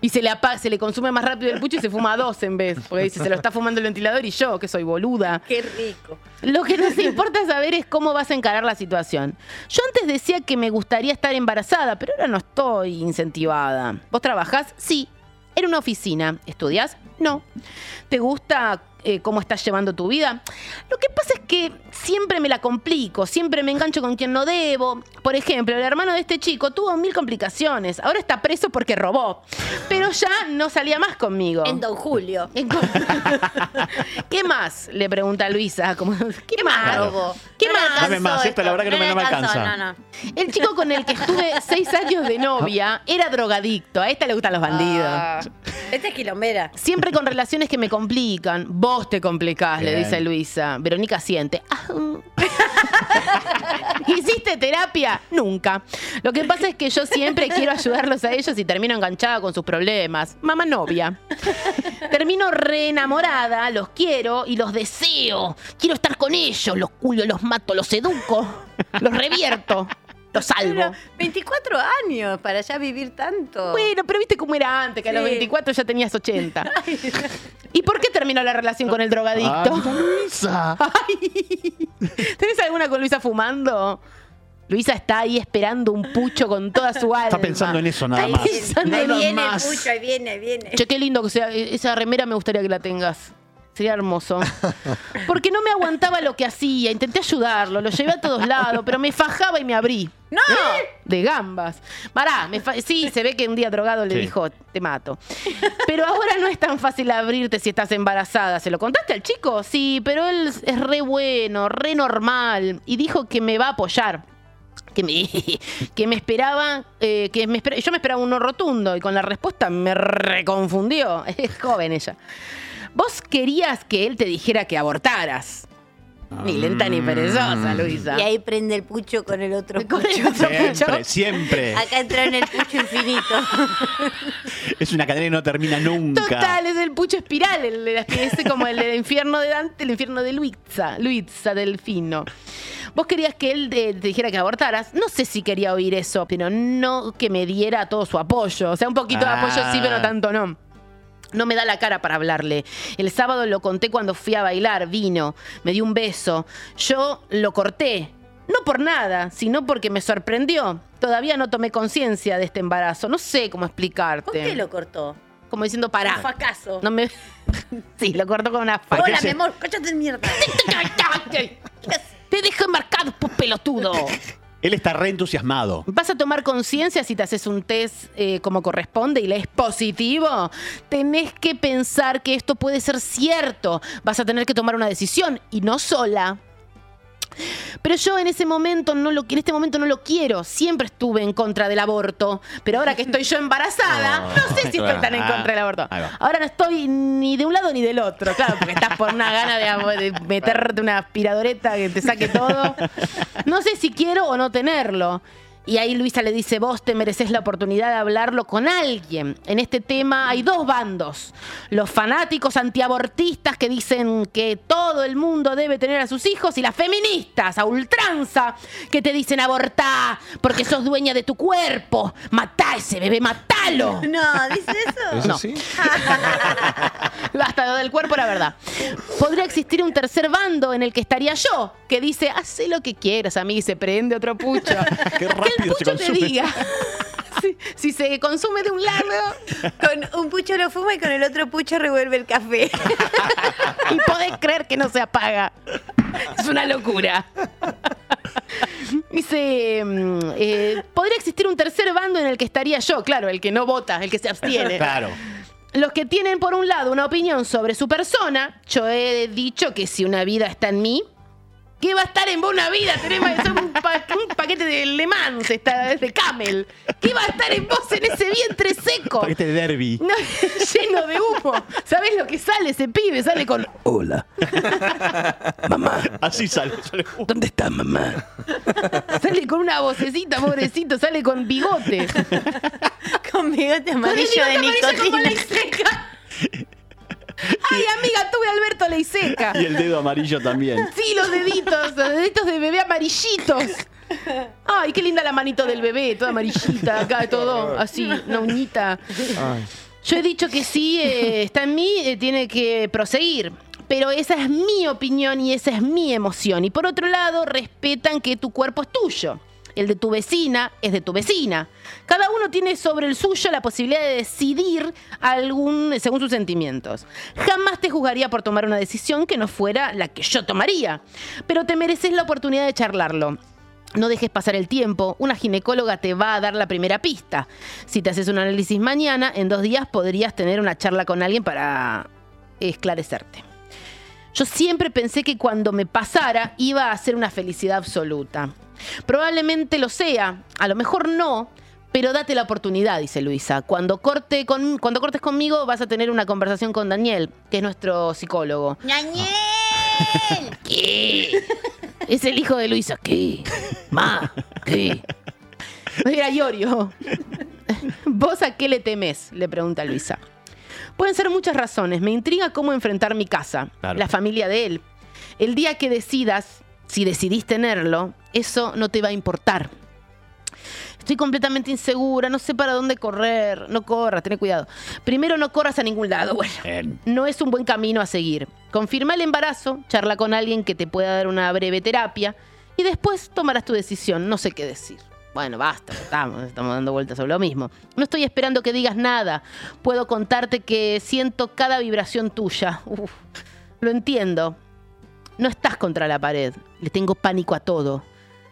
Y se le apa- se le consume más rápido el pucho y se fuma dos en vez, porque dice, se lo está fumando el ventilador y yo, que soy boluda. Qué rico. Lo que nos importa saber es cómo vas a encarar la situación. Yo antes decía que me gustaría estar embarazada, pero ahora no estoy incentivada. ¿Vos trabajás? Sí. En una oficina. ¿Estudias? No. ¿Te gusta eh, cómo estás llevando tu vida? Lo que pasa es que siempre me la complico, siempre me engancho con quien no debo. Por ejemplo, el hermano de este chico tuvo mil complicaciones. Ahora está preso porque robó. Pero ya no salía más conmigo. En Don Julio. ¿Qué más? Le pregunta Luisa. Como, ¿Qué, más? Claro. ¿Qué No le más? alcanzó Dame más, esta la verdad que no me- le no me alcanza. El chico con el que estuve seis años de novia era drogadicto. A esta le gustan los bandidos. Ah, esta es quilombera. Siempre con relaciones que me complican. Vos te complicás, le Bien. dice Luisa. Verónica siente. Ah, mm. ¿Hiciste terapia? Nunca. Lo que pasa es que yo siempre quiero ayudarlos a ellos y termino enganchada con sus problemas. Mamá novia. Termino reenamorada, los quiero y los deseo. Quiero estar con ellos, los culo, los mato, los educo, los revierto, los salvo. 24 años para ya vivir tanto. Bueno, pero viste cómo era antes, que a los Sí. 24 ya tenías 80. ¿Y por qué terminó la relación con el drogadicto? Ah, Luisa. ¿Tenés alguna con Luisa fumando? Luisa está ahí esperando un pucho con toda su alma. Está pensando en eso nada Está más. pensando Nada en- viene más. mucho, ahí viene, ahí viene. Che, qué lindo que sea. Esa remera me gustaría que la tengas. Sería hermoso. Porque no me aguantaba lo que hacía. Intenté ayudarlo, lo llevé a todos lados, pero me fajaba y me abrí. ¡No! De gambas. Pará, me fa- sí, se ve que un día drogado le Sí. dijo, te mato. Pero ahora no es tan fácil abrirte si estás embarazada. ¿Se lo contaste al chico? Sí, pero él es re bueno, re normal. Y dijo que me va a apoyar. Que me, que me esperaba, eh, que me espera- yo me esperaba un no rotundo y con la respuesta me reconfundió. Es joven ella. Vos querías que él te dijera que abortaras. Ni lenta ni Mm. perezosa, Luisa. Y ahí prende el pucho con el otro pucho. Siempre, siempre. Acá entra en el pucho infinito. Es una cadena que no termina nunca. Total, es el pucho espiral, el, de las- ese como el del infierno de Dante, el infierno de Luisa, Luisa Delfino. Vos querías que él te, te dijera que abortaras. No sé si quería oír eso, pero no que me diera todo su apoyo. O sea, un poquito de apoyo sí, pero no Ah. tanto no. No me da la cara para hablarle. El sábado lo conté cuando fui a bailar, vino, me dio un beso. Yo lo corté. No por nada, sino porque me sorprendió. Todavía no tomé conciencia de este embarazo. No sé cómo explicarte. ¿Por qué lo cortó? Como diciendo, pará. Un facazo. No me... sí, lo cortó con una faca. Hola, mi amor, cállate de mierda. Te dejo marcado, pues pelotudo. Él está re entusiasmado. ¿Vas a tomar conciencia si te haces un test eh, como corresponde y lees positivo? Tenés que pensar que esto puede ser cierto. Vas a tener que tomar una decisión y no sola. Pero yo en ese momento no lo en este momento no lo quiero. Siempre estuve en contra del aborto, pero ahora que estoy yo embarazada, Oh, no sé si claro. estoy tan en Ah, contra del aborto. ahí va. Ahora no estoy ni de un lado ni del otro, claro, porque estás por una gana de, abo- de meterte una aspiradoreta que te saque todo. No sé si quiero o no tenerlo. Y ahí Luisa le dice, vos te mereces la oportunidad de hablarlo con alguien. En este tema hay dos bandos. Los fanáticos antiabortistas que dicen que todo el mundo debe tener a sus hijos y las feministas a ultranza que te dicen abortá porque sos dueña de tu cuerpo. Matá a ese bebé, matalo. No, dice eso. No. Hasta lo del cuerpo era verdad. Podría existir un tercer bando en el que estaría yo, que dice, hace lo que quieras, a mí se prende otro pucho. Qué rápido se Pucho te consume. diga. Si, si se consume de un lado, con un pucho lo fuma y con el otro pucho revuelve el café. y podés creer que no se apaga. Es una locura. Dice, mm, eh, podría existir un tercer bando en el que estaría yo, claro, el que no vota, el que se abstiene. Claro. Los que tienen, por un lado, una opinión sobre su persona, yo he dicho que si una vida está en mí, ¿qué va a estar en vos una vida? Tenemos un, pa- un paquete de Le Mans, está, es de Camel. ¿Qué va a estar en vos en ese vientre seco? Paquete de derby. No, lleno de humo. ¿Sabés lo que sale ese pibe? Sale con... Hola. mamá. Así sale. ¿Dónde está mamá? Sale con una vocecita, pobrecito, sale con bigote. con bigote amarillo de Con nicotina. la Iseca. Ay, amiga, tuve a Alberto Leiseca. Y el dedo amarillo también. Sí, los deditos, los deditos de bebé amarillitos. Ay, qué linda la manito del bebé, toda amarillita, acá todo, así, una uñita. Yo he dicho que sí, eh, está en mí, eh, tiene que proseguir. Pero esa es mi opinión y esa es mi emoción. Y por otro lado, respetan que tu cuerpo es tuyo. El de tu vecina es de tu vecina. Cada uno tiene sobre el suyo la posibilidad de decidir algún, según sus sentimientos. Jamás te juzgaría por tomar una decisión que no fuera la que yo tomaría. Pero te mereces la oportunidad de charlarlo. No dejes pasar el tiempo, una ginecóloga te va a dar la primera pista. Si te haces un análisis mañana, en dos días podrías tener una charla con alguien para esclarecerte. Yo siempre pensé que cuando me pasara iba a ser una felicidad absoluta. Probablemente lo sea, a lo mejor no, pero date la oportunidad, dice Luisa. Cuando, corte con, cuando cortes conmigo vas a tener una conversación con Daniel, que es nuestro psicólogo. ¡Ñañe! ¿Qué? Es el hijo de Luisa. ¿Qué? Ma, ¿qué? Pues Mira, Iorio. ¿Vos a qué le temes? Le pregunta Luisa. Pueden ser muchas razones. Me intriga cómo enfrentar mi casa, Claro. la familia de él. El día que decidas, si decidís tenerlo, eso no te va a importar. Estoy completamente insegura, no sé para dónde correr. No corras, ten cuidado. Primero no corras a ningún lado, bueno. No es un buen camino a seguir. Confirma el embarazo, charla con alguien que te pueda dar una breve terapia y después tomarás tu decisión. No sé qué decir. Bueno, basta, estamos, estamos dando vueltas sobre lo mismo. No estoy esperando que digas nada. Puedo contarte que siento cada vibración tuya. Uf, lo entiendo. No estás contra la pared. Le tengo pánico a todo.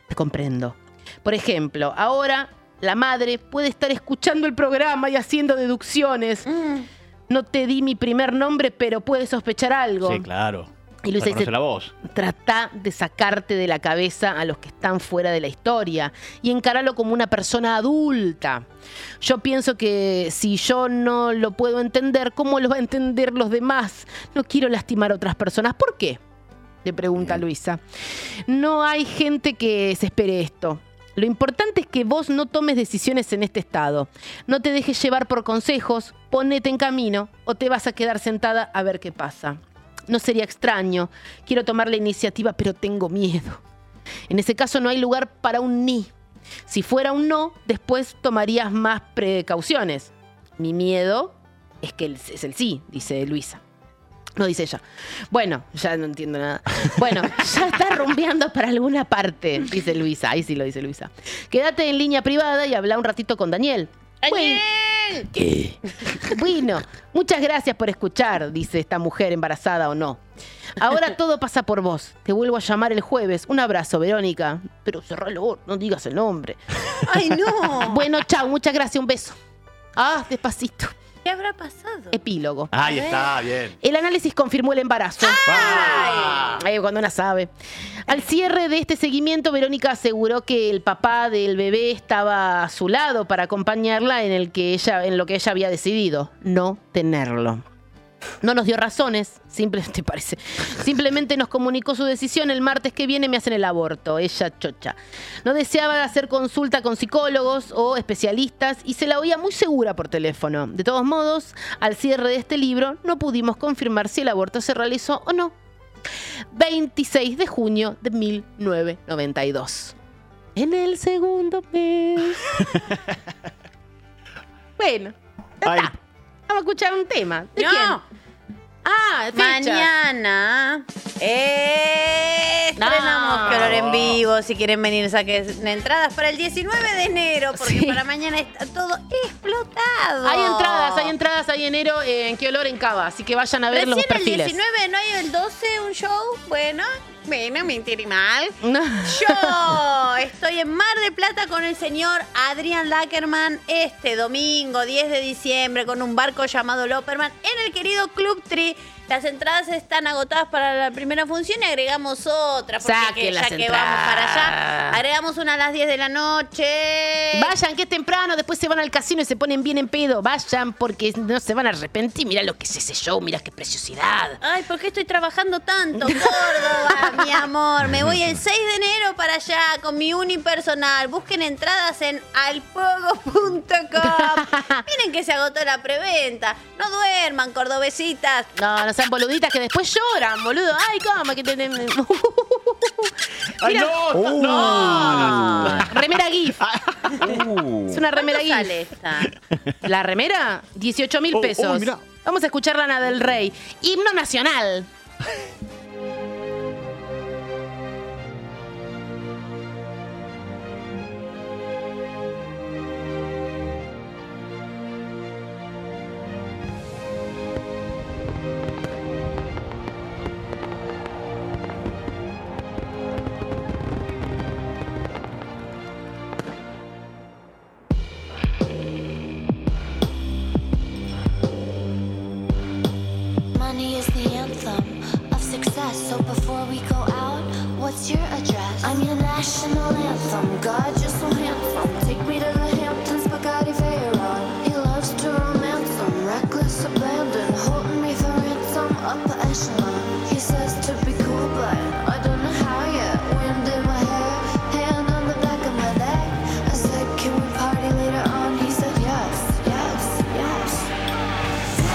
Te comprendo. Por ejemplo, ahora la madre puede estar escuchando el programa y haciendo deducciones. No te di mi primer nombre, pero puede sospechar algo. Sí, claro. Y Luisa dice- Reconoce la voz. Trata de sacarte de la cabeza a los que están fuera de la historia y encaralo como una persona adulta. Yo pienso que si yo no lo puedo entender, ¿cómo lo va a entender los demás? No quiero lastimar a otras personas. ¿Por qué? Le pregunta Luisa. No hay gente que se espere esto. Lo importante es que vos no tomes decisiones en este estado. No te dejes llevar por consejos, ponete en camino o te vas a quedar sentada a ver qué pasa. No sería extraño. Quiero tomar la iniciativa, pero tengo miedo. En ese caso no hay lugar para un ni. Si fuera un no, después tomarías más precauciones. Mi miedo es que el- es el sí, dice Luisa. No dice ella. Bueno, ya no entiendo nada. Bueno, ya está rumbeando para alguna parte, dice Luisa. Ahí sí lo dice Luisa. Quédate en línea privada y habla un ratito con Daniel. Bueno, Eh, bueno, muchas gracias por escuchar, dice esta mujer embarazada o no. Ahora todo pasa por vos. Te vuelvo a llamar el jueves. Un abrazo, Verónica. Pero cerrá el or- no digas el nombre. ¡Ay, no! Bueno, chao, muchas gracias, un beso. Ah, despacito. ¿Qué habrá pasado? Epílogo. Ahí está, bien. El análisis confirmó el embarazo. Ay, cuando una sabe. Al cierre de este seguimiento, Verónica aseguró que el papá del bebé estaba a su lado para acompañarla en, el que ella, en lo que ella había decidido, no tenerlo. No nos dio razones, simple, te parece. Simplemente nos comunicó su decisión. El martes que viene me hacen el aborto. Ella chocha. No deseaba hacer consulta con psicólogos o especialistas y se la oía muy segura por teléfono. De todos modos, al cierre de este libro no pudimos confirmar si el aborto se realizó o no. 26 de junio de 1992. En el segundo mes. bueno, ya Ay. está. Vamos a escuchar un tema. ¿De No. quién? Ah, fecha. Mañana eh, estrenamos No. Color en Vivo. Si quieren venir, saquen entradas para el 19 de enero, porque para mañana está todo explotado. Hay entradas, hay entradas, hay enero eh, en qué olor en Cava, así que vayan a ver Recién los el perfiles. 19, ¿no hay el 12 un show? Bueno, bueno, mentir y mal. Yo estoy en Mar de Plata con el señor Adrián Lackerman este domingo 10 de diciembre con un barco llamado Lopperman en el querido Club Tree. Las entradas están agotadas para la primera función y agregamos otra. Porque Saquen que- ya las que vamos para allá, entradas. agregamos una a las 10 de la noche. Vayan, que es temprano, después se van al casino y se ponen bien en pedo. Vayan porque no se van a arrepentir. Mirá lo que es ese show, mirá qué preciosidad. Ay, ¿por qué estoy trabajando tanto, Córdoba, mi amor? Me voy el 6 de enero para allá con mi unipersonal. Busquen entradas en alpogo.com. Miren que se agotó la preventa. No duerman, cordobesitas. No, no sean boluditas que después lloran, boludo. Ay, cómo que tenemos. ¡Ay, Mira. no! Uh. ¡No! Remera GIF. Ah, Uh. Es una remera GIF. esta? La remera, 18 mil Oh, oh, pesos. mirá. Vamos a escuchar Lana del Rey. Himno nacional. Money is the anthem of success. So before we go out, what's your address? I'm your national anthem. God, you're so handsome. Take me to the Hamptons, Bugatti Veyron. He loves to romance them, reckless abandon, holding me for ransom, upper echelon. He says to be cool, but I don't know how yet. Wind in my hair, hand on the back of my leg. I said, can we party later on? He said, yes, yes, yes.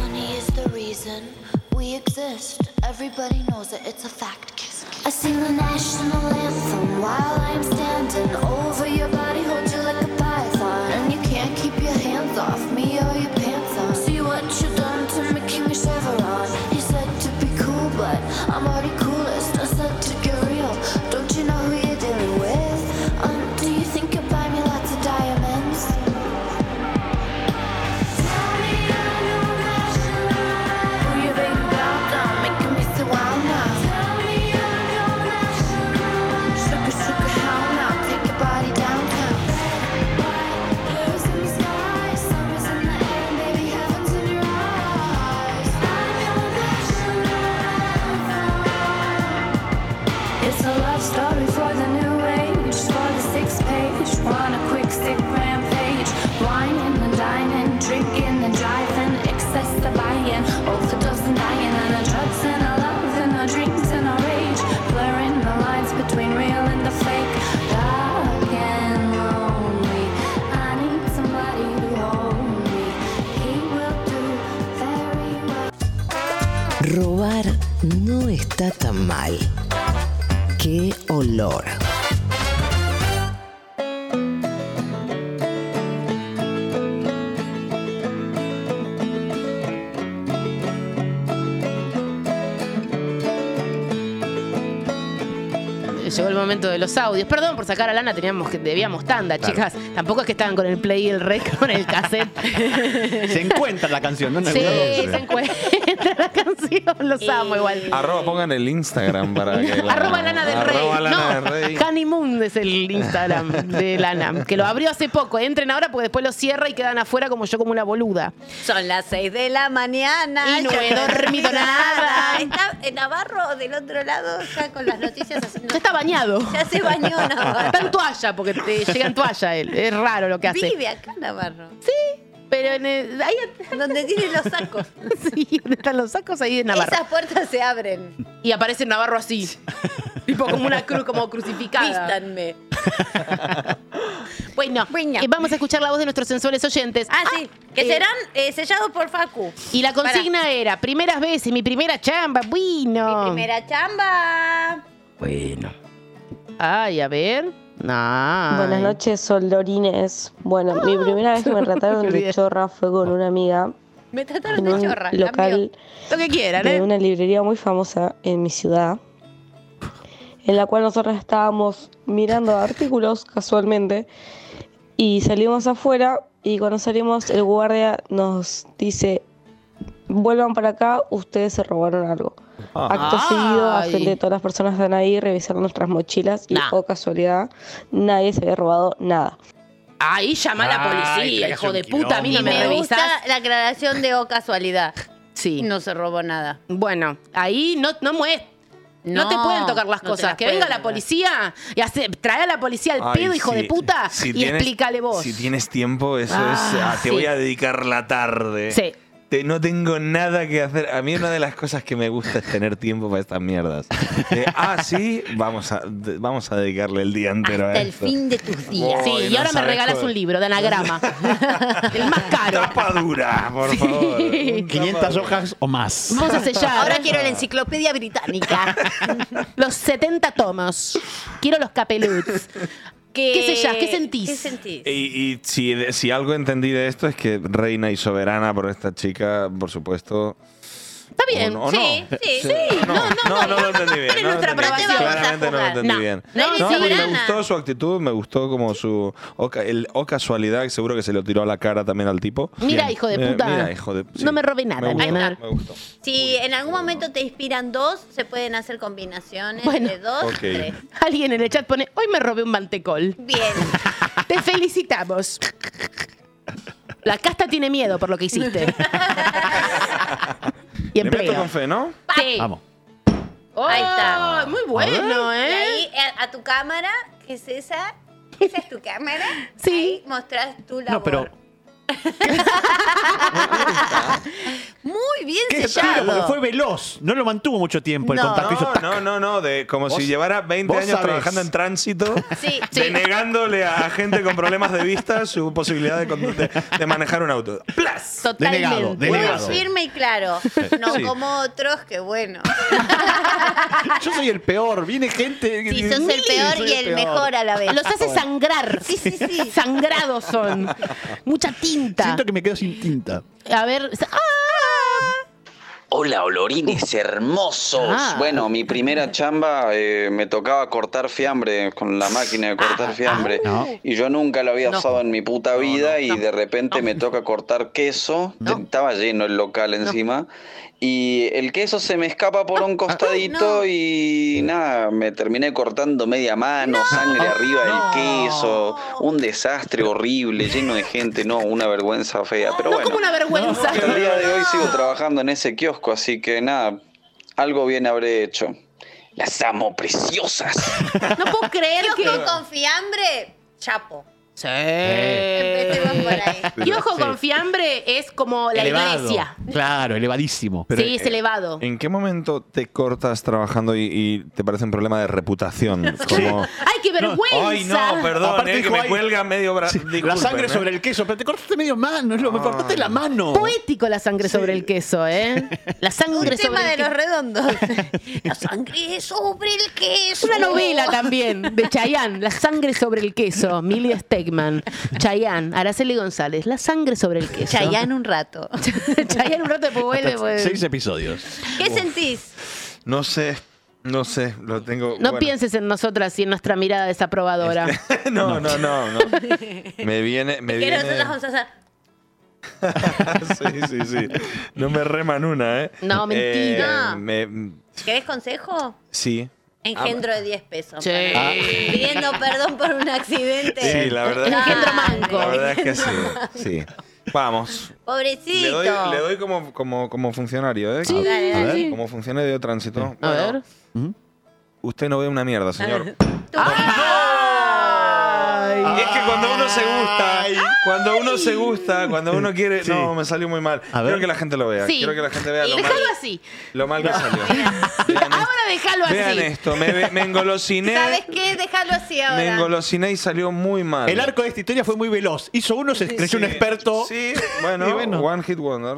Money is the reason we exist. Everybody knows it, it's a fact. Kiss, kiss. I sing the national anthem while I'm standing over your body, hold you like a python. And you can't keep your hands off me or your pants on. See what you done to me, King Chevron. He said to be cool, but I'm already coolest. I said to get real. Don't you know who you're dealing with? Um, do you think you'll buy me lots of diamonds? It's a love story for the new age, for the six page, want a quick stick rampage. Whining and dining, drinking and driving, excess the buying, overdose and dying, and our drugs and our love and our dreams and our rage, blurring the lines between real and the fake. Dark and lonely, I need somebody to hold me. He will do very well. Robar no está tan mal. Qué olor. Llegó el momento de los audios. Perdón por sacar a Lana, teníamos que, debíamos tanda, Claro. chicas. Tampoco es que estaban con el play y el rec, con el cassette. Se encuentra la canción, ¿no? En sí, algún lado. se encuentra la canción. Los amo igual. Arroba, pongan el Instagram para que. Arroba Lana del Rey. Arroba Lana no, del Rey. Honeymoon es el Instagram de Lana, que lo abrió hace poco. Entren ahora porque después lo cierra y quedan afuera como yo, como una boluda. Son las 6 de la mañana. Y no he yo dormido nada. Ah, Está en Navarro del otro lado, ya con las noticias haciendo. Ya está bañado. Ya se bañó Navarro. Está en toalla, porque te llega en toalla él. Es raro lo que hace. Vive acá Navarro. Pero en el- ahí Donde tiene los sacos. sí, donde están los sacos ahí de Navarro. Esas puertas se abren. Y aparece Navarro así. tipo como una cruz, como crucificada. Vístanme. Bueno, eh, vamos a escuchar la voz de nuestros sensuales oyentes. Ah, sí. Que serán eh, sellados por Facu. Y la consigna era, primeras veces, mi primera chamba, bueno. Primera chamba. Bueno. Ay, a ver. No. Buenas noches, soldorines. Bueno, mi primera vez que me trataron de chorra fue con una amiga Me trataron en de un chorra. local Lo que quieran, de ¿eh? una librería muy famosa en mi ciudad, en la cual nosotros estábamos mirando artículos casualmente y salimos afuera y cuando salimos el guardia nos dice, vuelvan para acá, ustedes se robaron algo. Acto Ay. seguido, al frente de todas las personas que están ahí, revisaron nuestras mochilas y, Nah. oh casualidad, nadie se había robado nada. Ahí llama a la policía, hijo de puta, a mí no me, me revisás. gusta la aclaración de o casualidad. Sí. No se robó nada. Bueno, ahí no, no muest- No, No, te pueden tocar las no te cosas. las que venga pueden la tocar. policía y hace, trae a la policía al Ay, pedo, hijo sí. de puta, Si y tienes- explícale vos. Si tienes tiempo, eso es. Ah, ah, te sí. voy a dedicar la tarde. Sí. Te- no tengo nada que hacer. A mí una de las cosas que me gusta es tener tiempo para estas mierdas. De, ah, sí, vamos a, de- vamos a dedicarle el día entero a Hasta el esto. fin de tus días. sí, Ay, y no ahora me sabes regalas cómo- un libro de anagrama. Tapadura, por favor. 500 hojas o más. Vamos a sellar. Ahora quiero la enciclopedia británica. los 70 tomos. Quiero los capeluts. Que- ¿Qué sellás? ¿Qué sentís? ¿Qué sentís? Y, y si, de- si algo entendí de esto es que reina y soberana por esta chica, por supuesto. Está bien, o no, o sí, no. sí, Sí, sí. No, no, no, lo entendí bien. No lo entendí bien. Claramente no lo entendí No. bien. No, ni No, porque me soberana. gustó su actitud, me gustó como su. O, ca- el, o casualidad, que seguro que se lo tiró a la cara también al tipo. Mira, hijo de Eh, puta. Mira, hijo de. sí. No me robé nada, Me mi gustó, amor. me gustó. Si en algún momento te inspiran dos, se pueden hacer combinaciones de dos, Ok. tres. Alguien en el chat pone, hoy me robé un mantecol. Bien. Te felicitamos. La casta tiene miedo por lo que hiciste. y Le meto empleo. con fe, ¿no? Sí. Vamos. Ahí está. Muy bueno, Y ¿eh? ahí a, a tu cámara, que es esa, esa es tu cámara. Sí. Ahí mostrás tu labor. No, pero Muy bien qué sellado. tiro, porque fue veloz. No lo mantuvo mucho tiempo el No. contacto. hizo tac. No, no, no, de como si Vos- llevara 20 vos años sabés. trabajando en tránsito, Sí. denegándole a gente con problemas de vista su posibilidad de, con- de- de manejar un auto. ¡Plas! Totalmente. Denegado, Muy firme y claro. No Sí. como otros, que bueno. Yo soy el peor. Viene gente. que- Si sos el Sí, peor soy y el mejor a la vez. Los hace sangrar. Sí, sí, sí. Sangrados son. Mucha tinta. Siento que me quedo sin tinta. A ver. ¡Ah! Hola, olorines hermosos. Ah. Bueno, mi primera chamba eh, me tocaba cortar fiambre con la máquina de cortar fiambre. Y yo nunca lo había Ah, No. usado en mi puta vida y de repente me toca cortar queso. Estaba lleno el local encima. Y el queso se me escapa por Ah, un costadito y nada, me terminé cortando media mano, sangre arriba del queso. Un desastre horrible, lleno de gente. No, una vergüenza fea. Pero bueno. Ah, Como una vergüenza. Hasta el día de hoy sigo trabajando en ese kiosco, así que nada, algo bien habré hecho. Las amo preciosas. No puedo creer Yo que. con fiambre, chapo. Sí. Empecemos por ahí. Eh, Y ojo, Sí. con fiambre es como la Elevado. iglesia. Claro, elevadísimo. sí, es eh, elevado. ¿En qué momento te cortas trabajando y, y te parece un problema de reputación? Como, ¡Ay, qué vergüenza! Ay, no, perdón, Mm, Aparte eh, dijo, que me ay, cuelga medio brazo. La sangre ¿eh? sobre el queso, pero te cortaste medio mano, es lo- Ah. me cortaste la mano. Poético la sangre sobre el queso, ¿eh? La sangre Un tema sobre de el los queso. redondos. La sangre sobre el Es queso. una novela también de Chayanne, La sangre sobre el queso, Millie Stegman. Chayanne, Araceli González, La sangre sobre el queso. Chayanne un rato. Chayanne un rato después vuelve. Hasta pues. Seis episodios. ¿Qué sentís? No sé. No sé, lo tengo. No bueno. Este, pienses en nosotras y en nuestra mirada desaprobadora. no, no, no, no. Me viene. Me Que viene... nosotros vamos a hacer. sí, sí, sí. No me reman una, ¿eh? No, mentira. me- ¿Querés consejo? sí. Engendro de 10 pesos. Sí. para- Ah. Pidiendo perdón por un accidente. Ah, Sí, la verdad. Engendro manco. La verdad es que sí. sí. Vamos. Pobrecito. Le doy, le doy como, como, como funcionario, ¿eh? Sí, dale, a dale. ver, Sí. como funcionario de tránsito. A Bueno, ver. Usted no ve una mierda, señor. Ay. Y es que cuando uno se gusta, cuando uno se gusta, cuando uno quiere. No, me salió muy mal. Quiero que la gente lo vea. Sí. Quiero que la gente vea Y lo mal, déjalo así. lo mal que salió. Ahora déjalo así. Vean esto, me, me engolosiné. ¿Sabes qué? Déjalo así ahora. Me engolosiné y salió muy mal. El arco de esta historia fue muy veloz. Hizo uno, se creyó un experto. Sí, bueno, Y bueno. One Hit Wonder.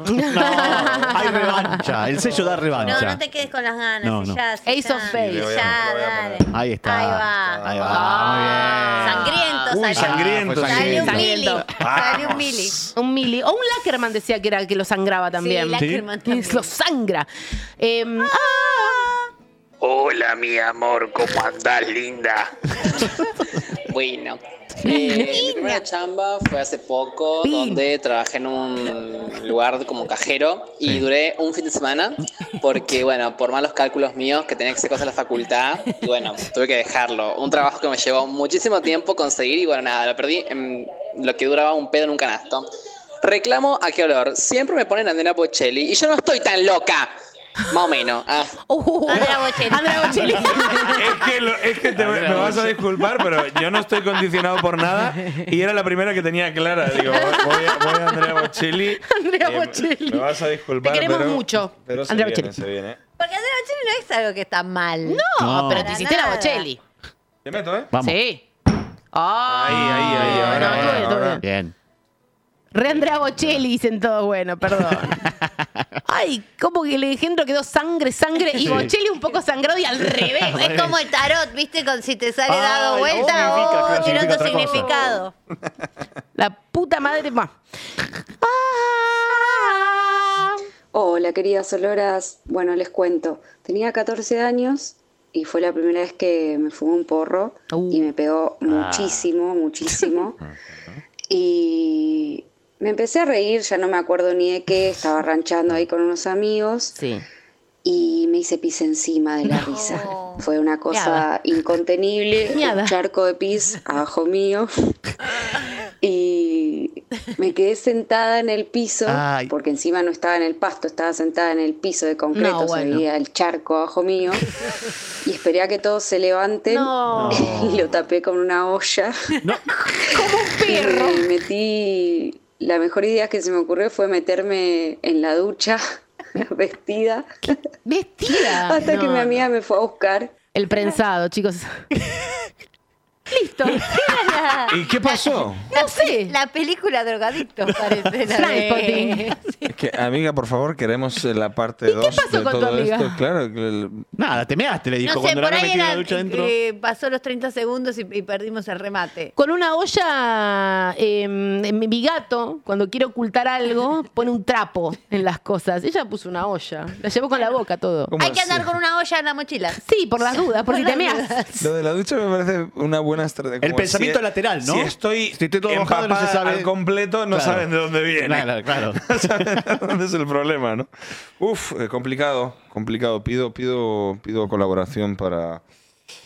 Hay revancha. El sello da No, Ah, revancha. no te quedes con las ganas. No, no. Ya, Ace of Base. Ya, dale. Ahí está. Ahí va. Ah, Ahí Ah, va. Sangriento, Muy bien. Uy, salió. sangriento, Salió un mili. Sangriento. Salió un mili. Un mili. O un Lackerman decía que era el que lo sangraba también. Sí, Lackerman Ah, Sí. también. Lo sangra. ah, Eh, Hola, mi amor, ¿cómo andás, linda? bueno, eh, mi primera chamba fue hace poco, donde trabajé en un lugar como cajero y duré un fin de semana porque, bueno, por malos cálculos míos que tenía que hacer cosas en la facultad, y bueno, tuve que dejarlo. Un trabajo que me llevó muchísimo tiempo conseguir y, bueno, nada, lo perdí en lo que duraba un pedo en un canasto. Reclamo a qué olor. Siempre me ponen Andrea Bocelli y yo no estoy tan loca. Más o menos. Ah. Andrea Bocelli. Andrea Bocelli. Es que, lo- es que te- me vas a disculpar, pero yo no estoy condicionado por nada. Y era la primera que tenía clara. Digo, voy a, voy a Andrea Bocelli. Andrea Eh, Bocelli. Me vas a disculpar. Te queremos pero- mucho, Pero se Andrea viene, Bocelli. se viene. Porque Andrea Bocelli no es algo que está mal. No, No. pero te Para hiciste la nada. Bocelli. Te meto, ¿eh? Sí. Ah. Ahí, ahí, ahí. Ahora, No, ahora, todo bien, todo ahora. Bien. Re Andrea Bocelli dicen todo bueno, perdón. Ay, como que el engendro quedó sangre, sangre y Sí. Bocelli un poco sangrado y al revés. Al revés. Es como el tarot, ¿viste? Con si te sale Ay, dado vuelta, oh, o significa, claro, tiene significa otro otra cosa. significado. La puta madre más. Ah. Hola, queridas oloras. Bueno, les cuento. Tenía 14 años y fue la primera vez que me fumé un porro Uh. y me pegó muchísimo, muchísimo. y me empecé a reír, ya no me acuerdo ni de qué, estaba ranchando ahí con unos amigos Sí. y me hice pis encima de la risa. Fue una cosa incontenible, Miada. un charco de pis abajo mío. Y me quedé sentada en el piso, porque encima no estaba en el pasto, estaba sentada en el piso de concreto, No, bueno. se veía el charco abajo mío. Y esperé a que todos se levanten No. y lo tapé con una olla. Y metí. La mejor idea que se me ocurrió fue meterme en la ducha vestida. ¿Vestida? Hasta que No, mi amiga me fue a buscar. El prensado, chicos. Listo. ¿Y qué pasó? No sé. La película drogadictos parece. la de- Es que, amiga, por favor, queremos eh, la parte 2 pasó de con tu todo amiga? esto. Claro. que el- Nada, te measte, le dijo No sé, cuando por la había ahí metido en era, la ducha dentro. eh, pasó los 30 segundos y, y perdimos el remate. Con una olla, eh, mi mi gato, cuando quiere ocultar algo, pone un trapo en las cosas. Ella puso una olla. La llevó con la boca todo. Hay que andar con una olla en la mochila. Sí, por las dudas, por si las te meas. dudas. Lo de la ducha me parece una buena estrategia. El Como pensamiento si- lateral, ¿no? Si estoy Si estoy todo mojado, no se empapada sabe- al completo, no Claro. saben de dónde viene. Claro, claro. No saben de dónde es el problema, ¿no? Uf, eh, complicado, complicado. Pido, pido, pido colaboración para.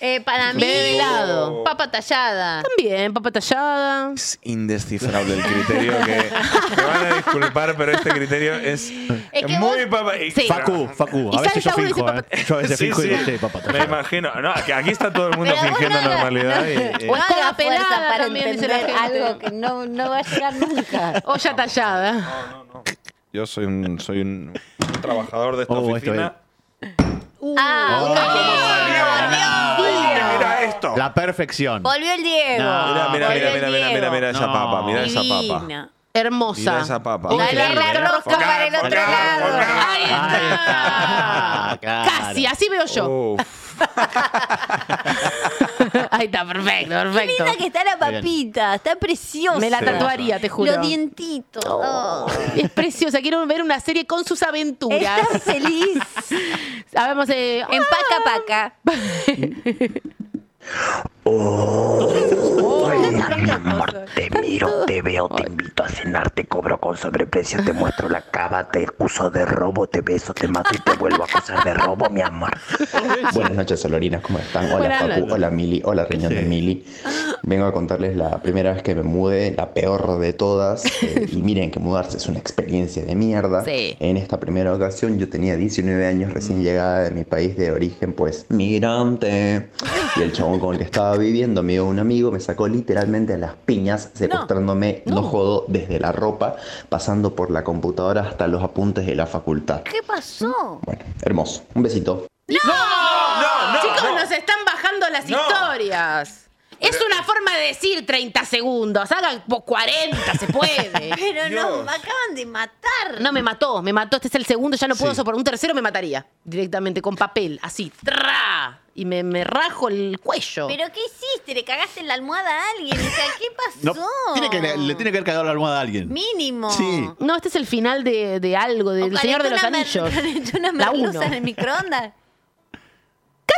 Eh, para mí, Bebe helado. papa tallada. También, papa tallada. Es indescifrable el criterio que. Me van a disculpar, pero este criterio es, Es que muy vos- papa. y- Sí. Facu, Facu. Y A sale veces yo Saúl y finjo, dice, ¿eh? Yo a veces Sí, finjo y digo, sí. "Sí, papá, Me imagino. No, que aquí está todo el mundo Pero vos fingiendo no hagas- normalidad. y- y- No haga pelada fuerza para también, dice la entender gente. algo que no, no va a llegar nunca. Olla tallada. Yo soy un, soy un trabajador de esta Oh, esto oficina. Ah, Mira esto. La perfección. volvió el Diego. No. Ah, Mira, mira, Volvió mira, el mira, mira, mira, mira esa Ah, No. papa, mira esa papa. Divina. Hermosa. Mira esa papa. Dale Increíble, la ¿eh? rosca Focá, para el otro focá, lado. focá. Ahí está. Casi, así veo yo. Uf, Ahí está, perfecto, Qué perfecto. linda que está la Muy bien. papita, está preciosa. Me la tatuaría, te juro. Los dientitos. Oh, Es preciosa, quiero ver una serie con sus aventuras. Está feliz. Sabemos. Eh, Empaca, paca. Te miro, te veo, te invito a cenar, te cobro con sobreprecio, te muestro la cava, te excuso de robo, te beso, te mato y te vuelvo a acusar de robo, mi amor. Buenas noches, Solorinas, ¿cómo están? Hola, Buenas Facu, noches. hola, Mili, hola, Riñón de Mili. Vengo a contarles la primera vez que me mudé, la peor de todas. eh, y miren que mudarse es una experiencia de mierda. Sí. En esta primera ocasión yo tenía 19 años, recién llegada de mi país de origen, pues, migrante. Y el chabón con el que estaba viviendo, amigo de un amigo, me sacó literalmente a las piñas, secuestrándome, no, jodo, desde la ropa, pasando por la computadora hasta los apuntes de la facultad. ¿Qué pasó? Hermoso. Un besito. ¡No! no, no, Chicos, no. nos están bajando las No. historias. Es una forma de decir 30 segundos. Hagan po- 40, se puede. Pero no, Dios. me acaban de matar. No, me mató, me mató. Este es el segundo, ya no puedo Sí. soportar. Un tercero me mataría directamente con papel, así, tra. Y me, me rajo el cuello. ¿Pero qué hiciste? ¿Le cagaste en la almohada a alguien? O sea, ¿qué No, pasó? tiene que, le, le tiene que haber cagado la almohada a alguien. Mínimo. Sí. No, este es el final de, de algo, de- del Calentó Señor de los una mer- Anillos. calentó una La merluza uno. en el microondas.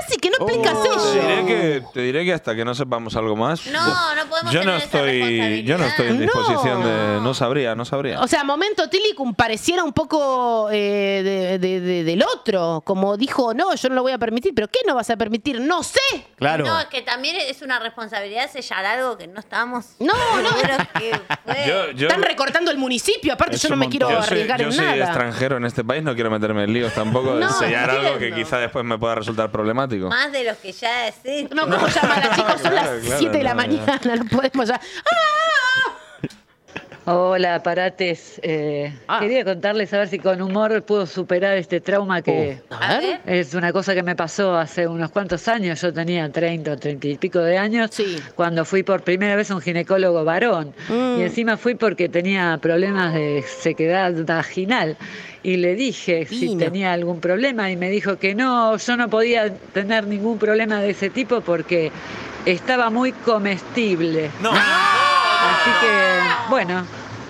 Casi que no explicas Te diré, eso. Oh. que, te diré que hasta que no sepamos algo más. No, no podemos Yo no tener esa estoy, yo no estoy en No. disposición de. No sabría, no sabría. O sea, momento Tilicum pareciera un poco eh, de- de- de- del otro. Como dijo, no, yo no lo voy a permitir. ¿Pero qué no vas a permitir? ¡No sé! No, es que también es una responsabilidad sellar algo que no estábamos. No, no. yo, yo- Están recortando el municipio. Aparte, Es yo no un me montón. quiero Yo soy- arriesgar yo en soy nada. extranjero en este país, no quiero meterme en líos tampoco. de No, enseñar algo que entiendo. quizá después me pueda resultar problemático. Más de los que ya es. No, ¿cómo llaman a chicos? Son las Claro, 7 claro, de la no, ya. mañana. No podemos ya. ¡Ah! Hola, parates. Eh, Ah. Quería contarles a ver si con humor puedo superar este trauma que Oh, es una cosa que me pasó hace unos cuantos años. Yo tenía 30 o 30 y pico de años cuando fui por primera vez a un ginecólogo varón. Mm. Y encima fui porque tenía problemas de sequedad vaginal. Y le dije si Divino. tenía algún problema y me dijo que no, yo no podía tener ningún problema de ese tipo porque estaba muy comestible. Así que, bueno,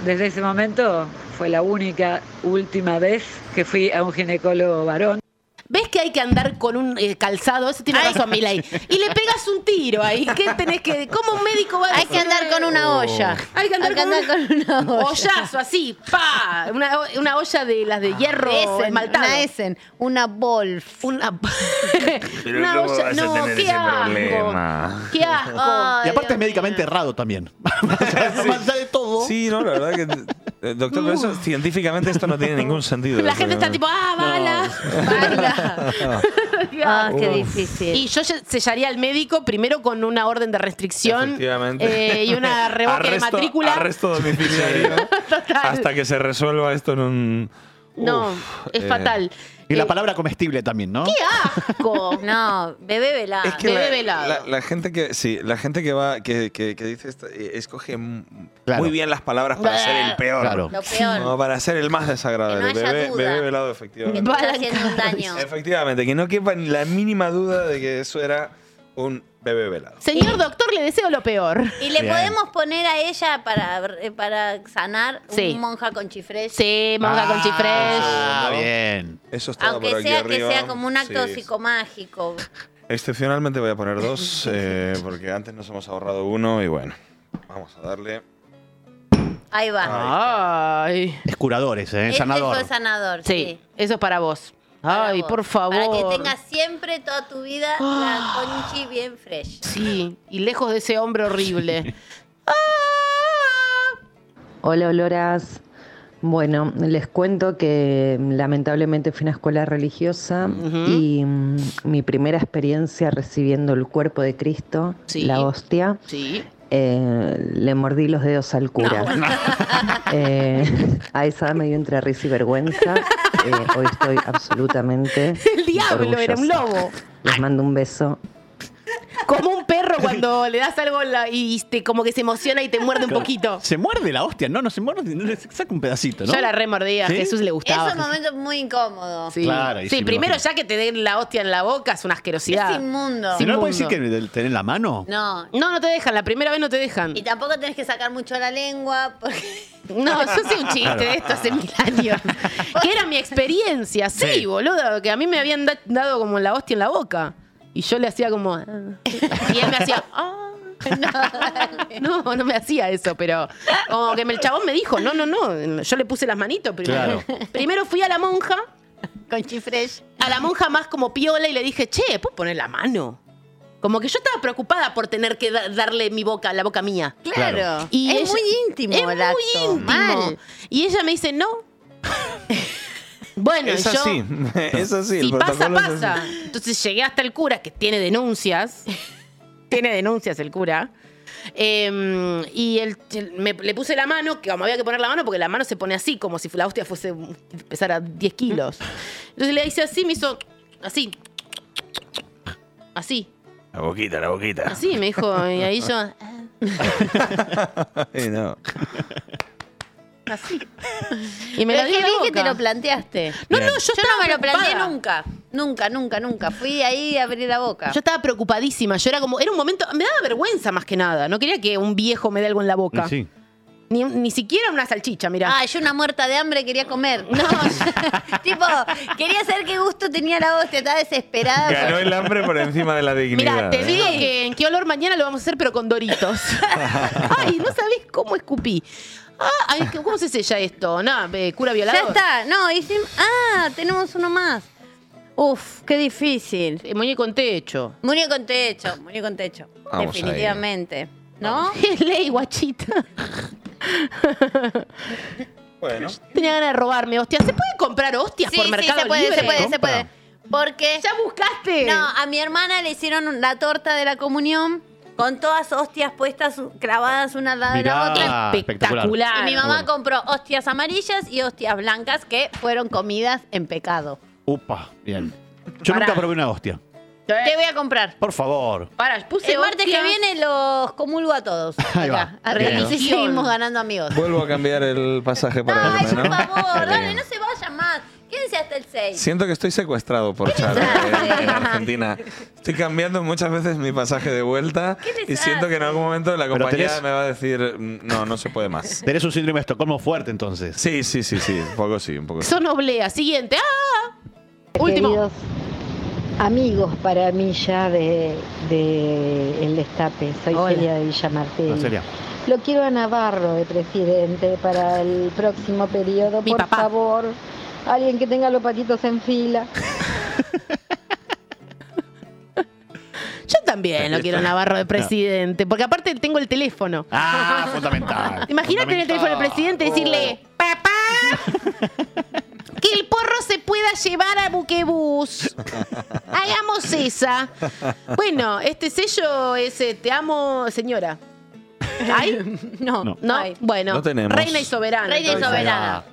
desde ese momento fue la única, última vez que fui a un ginecólogo varón. ¿Ves que hay que andar con un eh, calzado? Eso tiene razón, Milay. Y le pegas un tiro ahí. ¿Qué tenés que.? ¿Cómo un médico va a Hay que decirle- andar con Oh. una olla. Hay que andar, Hay que andar un- con una olla. Ollazo, así, pa. Una, o- una olla de las de hierro Essen, esmaltado. una Essen, una Wolf. Una. Pero una Oh, ¿cómo olla. vas a No, tener qué ese asco. problema? Qué asco. y aparte es médicamente errado también. Sí, no, la verdad que. eh, Doctor, pero eso, científicamente esto no tiene ningún sentido. La Eso gente que está no- tipo, ah, bala. Ah, qué Uf. difícil. Y yo ya- sellaría al médico primero con una orden de restricción Efectivamente. eh, y una revoque de Arresto- matrícula. Arresto domiciliario. Hasta que se resuelva esto en un. No, es eh, fatal. Y la palabra comestible también, ¿no? asco. No, bebé velado. que la- La, la gente que sí, la gente que va que, que- que dice esto, eh, escoge m- Claro. muy bien las palabras para Bah. ser el peor, Claro. Lo peor. No, para ser el más desagradable, Que no haya bebé, duda. bebé velado Que efectivamente. te está haciendo un daño. Efectivamente, que no quepa ni la mínima duda de que eso era un bebé velado. Señor doctor, le deseo lo peor. Y le Bien. podemos poner a ella para, eh, para sanar Sí. un monja con chifres. Sí, monja con chifres. Ah, bien. Eso estaba por Aunque aquí sea que arriba. sea como un acto Sí, sí. psicomágico. Excepcionalmente voy a poner dos, eh, porque antes nos hemos ahorrado uno y bueno, vamos a darle. Ahí va. Ah. Ay. Es curadores, ¿eh? Este Sanador. fue sanador, Sí, sí. eso es para vos. Ay, por favor. Ah. Para que tengas siempre toda tu vida la conchi bien fresh. Sí, y lejos de ese hombre horrible. Hola, Oloras. Bueno, les cuento que mm, lamentablemente fui a una escuela religiosa y mm, mi primera experiencia recibiendo el cuerpo de Cristo, Sí. la hostia, Sí. eh, le mordí los dedos al cura. Eh, a esa edad me dio entre risa y vergüenza. Eh, hoy estoy absolutamente. El diablo, era un orgullosa. lobo. Les mando un beso. Como un perro cuando le das algo en la- y te, como que se emociona y te muerde un Claro. poquito. Se muerde la hostia, no, no se muerde, no le saca un pedacito, ¿no? Yo la remordía, a ¿Sí? Jesús le gustaba. Es un momento muy incómodo. Sí, Claro, y Sí, sí, me primero imagino. ya que te den la hostia en la boca es una asquerosidad. Es inmundo. Si no le puedes decir que de- tenés la mano. No. No, no te dejan, la primera vez no te dejan. Y tampoco tenés que sacar mucho la lengua porque... No, yo sé un chiste de esto hace mil años. que era mi experiencia, sí, Sí. boludo, que a mí me habían da- dado como la hostia en la boca. Y yo le hacía como. ah. Y él me hacía. ah. No, no me hacía eso, pero como que el chabón me dijo, no, no, no, yo le puse las manitos primero. Primero fui a la monja, Con chifres. a la monja más como piola y le dije, che, ¿puedo poner la mano? Como que yo estaba preocupada por tener que da- darle mi boca, la boca mía. Claro. Claro. Es muy íntimo Es el muy acto. íntimo. Mal. Y ella me dice, no. bueno, es yo. así, es así. Si el pasa, protocolo es así. pasa. Entonces llegué hasta el cura, que tiene denuncias. tiene denuncias el cura. Em, y el- el- me- le puse la mano, que como había que poner la mano, porque la mano se pone así, como si la hostia fuese pesara 10 kilos. Entonces le hice así, me hizo así. Así, La boquita, la boquita. así, me dijo. Y ahí yo, Ay, no. así. Y me la Pero dio qué en la bien que boca. te lo planteaste. No, no, yo estaba no me lo preocupada. planteé nunca. Nunca, nunca, nunca. Fui ahí a abrir la boca. Yo estaba preocupadísima. Yo era como, era un momento, me daba vergüenza más que nada. No quería que un viejo me dé algo en la boca. Sí. Ni, ni siquiera una salchicha, mirá. Ah, yo una muerta de hambre quería comer. No, yo- tipo, quería saber qué gusto tenía la hostia, estaba desesperada. Ganó el hambre por encima de la dignidad. Ah. Mirá, te ¿eh? digo que en qué olor mañana lo vamos a hacer, pero con doritos. Ay, no sabés cómo escupí. Ah, ay, ¿cómo se sella esto? Nada, eh, cura Ya violador. está, no, hicimos. Ah, tenemos uno más. Uf, qué difícil. Eh, muñeco con techo. Muñeco con techo, muñeco con techo. Vamos ahí. Definitivamente. ¿No? Es ley, guachita. Bueno. Tenía ganas de robarme hostias. ¿Se puede comprar hostias Sí, por sí, mercado se puede, Libre? se puede, se puede. Porque. ¿Ya buscaste? No, a mi hermana le hicieron un- la torta de la comunión con todas hostias puestas, clavadas una al lado de Mirá, la otra. espectacular. Y mi mamá Bueno. compró hostias amarillas y hostias blancas que fueron comidas en pecado. Upa, bien. Mm. Yo Pará. nunca probé una hostia. Te voy a comprar. Por favor. Para, puse El martes que hostias. viene los comulgo a todos. Ahí va. Acá. Arriba, Bien. y si seguimos ganando amigos. Vuelvo a cambiar el pasaje para Ay, verme, por ¿no? favor, dale, no se vayan más. Quédense hasta el 6. Siento que estoy secuestrado por Charo eh, en Argentina. Estoy cambiando muchas veces mi pasaje de vuelta y siento que en algún momento la Pero compañía tenés- me va a decir, "Mm, no, no se puede más. Tenés un síndrome de Estocolmo fuerte entonces. Sí, sí, sí, sí, un poco sí, un poco sí. Son obleas. Siguiente. ¡Ah! Último. Queridos amigos para mí ya de, de El Destape, soy Celia de Villa Martín. No, Celia. Lo quiero a Navarro de presidente para el próximo periodo, por favor. Alguien que tenga los patitos en fila. Yo también lo quiero a Navarro de presidente, porque aparte tengo el teléfono. Ah, fundamental. Imagínate en el teléfono del presidente y decirle, papá, que el porro se pueda llevar a buquebús. Hagamos esa. Bueno, este sello es eh, Te amo, señora. ¿Hay? No, No. no. Bueno, No tenemos. reina y soberana. Reina y entonces. soberana.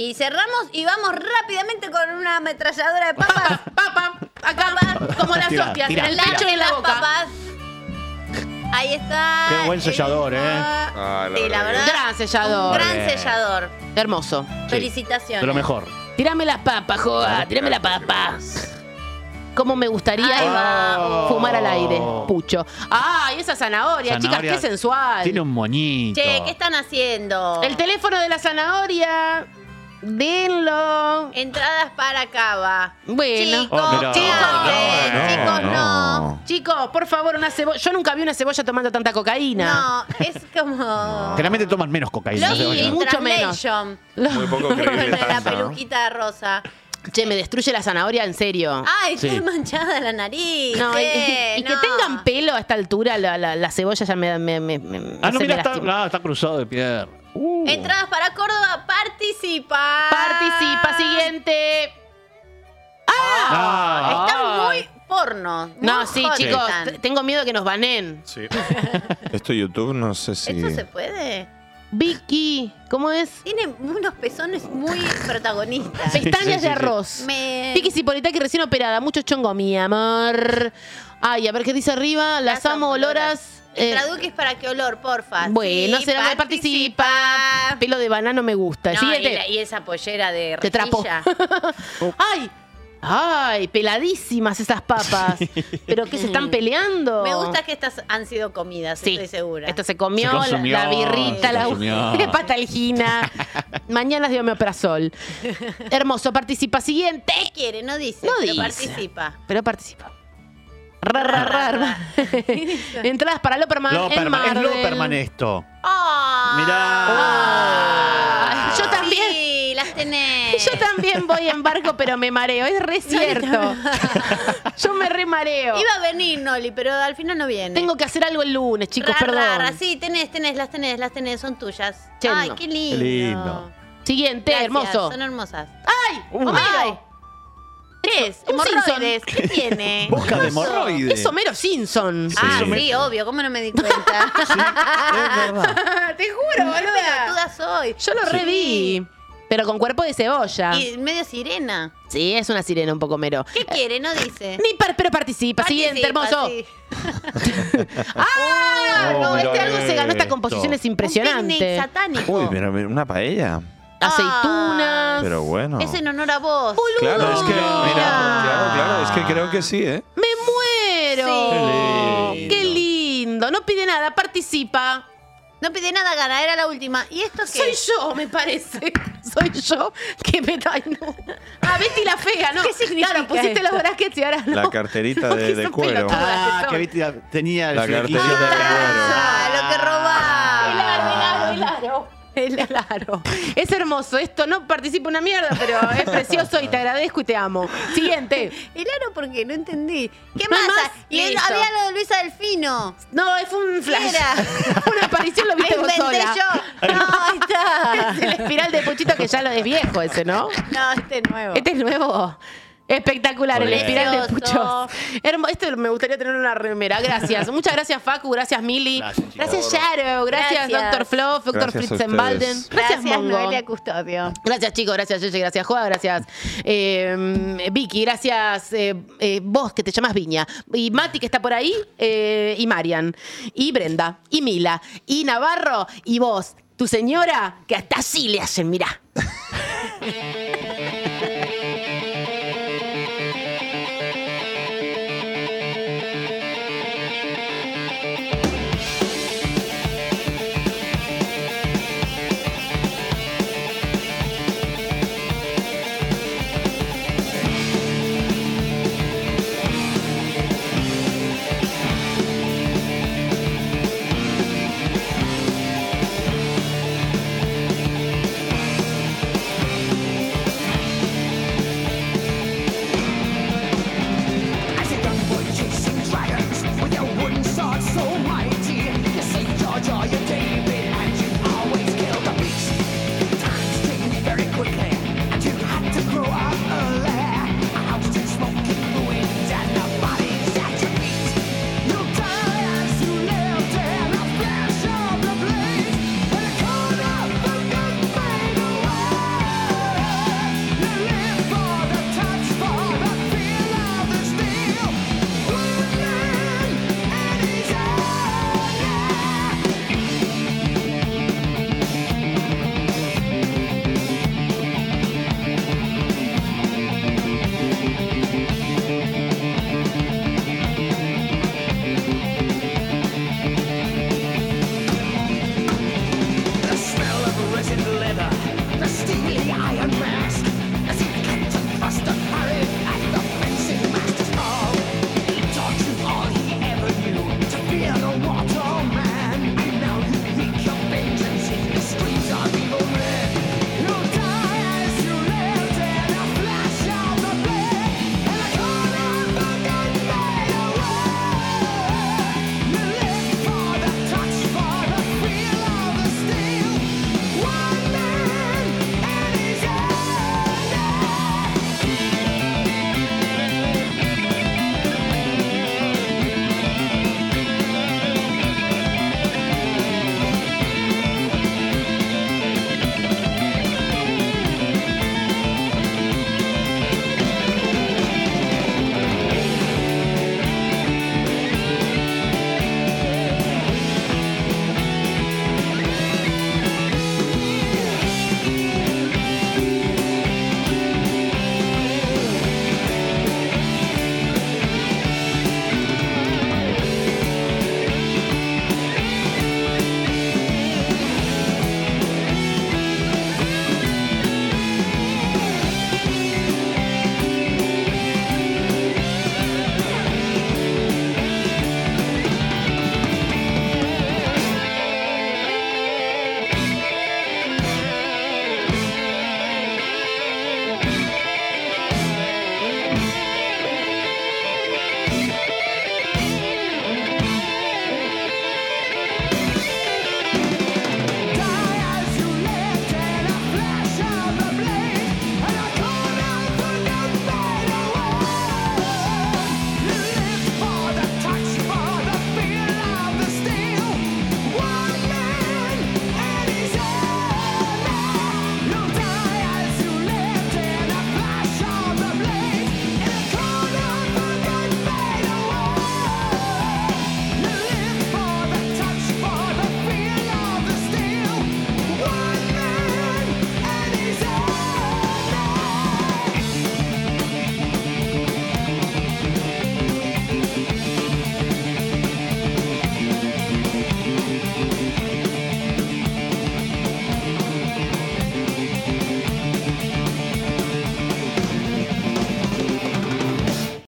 Y cerramos y vamos rápidamente con una ametralladora de papas. Papa, acá como las Tira, hostias, tira, en el tira. nacho y en la Las boca. papas. Ahí está. Qué buen sellador, ¿eh? Ah, la Sí, la verdad que- verdad, Gran sellador. un gran Bien. sellador. Hermoso. Felicitaciones. De lo mejor. Tírame las papas, Joa, tírame las papas. Como me gustaría fumar al aire, pucho. Ay, esa zanahoria, Zanahoria chicas, qué sensual. Tiene un moñito. Che, ¿qué están haciendo? El teléfono de la zanahoria. Denlo. Entradas para Cava. Bueno. Chicos, Oh, mirá. ¿qué hacen? No, Chicos, no. no. Chicos, por favor, una cebolla. Yo nunca vi una cebolla tomando tanta cocaína. es como... Generalmente toman menos cocaína. Lost no se in vayan. mucho menos. Translation. Muy poco Con creíble la tanto, ¿no? peluquita rosa. Che, me destruye la zanahoria en serio. Ay, está Sí. manchada la nariz. No, y, eh, y- y que no. tengan pelo a esta altura, la, la- la cebolla ya me, me, me- me- Ah, se no, mira, me está, uh. lastima. ah, está cruzado de piedra. Entradas para Córdoba, participa. Participa, siguiente. Ah, Están Ay. muy porno. muy No, sí, hot chicos, están. t- tengo miedo que nos banen. Sí. Esto YouTube no sé si... ¿Se puede? Vicky, ¿cómo es? Tiene unos pezones muy protagonistas. Pestañas de arroz. Vicky Cipolita que recién operada. Mucho chongo, mi amor. Ay, a ver qué dice arriba. Las, amo, Loras. Eh, Traduques para qué olor, porfa. bueno, Sí, será que participa. Pelo de banano me gusta. No, y, Siguiente. la- y esa pollera de Te trapo. rejilla. ¡Ay! ¡Ay! Peladísimas esas papas. ¿Pero qué se están peleando? Me gusta que estas han sido comidas, estoy segura. Esto se comió, Se la- consumió, Ah. la, birrita, se la consumió. patalgina. Mañana dio omeprazol. Hermoso, participa. Siguiente. ¿Qué quiere? No dice. No pero dice. participa. Pero participa. Ra, ra, ra, ra. Entradas para Loperman, en Loperman, es Marvel. Loperman esto. Yo también. Sí, las tenés. Yo también voy en barco, pero me mareo. Es re cierto. Yo me re mareo. Iba a venir Noli, pero al final no viene. Tengo que hacer algo el lunes, chicos, Ra, perdón. ra, ra. Sí, tenés, tenés, las tenés, las tenés, son tuyas. Che, Ay, no. qué lindo. Siguiente, Gracias, hermoso. Son hermosas. ¡Ay! ¡Ay! Tres, Un Simpson. hemorroides. ¿Qué tiene? Boca de Es hemorroides. Homero Simpson. Ah, sí, obvio, ¿cómo no me di cuenta? Te juro, boluda. soy. Yo lo reví. Pero con cuerpo de cebolla. Y medio sirena. Sí, es una sirena un poco mero. ¿Qué quiere? No dice. Ni par- pero participa. Siguiente, hermoso. sí. ¡Ah! Oh, no, pero este algo se ganó. Esta eh. esto. composición es impresionante. Uy, pero una paella. Aceitunas. Pero bueno. Es en honor a vos. Claro, es que. Mira, claro, claro, es que creo que sí, ¿eh? ¡Me muero! Sí. ¡Qué lindo! No pide nada, participa. No pide nada, gana, era la última. ¿Y esto Soy qué? yo, me parece. Soy yo que me da. A Ah, Betty la fea, ¿no? ¿Qué significa Claro, pusiste esto? los brackets y ahora no. La carterita de, de cuero. Ah, que viste, la- tenía el La flequillo. carterita de Ah, lo que robaba. Ah, El aro, el aro. El aro. Es hermoso esto, no participa una mierda, pero es precioso y te agradezco y te amo. Siguiente. El aro porque no entendí. ¿Qué No hay pasa? más. Y él- Listo. había lo de Luisa Delfino. No, fue un flash. Fue una aparición, lo viste Ahí vos inventé sola. yo. No, ahí está. Es el espiral de Puchito que ya lo es viejo ese, ¿no? No, este es nuevo. Este es nuevo. Espectacular, el Bien. espiral de Precioso. puchos. Hermo- Esto me gustaría tener una remera. Gracias. Muchas gracias, Facu. Gracias, Mili. Gracias, Shadow. Gracias, Gracias. Dr. Fluff, Dr. Gracias a Fritzenbalden. ustedes. Gracias, Gracias, Mongo. Noelia Custodio. Gracias, chicos. Gracias, Yeye. Gracias, Juan. Gracias, eh, Vicky. Gracias, eh, eh, vos, que te llamas Viña. Y Mati, que está por ahí. eh, y Marian. Y Brenda. Y Mila. Y Navarro. Y vos, tu señora, que hasta así le hacen, mirá.